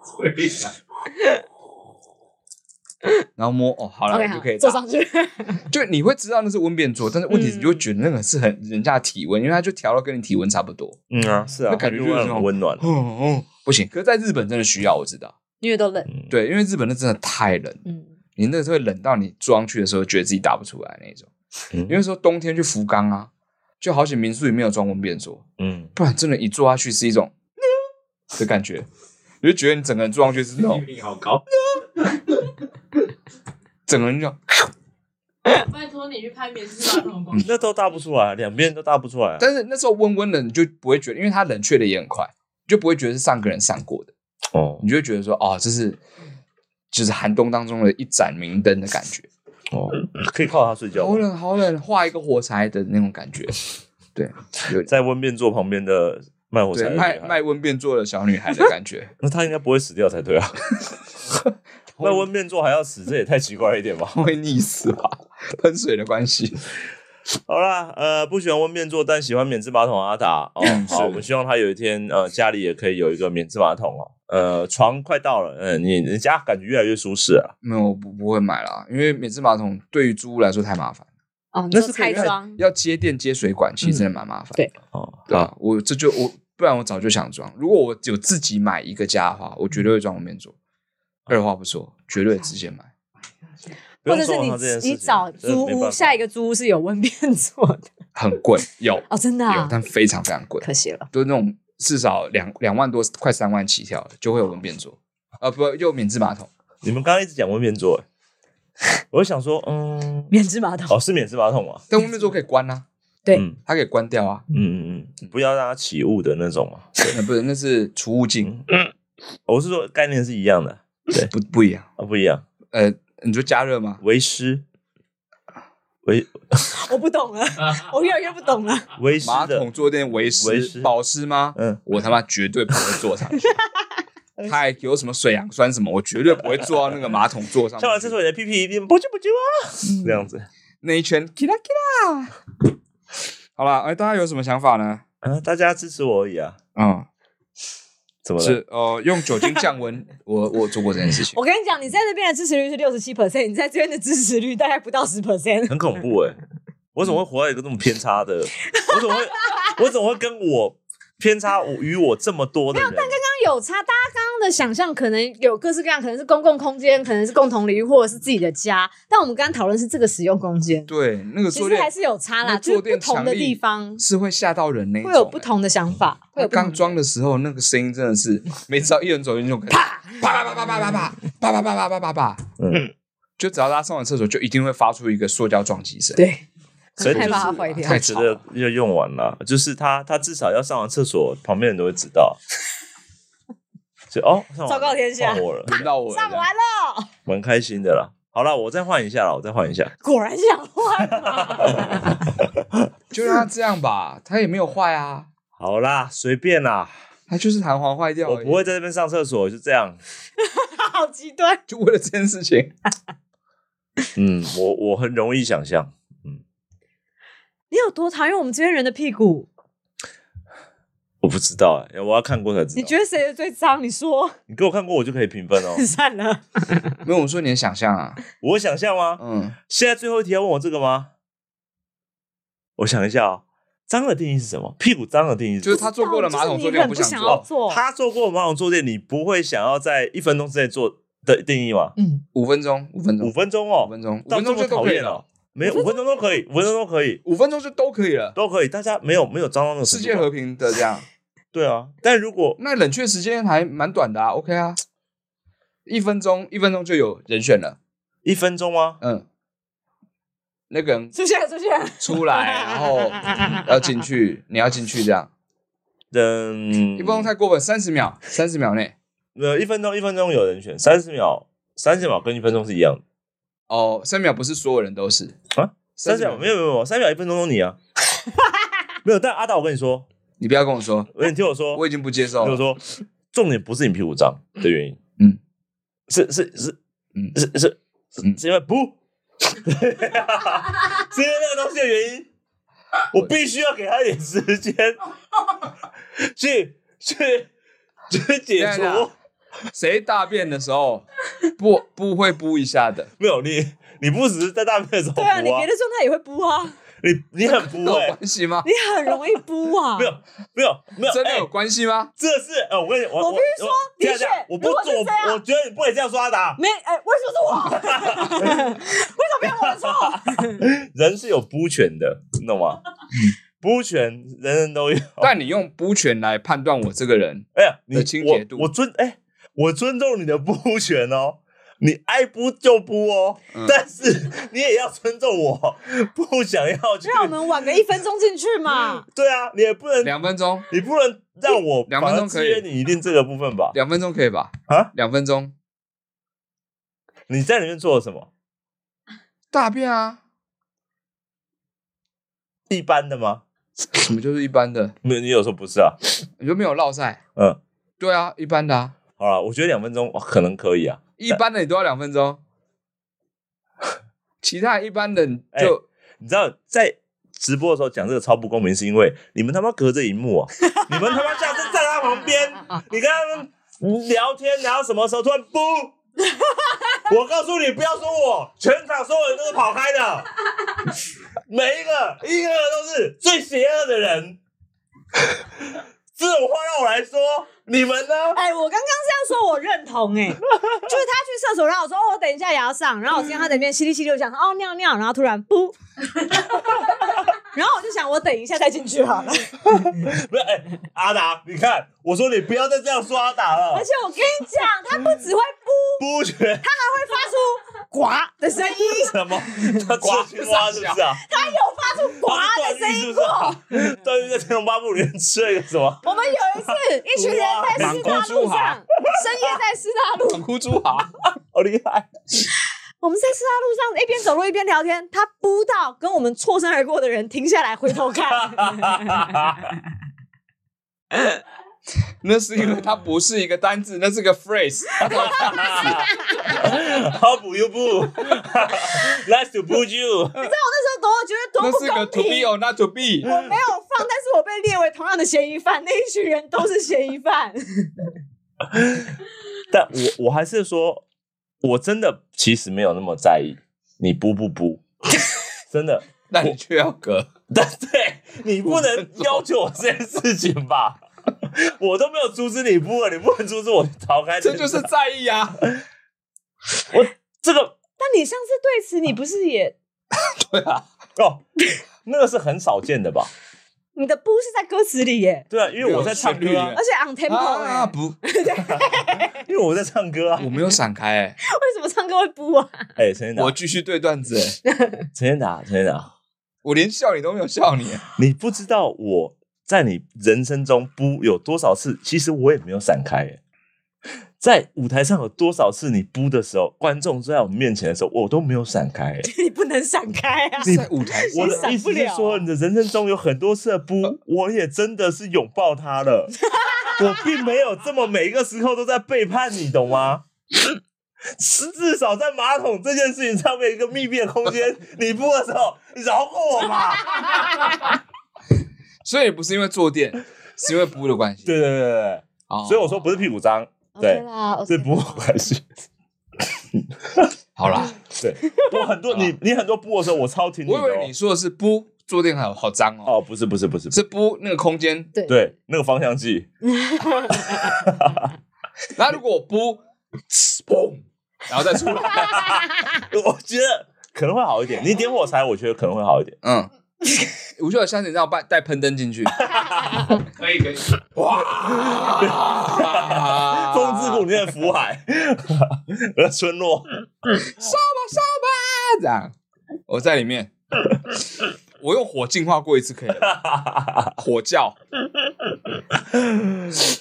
F: 会想
A: 然后摸哦，好了
B: OK，
A: 你
B: 好
A: 就可以
B: 坐
A: 打
B: 上去。
A: 就你会知道那是温变做，但是问题是
B: 嗯
A: 你就会觉得那个是很人家的体温，因为它就调到跟你体温差不多。
C: 嗯啊，是啊，
A: 那感觉就是
C: 会
A: 那
C: 让
A: 种
C: 人温暖。
A: 哦哦，不行。可是在日本真的需要，我知道。
B: 因为都冷，
C: 嗯，
A: 对，因为日本那真的太冷，
B: 嗯，
A: 你那个时候会冷到你装去的时候觉得自己打不出来那种。
C: 嗯
A: 因为说冬天去福冈啊，就好险民宿里面有装温变做，
C: 嗯，
A: 不然真的，一坐下去是一种的感觉，你就觉得你整个人坐上去是那种
C: 嗯
F: 命令好高，
A: 整个人就
D: 拜托你去拍免治马桶广告，
C: 那都大不出来，啊两边都大不出来。啊
A: 但是那时候温温的，你就不会觉得，因为它冷却的也很快，你就不会觉得是上个人上过的，
C: 哦
A: 你就会觉得说，哦，这是就是寒冬当中的一盏明灯的感觉，
C: 哦，可以靠它睡觉
A: 好
C: 吗。
A: 冷好冷，画一个火柴的那种感觉，对，有
C: 在温变座旁边的卖火柴
A: 对
C: 的
A: 卖
C: 女孩
A: 卖温变做的小女孩的感觉，
C: 那他应该不会死掉才 对啊。那温面座还要死，这也太奇怪了一点吧？
A: 她 会溺死吧？喷水的关系，
C: 好啦，呃，不喜欢温面座，但喜欢免治马桶的阿达哦。好，我们希望他有一天，呃，家里也可以有一个免治马桶哦。呃，床快到了，嗯、你你家感觉越来越舒适啊了。
A: 没有，我不不会买啦，因为免治马桶对于租屋来说太麻烦。
B: 哦，你
C: 那
B: 说
C: 是
B: 拆
C: 可以看
B: 装，
A: 要接电接水管，其实真的蛮麻烦、
B: 嗯对
C: 哦，
A: 对啊，我这就我不然我早就想装。如果我有自己买一个家的话，我绝对会装后面做。二话不说，绝对直接买。
B: 或
C: 不用
B: 者是
C: 说他这件事
B: 你
C: 情
B: 你找租屋，下一
C: 个
B: 个租屋是有温变做的
A: 很贵，有、
B: 哦，真的啊
A: 有，，但非常非常贵，
B: 可惜了。
A: 都是那种至少两两万多，快三万起跳的，就会有文便座。啊、不，就免治马桶，
C: 你们刚刚一直讲温面座，欸我就想说，嗯，
B: 免治马桶，
C: 哦，是免治马桶啊，
A: 但文便座可以关啊，
B: 对
C: 嗯
A: 它可以关掉啊。
C: 嗯嗯嗯，不要让它起雾的那种嘛。
A: 呃不是，那是储物镜，
C: 我是说概念是一样的啊、
A: 不不一样。
C: 不一样，
A: 呃，你说加热吗？
C: 为师。为
B: 我不懂了，我越来越不懂 了。
C: 为师
A: 马
C: 的
A: 桶坐垫维
C: 维
A: 湿
C: 湿
A: 保湿吗？
C: 嗯，
A: 我他妈绝对不会坐上去。 他还有什么水杨酸什么，我绝对不会坐到那个马桶座上面去。
C: 上完厕所，你的屁屁一定不啾不啾啊，这样子。
A: 那一圈，起来起来。好了，哎，大家有什么想法呢？
C: 啊，大家支持我而已啊，
A: 嗯，
C: 怎么了？
A: 是哦、呃用酒精降温， 我我做过这件事情
C: 哦
B: 我。跟你讲，你在那边的支持率是六十七 percent，你在这边的支持率大概不到十 percent。
C: 很恐怖哎、 我
B: 嗯
C: 怎么会活在一个这么偏差的？我怎么会？我怎么会跟我偏差我与我这么多的人？
B: 那有差，大家刚刚的想象可能有各式各样，可能是公共空间，可能是共同领域，或者是自己的家。但我们刚刚讨论是这个使用空间，
A: 对，那个
B: 其
A: 坐
B: 实
A: 垫
B: 还是有差啦，
A: 那
B: 就是
A: 坐
B: 不
A: 垫
B: 同
A: 强
B: 的
A: 力
B: 地方
A: 是会吓到人那一种、欸
B: 会有不同的想法，会
A: 哎。他
B: 有不同
A: 刚
B: 的
A: 装的时候，那个声音真的是，每次只要一人走进去，就感觉啪啪啪啪啪啪啪啪啪啪啪啪啪。
C: 嗯，
A: 就只要他上完厕所，就一定会发出一个塑胶撞击声。
B: 对，
C: 所以
B: 害
C: 就
B: 怕它
C: 是
B: 坏掉
C: 我。觉得要用完了，就是他他至少要上完厕所，旁边人都会 知道。所以哦，上完了
B: 昭告天下
C: 换我了，
A: 轮到我了
B: 上完了，
C: 蛮开心的啦。好了，我再换一下啦，我再换一下。
B: 果然想换了。
A: 就让他这样吧，他也没有坏啊，
C: 好啦，随便啦，
A: 他就是弹簧坏掉而已。
C: 我不会在这边上厕所，就这样。
B: 好极端。
A: 就为了这件事情，
C: 嗯，我我很容易想象，
B: 你有多讨厌我们这边人的屁股？
C: 我不知道哎、我要看过才知道。
B: 你觉得谁的最脏？你说
C: 你给我看过，我就可以评分哦。
B: 算了，
A: 没有我说你的想象啊，
C: 我想象吗？
A: 嗯，
C: 现在最后一题要问我这个吗？我想一下哦，脏的定义是什么？屁股脏的定义是什
A: 就
C: 么
A: 是他坐过了马桶坐
B: 就是
A: 垫，
B: 你
A: 我
B: 很
A: 不
B: 不
A: 想
B: 想
A: 坐
B: 要
C: 哦，
B: 做
C: 他做过马桶坐垫，你不会想要在一分钟之内做的定义吗？
B: 嗯，
A: 五分钟，五分钟，
C: 五分钟
A: 五
C: 哦，
A: 分钟，五
C: 到
A: 分
C: 这
A: 钟
C: 么
A: 就都
C: 讨
A: 可以
C: 厌
A: 了
C: 哦，，没有五分钟都可以，五分钟都可以，
A: 五分钟就都可以了，
C: 都可以。大家没有没有脏到那个
A: 世
C: 程度
A: 界
C: 吧
A: 和平的这样。
C: 对啊，但如果
A: 那冷却时间还蛮短的啊，OK 啊，一分钟一分钟就有人选了，
C: 一分钟啊吗？
A: 嗯，那个人
B: 出现了出现了，
A: 出来，然后要进去，你要进去这样，
C: 嗯，
A: 一分钟太过分，三十秒，三十秒内，
C: 呃一分钟一分钟有人选，三十秒三十秒跟一分钟是一样的
A: 哦，三秒不是所有人都是
C: 啊，三十秒没有没有没有，三秒一分钟都你 啊，没有。但阿达，我跟你说，
A: 你不要跟我说，
C: 你听我说，
A: 我已经不接受
C: 比
A: 了，
C: 如说，重点不是你屁股脏的原因，
A: 哦嗯，
C: 是是是，
A: 嗯
C: 是是
A: 嗯
C: 是是因为不， 是因为那个东西的原因，我必须要给他一点时 间去去去解
A: 对啊对
C: 除
A: 啊。谁大便的时候不不会不一下的，
C: 没有你，你不只是在大便的时候
B: 对啊，你
C: 不啊
B: 别，的状态也会不啊，
C: 你你很 不
A: 有
C: 会，
A: 关系吗？
B: 你很容易不 啊。
C: 没有没有没有，
A: 真的
C: 哎
A: 有关系吗？
C: 这是呃，我跟你我
B: 我必须
C: 我
B: 说的
C: 这样这样
B: 确
C: 我不
B: 如果是
C: 我
B: 这样
C: 我觉得你不能这样说阿达，
B: 没，哎、为什么是我？为什么变我的错？
C: 人是有补权的，你懂吗？补权人人都有。
A: 但你用不全来判断我这个人，
C: 哎呀，你
A: 的清洁度
C: 我我尊哎，我尊重你的不权哦， 你爱不就不哦，
A: 嗯
C: 但是你也要尊重我， 不想要去。
B: 让我们晚个一分钟进去嘛。
C: 对啊，你也不能，
A: 两分钟，
C: 你不能让我
A: 两分钟
C: 反
A: 可
C: 而制
A: 以
C: 约你一定这个部分吧？
A: 两分钟可以吧？
C: 啊，
A: 两分钟
C: 你在里面做了什么？
A: 大便啊？
C: 一般的吗？
A: 什么就是一般的？
C: 没有，你有时候不是啊。
A: 你就没有落赛？
C: 嗯，
A: 对啊，一般的啊，
C: 好了，我觉得两分钟、哦可能可以啊。
A: 一般的你都要两分 钟，其他一般的你
C: 哎
A: 就、
C: 你知道在直播的时候讲这个超不公平，是因为你们他妈隔着荧幕啊，你们他妈下次站在他旁边，你跟他们聊天聊到什么时候突然不？ 我告诉你，不要说我，全场所有人都是跑开的，每一个一个都是最邪恶的人。这种话让我来说，你们呢？
B: 哎、我刚刚这样说，我认同哎、 就是他去厕所，然后我说哦，我等一下也要上，然后我听他在那边淅沥淅沥，我想说哦尿尿，然后突然不，然后我就想我等一下再进去 好了。
C: 不是，哎、阿达，你看，我说你不要再这样说阿达了
B: 而，且我跟你讲，他不只会不，
C: 不觉
B: 会发出呱的声音，
C: 什么？他吃青蛙是不是啊？
B: 他有发出呱的声
C: 是
B: 音
C: 不是
B: 过。
C: 啊？段誉在《天龙八部》里面吃了一个什么？
B: 我们有一次，一群人在师大路上，深夜在师大路，
A: 很哭猪啊，
C: 好厉害！
B: 我们在师大路上一哎边走路一边聊天，他扑到跟我们错身而过的人停下来回 头看，
A: 那是因为它不是一个单字，那是个 phrase，
C: 好补又补 ，Nice to 补 you。
B: 这多我觉得多
A: 那
B: 不
A: 是个
B: 公
A: to be
B: 平。
A: or not to be。
B: 我没有放，但是我被列为同样的嫌疑犯，那一群人都是嫌疑犯。
C: 但我我还是说，我真的其实没有那么在意你补不补， 真的。
A: 那你却要 隔，
C: 但对你不能要求我这件事情吧？我都没有阻止你补了，你不能阻止我逃开件
A: 这
C: 事。
A: 就是在意啊。
C: 我这个
B: 但你上次对此，你不是也
C: 哦，那个是很少见的吧？
B: 你的不是在歌词里耶，
C: 对啊，因为我在唱歌、啊
A: 没有旋律，
B: 而且 on tempo 哎、
A: 啊不，
C: 因为我在唱歌啊
A: 我。没有闪开、 欸，
B: 为什么唱歌会不啊？
C: 哎，陈建达，
A: 我继续对段子、欸，
C: 陈建达，陈建达，
A: 我连笑你都没有笑你、欸
C: 你不知道我在你人生中不有多少次，其实我也没有闪开耶。在舞台上有多少次你扑的时候，观众坐在我面前的时候，我都没有闪开耶。
B: 你不能闪开啊！
A: 在舞台上
C: 我
B: 谁闪
C: 的意
B: 不
C: 思是
B: 了呃啊
C: 说，你的人生中有很多次的扑，我也真的是拥抱他了。我并没有这么每一个时候都在背叛你，懂吗？至至少在马桶这件事情上面一个密闭的空间，你扑的时候，你饶过我吧。
A: 所以不是因为坐垫，是因为布的关系。
C: 对对对对
A: 哦
C: 对，所以我说不是屁股脏，对
B: OK，啦，OK
C: 是
B: 啦
C: 不会有关系。
A: 好啦，
B: 嗯
C: 对，我很多你你很多播的时候，我超挺你的
A: 啊我以
C: 哦
A: 为你说的是不坐垫好好脏哦，
C: 哦，不是不是不是，不是
A: 是不那个空间。
B: 对
C: 对那个芳香剂，
A: 然后如果我不，砰，然后再出 来，
C: 我觉得可能会好一点。你点火柴，我觉得可能会好一点。
A: 嗯，吴秀有下次你让我带带喷灯进去，
F: 可以可以，
A: 哇，
C: 风之谷里面的福海 和村落，
A: 这样，我在里面，我用火净化过一次可以了 吧，火窖，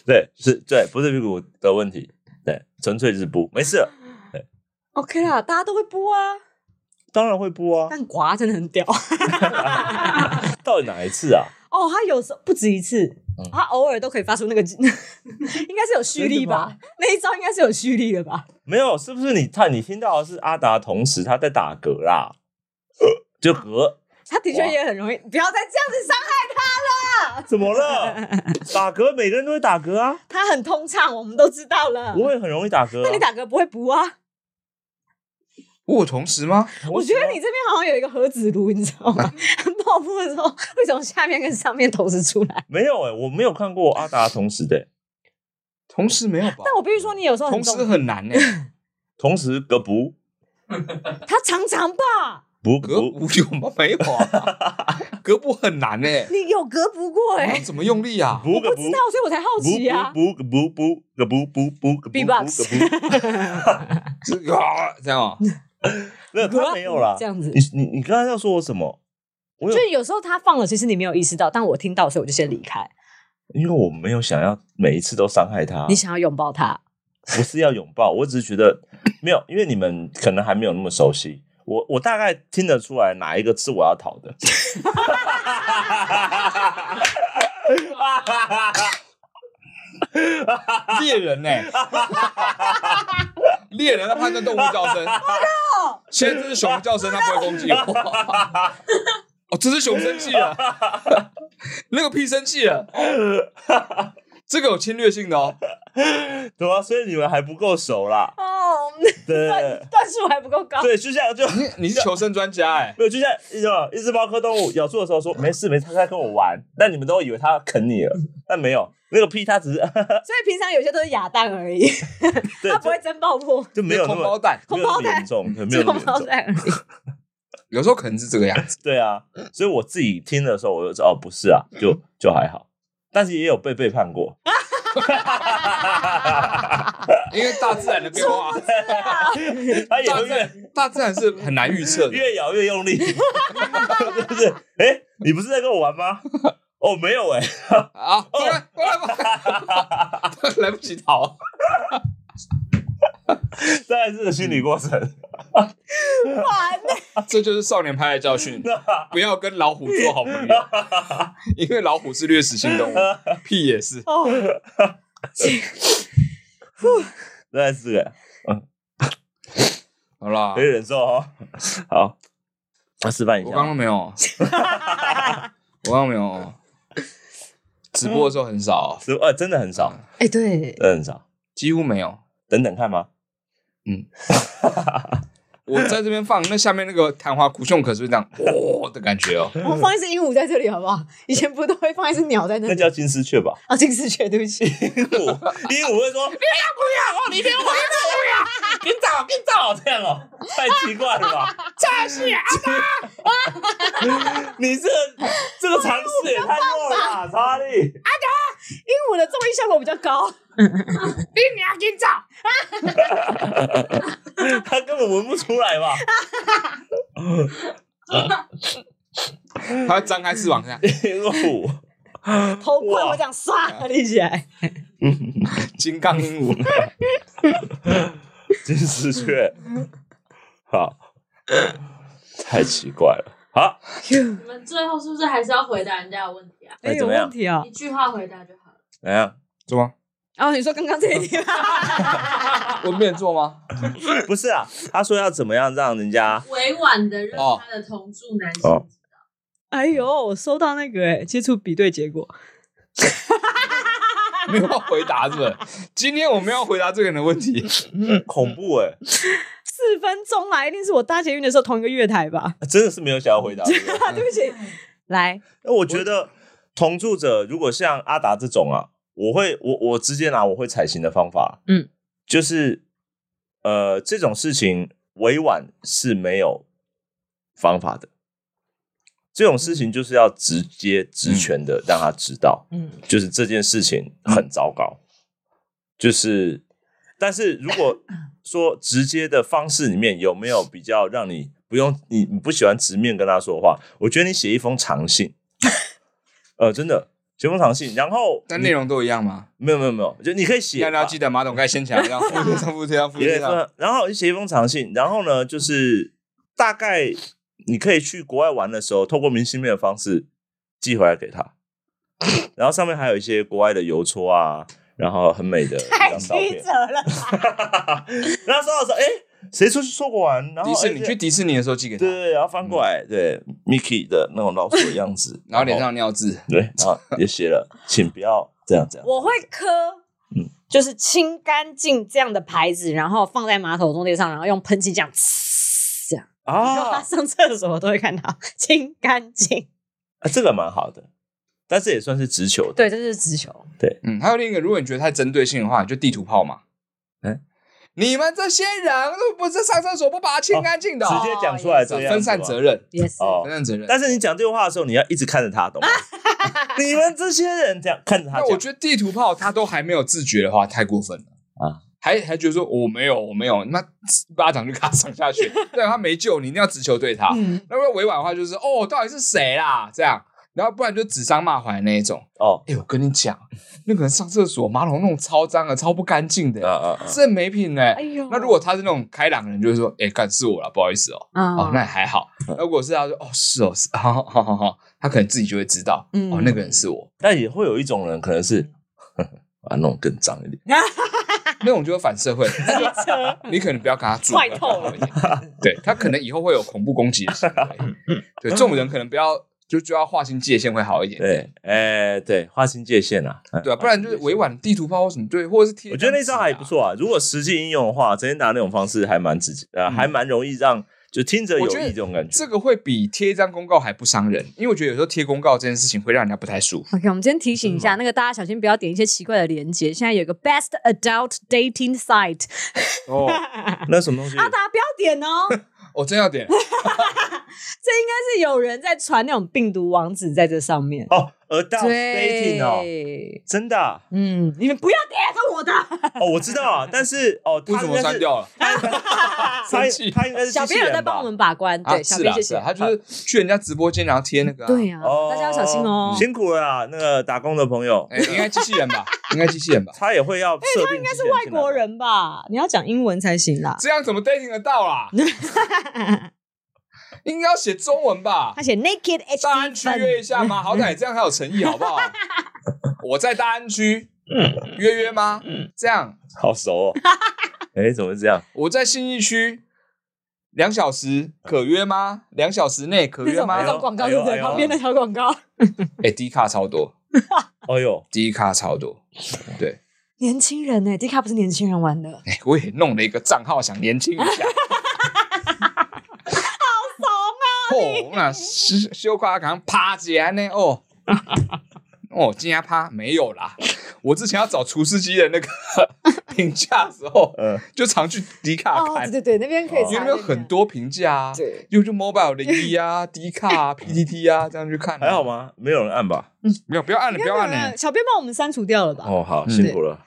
C: 对，是，对，不是屁股的问题，对，纯粹是不，没事了，
B: OK 啦，大家都会播啊，
C: 当然会播啊。
B: 但寡真的很屌
C: 到底哪一次啊？
B: 哦。他有时候不止一次，
C: 嗯
B: 他偶尔都可以发出那个， 应该是有蓄力
C: 真的
B: 吧？那一招应该是有蓄力的吧？
C: 没有，是不是你他你听到的是阿达，同时他在打嗝啦， 就嗝，
B: 他的确
C: 哇
B: 也很容易，不要再这样子伤害
C: 怎么了？打嗝，每个人都会打嗝啊，
B: 他，他很通畅，我们都知道了。
C: 我也很容易打嗝、
B: 嗯那
C: 啊。
B: 你打嗝不会补啊？
A: 我有哦同时吗？
C: 我
B: 我觉得
C: 喜欢
B: 你这边好像有一个核子炉，你知道吗？爆破的时候会从下面跟上面同时出 来。
C: 没有哎、我没有看过阿达同时的、
A: 同时没有吧？
B: 但我必须说，你有时候很
A: 同时
B: 懂，
A: 很难欸呢、
C: 同时嗝不
B: 他常常吧，
C: 不
A: 格
C: 不，
A: 不有吗？没有啊， 格不很难呢、
B: 你有嗝不过哎、
A: 我怎么用力 啊？
C: 不
B: 我不
C: 个
B: 知道，所以我才好奇啊。
C: 不不不不个不不不个不
B: B-box
C: 不不，
A: 这个啊这样啊？
C: 那他没有啦。
B: 这样子
C: 你你你刚才要说我什么？我有
B: 就，是有时候他放了，其实你没有意识到，但我听到，所以我就先离开。
C: 因为我没有想要每一次都伤害他
B: 你，想要拥抱他，
C: 不是要拥抱，我只是觉得没有，因为你们可能还没有那么熟悉。我我大概听得出来哪一个是我要讨的。
A: 猎人呢、猎人在判断动物叫声。现在这只熊叫声，它不会攻击我。哦，这只熊生气了，那个屁生气了。这个有侵略性的哦，
C: 对啊，所以你们还不够熟 啦。
B: 哦，
C: 对
B: 段段数还不够高，
C: 对，就像就
A: 你你是求生专家哎、
C: 没有，就像你知道，一只猫科动物咬住的时候说没事没事，它在跟我玩，但你们都以为它啃你了，但没有，那个屁它只是
B: 所以平常有些都是哑弹而已，
C: 对
B: 他不会真爆破，
C: 就就没有那
A: 空包
C: 么
A: 蛋，
C: 没有那么
B: 空包蛋
C: 严重， 对没有
B: 只
C: 那
B: 爆
C: 么严
B: 炮
C: 重，
B: 弹而已。
A: 有时候可能是这个样子。
C: 对啊，所以我自己听的时候我就知道哦不是啊，就就还好，但是也有被背叛过，
A: 因为大自然的变 化，
B: 哎
C: 它也
A: 大
C: 会
A: 自
C: 越
A: 然大自然是很难预测的。
C: 越咬越 用力，就是哎、诶你不是在跟我玩吗？哦，没 有哎、
A: 啊，过来过来过 来， 来不及逃。
C: 当然是个心理过程，
A: 这就是少年派的教训，不要跟老虎做好朋友，因为老虎是掠食性动物，屁也是。
B: 哦，
C: 当然是个
A: 好啦
C: 可以，忍受哦。好，那示范一
A: 我
C: 下。
A: 刚刚没有，我刚刚没有，啊直播的时候很少，啊
C: 是呃，真的很少，
B: 哎，对，
C: 真的很少。
A: 几乎没有。
C: 等等看吗？
A: 我在这边放，那下面那个昙花苦胸可是会这样哦的感觉哦，
B: 我放一只鹦鹉在这里好不好？以前不都会放一只鸟在那
C: 那
B: 里？
C: 叫金丝雀吧？
B: 啊，金丝雀，对不起，
C: 鹦鹉，鹦鹉会说不要不要，你别我不要，别找别找这样哦，太奇怪了吧？这是阿达， 你这这个尝试也太弱了吧，查理。
B: 鹦鹉的综艺效果比较 高。
C: 他根本闻不出来吧？
A: 它会张开翅膀这样，
C: 鹦鹉，
B: 头棍我这样唰立起来，
A: 金刚鹦鹉。
C: 金丝雀，好，太奇怪了。好，
D: 你们最后是不是还是要回答人家的问题啊？
C: 哎
B: 哎，有
C: 怎么样
B: 问题啊
D: 一？句话回答就好了。
C: 怎样？
A: 做吗？
B: 哦，你说刚刚这一题
A: 我没有做吗？
C: 不是啊，他说要怎么样让人家
D: 委婉的让他的同住男性，
C: 哦
B: 哎呦，我收到那个哎，接触比对结果，
A: 没有要回答是不是？今天我们要回答这个人的问题。
C: 恐怖哎、
B: 四分钟啦，一定是我搭捷运的时候同一个月台吧？
C: 真的是没有想要回答这个。
B: 啊，对不起，来，
C: 那我觉得同住者如果像阿达这种啊，我会我我直接拿我会采行的方法，
B: 嗯，
C: 就是呃这种事情委婉是没有方法的，这种事情就是要直接直权的让他知道，
B: 嗯，
C: 就是这件事情很糟糕，就是但是如果说直接的方式里面有没有比较让你不用你你不喜欢直面跟他说话？我觉得你写一封长信，呃，真的写封长信，然后
A: 但内容都一样吗？
C: 没有没有没有，就你可以写
A: 要不要
C: 吧，
A: 记得马桶盖掀起来，这样附贴上附贴上附
C: 也
A: 贴啊
C: 可以
A: 上。
C: 说然后写一封长信，然后呢，就是大概你可以去国外玩的时候，透过明信片的方式寄回来给他，然后上面还有一些国外的邮戳啊，然后很美的一张照 片，
E: 了，
C: 然后收到的时候，哎、谁出去出国玩？然后
A: 迪士
C: 哎
A: 尼
C: 这
A: 去啊迪士尼的时候寄给他
C: 对，对，对然后翻过来，对 Mickey 的那种老鼠的样子
A: ，然后脸上有尿渍。
C: 对，然后也写了，请不要这样这样。
B: 我会磕
C: 嗯，
B: 就是清干净这样的牌子，然后放在马桶坐垫上，然后用喷漆这样呲这样。然后他
C: 啊，
B: 上厕所我都会看到 清干净。
C: 啊这个蛮好的，但这也算是直球的。
B: 对，这就是直球。
A: 嗯，还有另一个，如果你觉得太针对性的话，你就地图炮嘛。
C: 嗯
A: 你们这些人都不是上厕所不把它清干净的哦，
C: 直接讲出来这样
A: 分散责
C: 任。
A: 任，
B: 也是，
C: 哦
A: 分散责任。
C: 但是你讲这个话的时候，你要一直看着 他，懂吗？你们这些人这样看着他
A: 那我
C: 讲，
A: 觉得地图炮他都还没有自觉的话，太过分了
C: 啊！
A: 还还觉得说我没有，我没有，那一巴掌就给他上下 去，对他没救，你一定要直球对他。
B: 嗯，
A: 那如果委婉的话，就是哦，到底是谁啦？这样，然后不然就指桑骂槐那一种。
C: 哦，
A: 哎、我跟你讲，那个人上厕所马桶弄超脏的，超不干净的，
C: 啊啊啊！
A: 这没品哎、
B: 哎呦，
A: 那如果他是那种开朗的人，就会说：“哎、干是我了，不好意思哦。
B: 啊
A: 哦，那也还好。
C: 嗯
A: 如果是他说：“哦，是哦，是，好好好好好。”他可能自己就会知道，
B: 嗯
A: 哦，那个人是我，
C: 但也会有一种人，可能是 把它弄得更脏一点。
A: 那种就会反社会。
B: 车
A: 你可能不要跟他住，
B: 坏透了。
A: 对他可能以后会有恐怖攻击的行为。对，这种人可能不要，就就要划清界限会好一点。
C: 对，哎，对，划清界限啊。嗯
A: 对啊，不然就是委婉地图炮或什么对，或者是贴、
C: 我觉得那招还不。错啊。如果实际应用的话，直接拿那种方式还蛮直接，
B: 嗯
C: 呃，还蛮容易让就听者有
A: 我觉得
C: 意这种感觉。
A: 这个会比贴一张公告还不伤人，因为我觉得有时候贴公告这件事情会让人家不太舒服。
B: OK，我们今天提醒一下，那个大家小心不要点一些奇怪的连接。现在有一个 Best Adult Dating Site，
A: 哦，
C: 那什么东西？
B: 阿达不要点哦，这应
A: 我真要点，
B: 该是有人在传那种病毒网址在这上面。
C: 哦，adult
B: 对
C: dating 哦，真的啊、
B: 嗯，你们不要点，这是我的。
C: 哦，我知道啊，但是哦，
A: 为
C: 他
A: 什
C: 应
A: 么
C: 该
A: 删
C: 是
A: 掉 了？
C: 他
A: 生气
C: 他应该是
B: 小
C: 机
B: 编
C: 器
B: 有
C: 人
B: 在帮
C: 吧
B: 我们把关，
A: 啊，
B: 对，小
A: 是
B: 编
A: 啦
B: 谢
A: 是
B: 谢
A: 啦，。他就是去人家直播间然后贴那个、啊，
B: 对呀，
C: 哦，
B: 大家要小心哦。
C: 辛苦了啊，那个打工的朋友，
A: 哎、应该机器人 吧，应该机器人吧，
C: 他也会要设定。应该是外
B: 外国，人吧，你要讲英文才行啦。
A: 这样怎么 dating 得到啊 啦？应该要写中文吧
B: 他？写 naked
A: 大安
B: HD
A: 区约一
B: 分，
A: 下吗？好歹这样才有诚意，好 不好？我在大安区约约吗？这样
C: 好熟哦。哎，怎么会这样？
A: 我在信义区两小时可约吗？两小时内可
B: 那
A: 约
B: 种
A: 吗
B: 那
C: 哎？
B: 种
C: 呦
B: 广告
C: 哎
B: 对
C: 呦
B: 不对？
C: 哎呦
B: 旁边那条广告，
A: 哎、低卡超多，
C: 哎呦，
A: 低卡超多，对。
B: 年轻人呢？D 卡不是年轻人玩的，
A: 哎我也弄了一个账号，想年轻一下。好怂啊！哦，那修修夸刚趴起来呢，哦。哦，今天趴没有啦。我之前要找厨师机的那个 评价的时候，
C: 嗯，
A: 就常去迪卡
B: 哦，
A: 看，
B: 对对对，那边可以
C: 哦
B: 查
A: 因
B: 那
A: 为
B: 个
A: 有很多评价啊，
B: 对，
A: 又就 Mobile 零一啊、迪卡啊、PTT 啊，这样去看、
C: 还好？吗？没有人按吧？
A: 没有，不要按了，不要按了。
B: 小编帮我们删除掉了吧？
C: 哦，好，
A: 嗯
C: 辛苦了。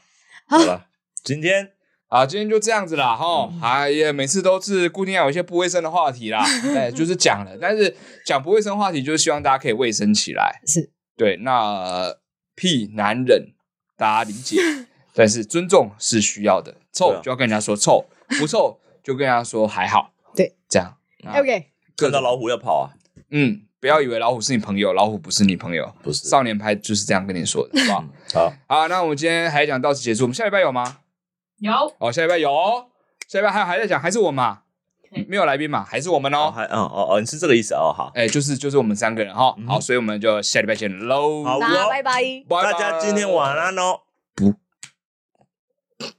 C: 好了，今天
A: 啊，今天就这样子啦，哈，
B: 嗯
A: 哎呀，每次都是固定要有一些不卫生的话题 啦，哎，就是讲了，但是讲不卫生话题，就是希望大家可以卫生起来，
B: 是
A: 对，那屁男人大家理 解，但是尊重是需要的，
C: 对
A: 臭
C: 啊
A: 就要跟人家说臭，不臭就跟人家说还好，
B: 对，
A: 这样，啊
B: OK，
C: 看到老虎要跑啊，
A: 嗯，不要以为老虎是你朋友，老虎不是你朋友，
C: 不是嗯
A: 少年派就是这样跟你说的，好不
C: 好。
A: 好？好，那我们今天还讲到此结束，我们下礼拜有吗？
D: 有
A: 哦，下礼拜有哦，下礼拜还有还在讲，还是我们嘛，没有来宾嘛，还是我们
C: 哦，
A: 哦。
C: 还哦哦哦，你是这个意思哦，好，
A: 哎，就是就是我们三个人哈，
C: 嗯
A: 好，所以我们就下礼拜见喽，
C: 好
B: 大家拜拜。
A: 拜拜
C: 大家今天晚安哦。
A: 不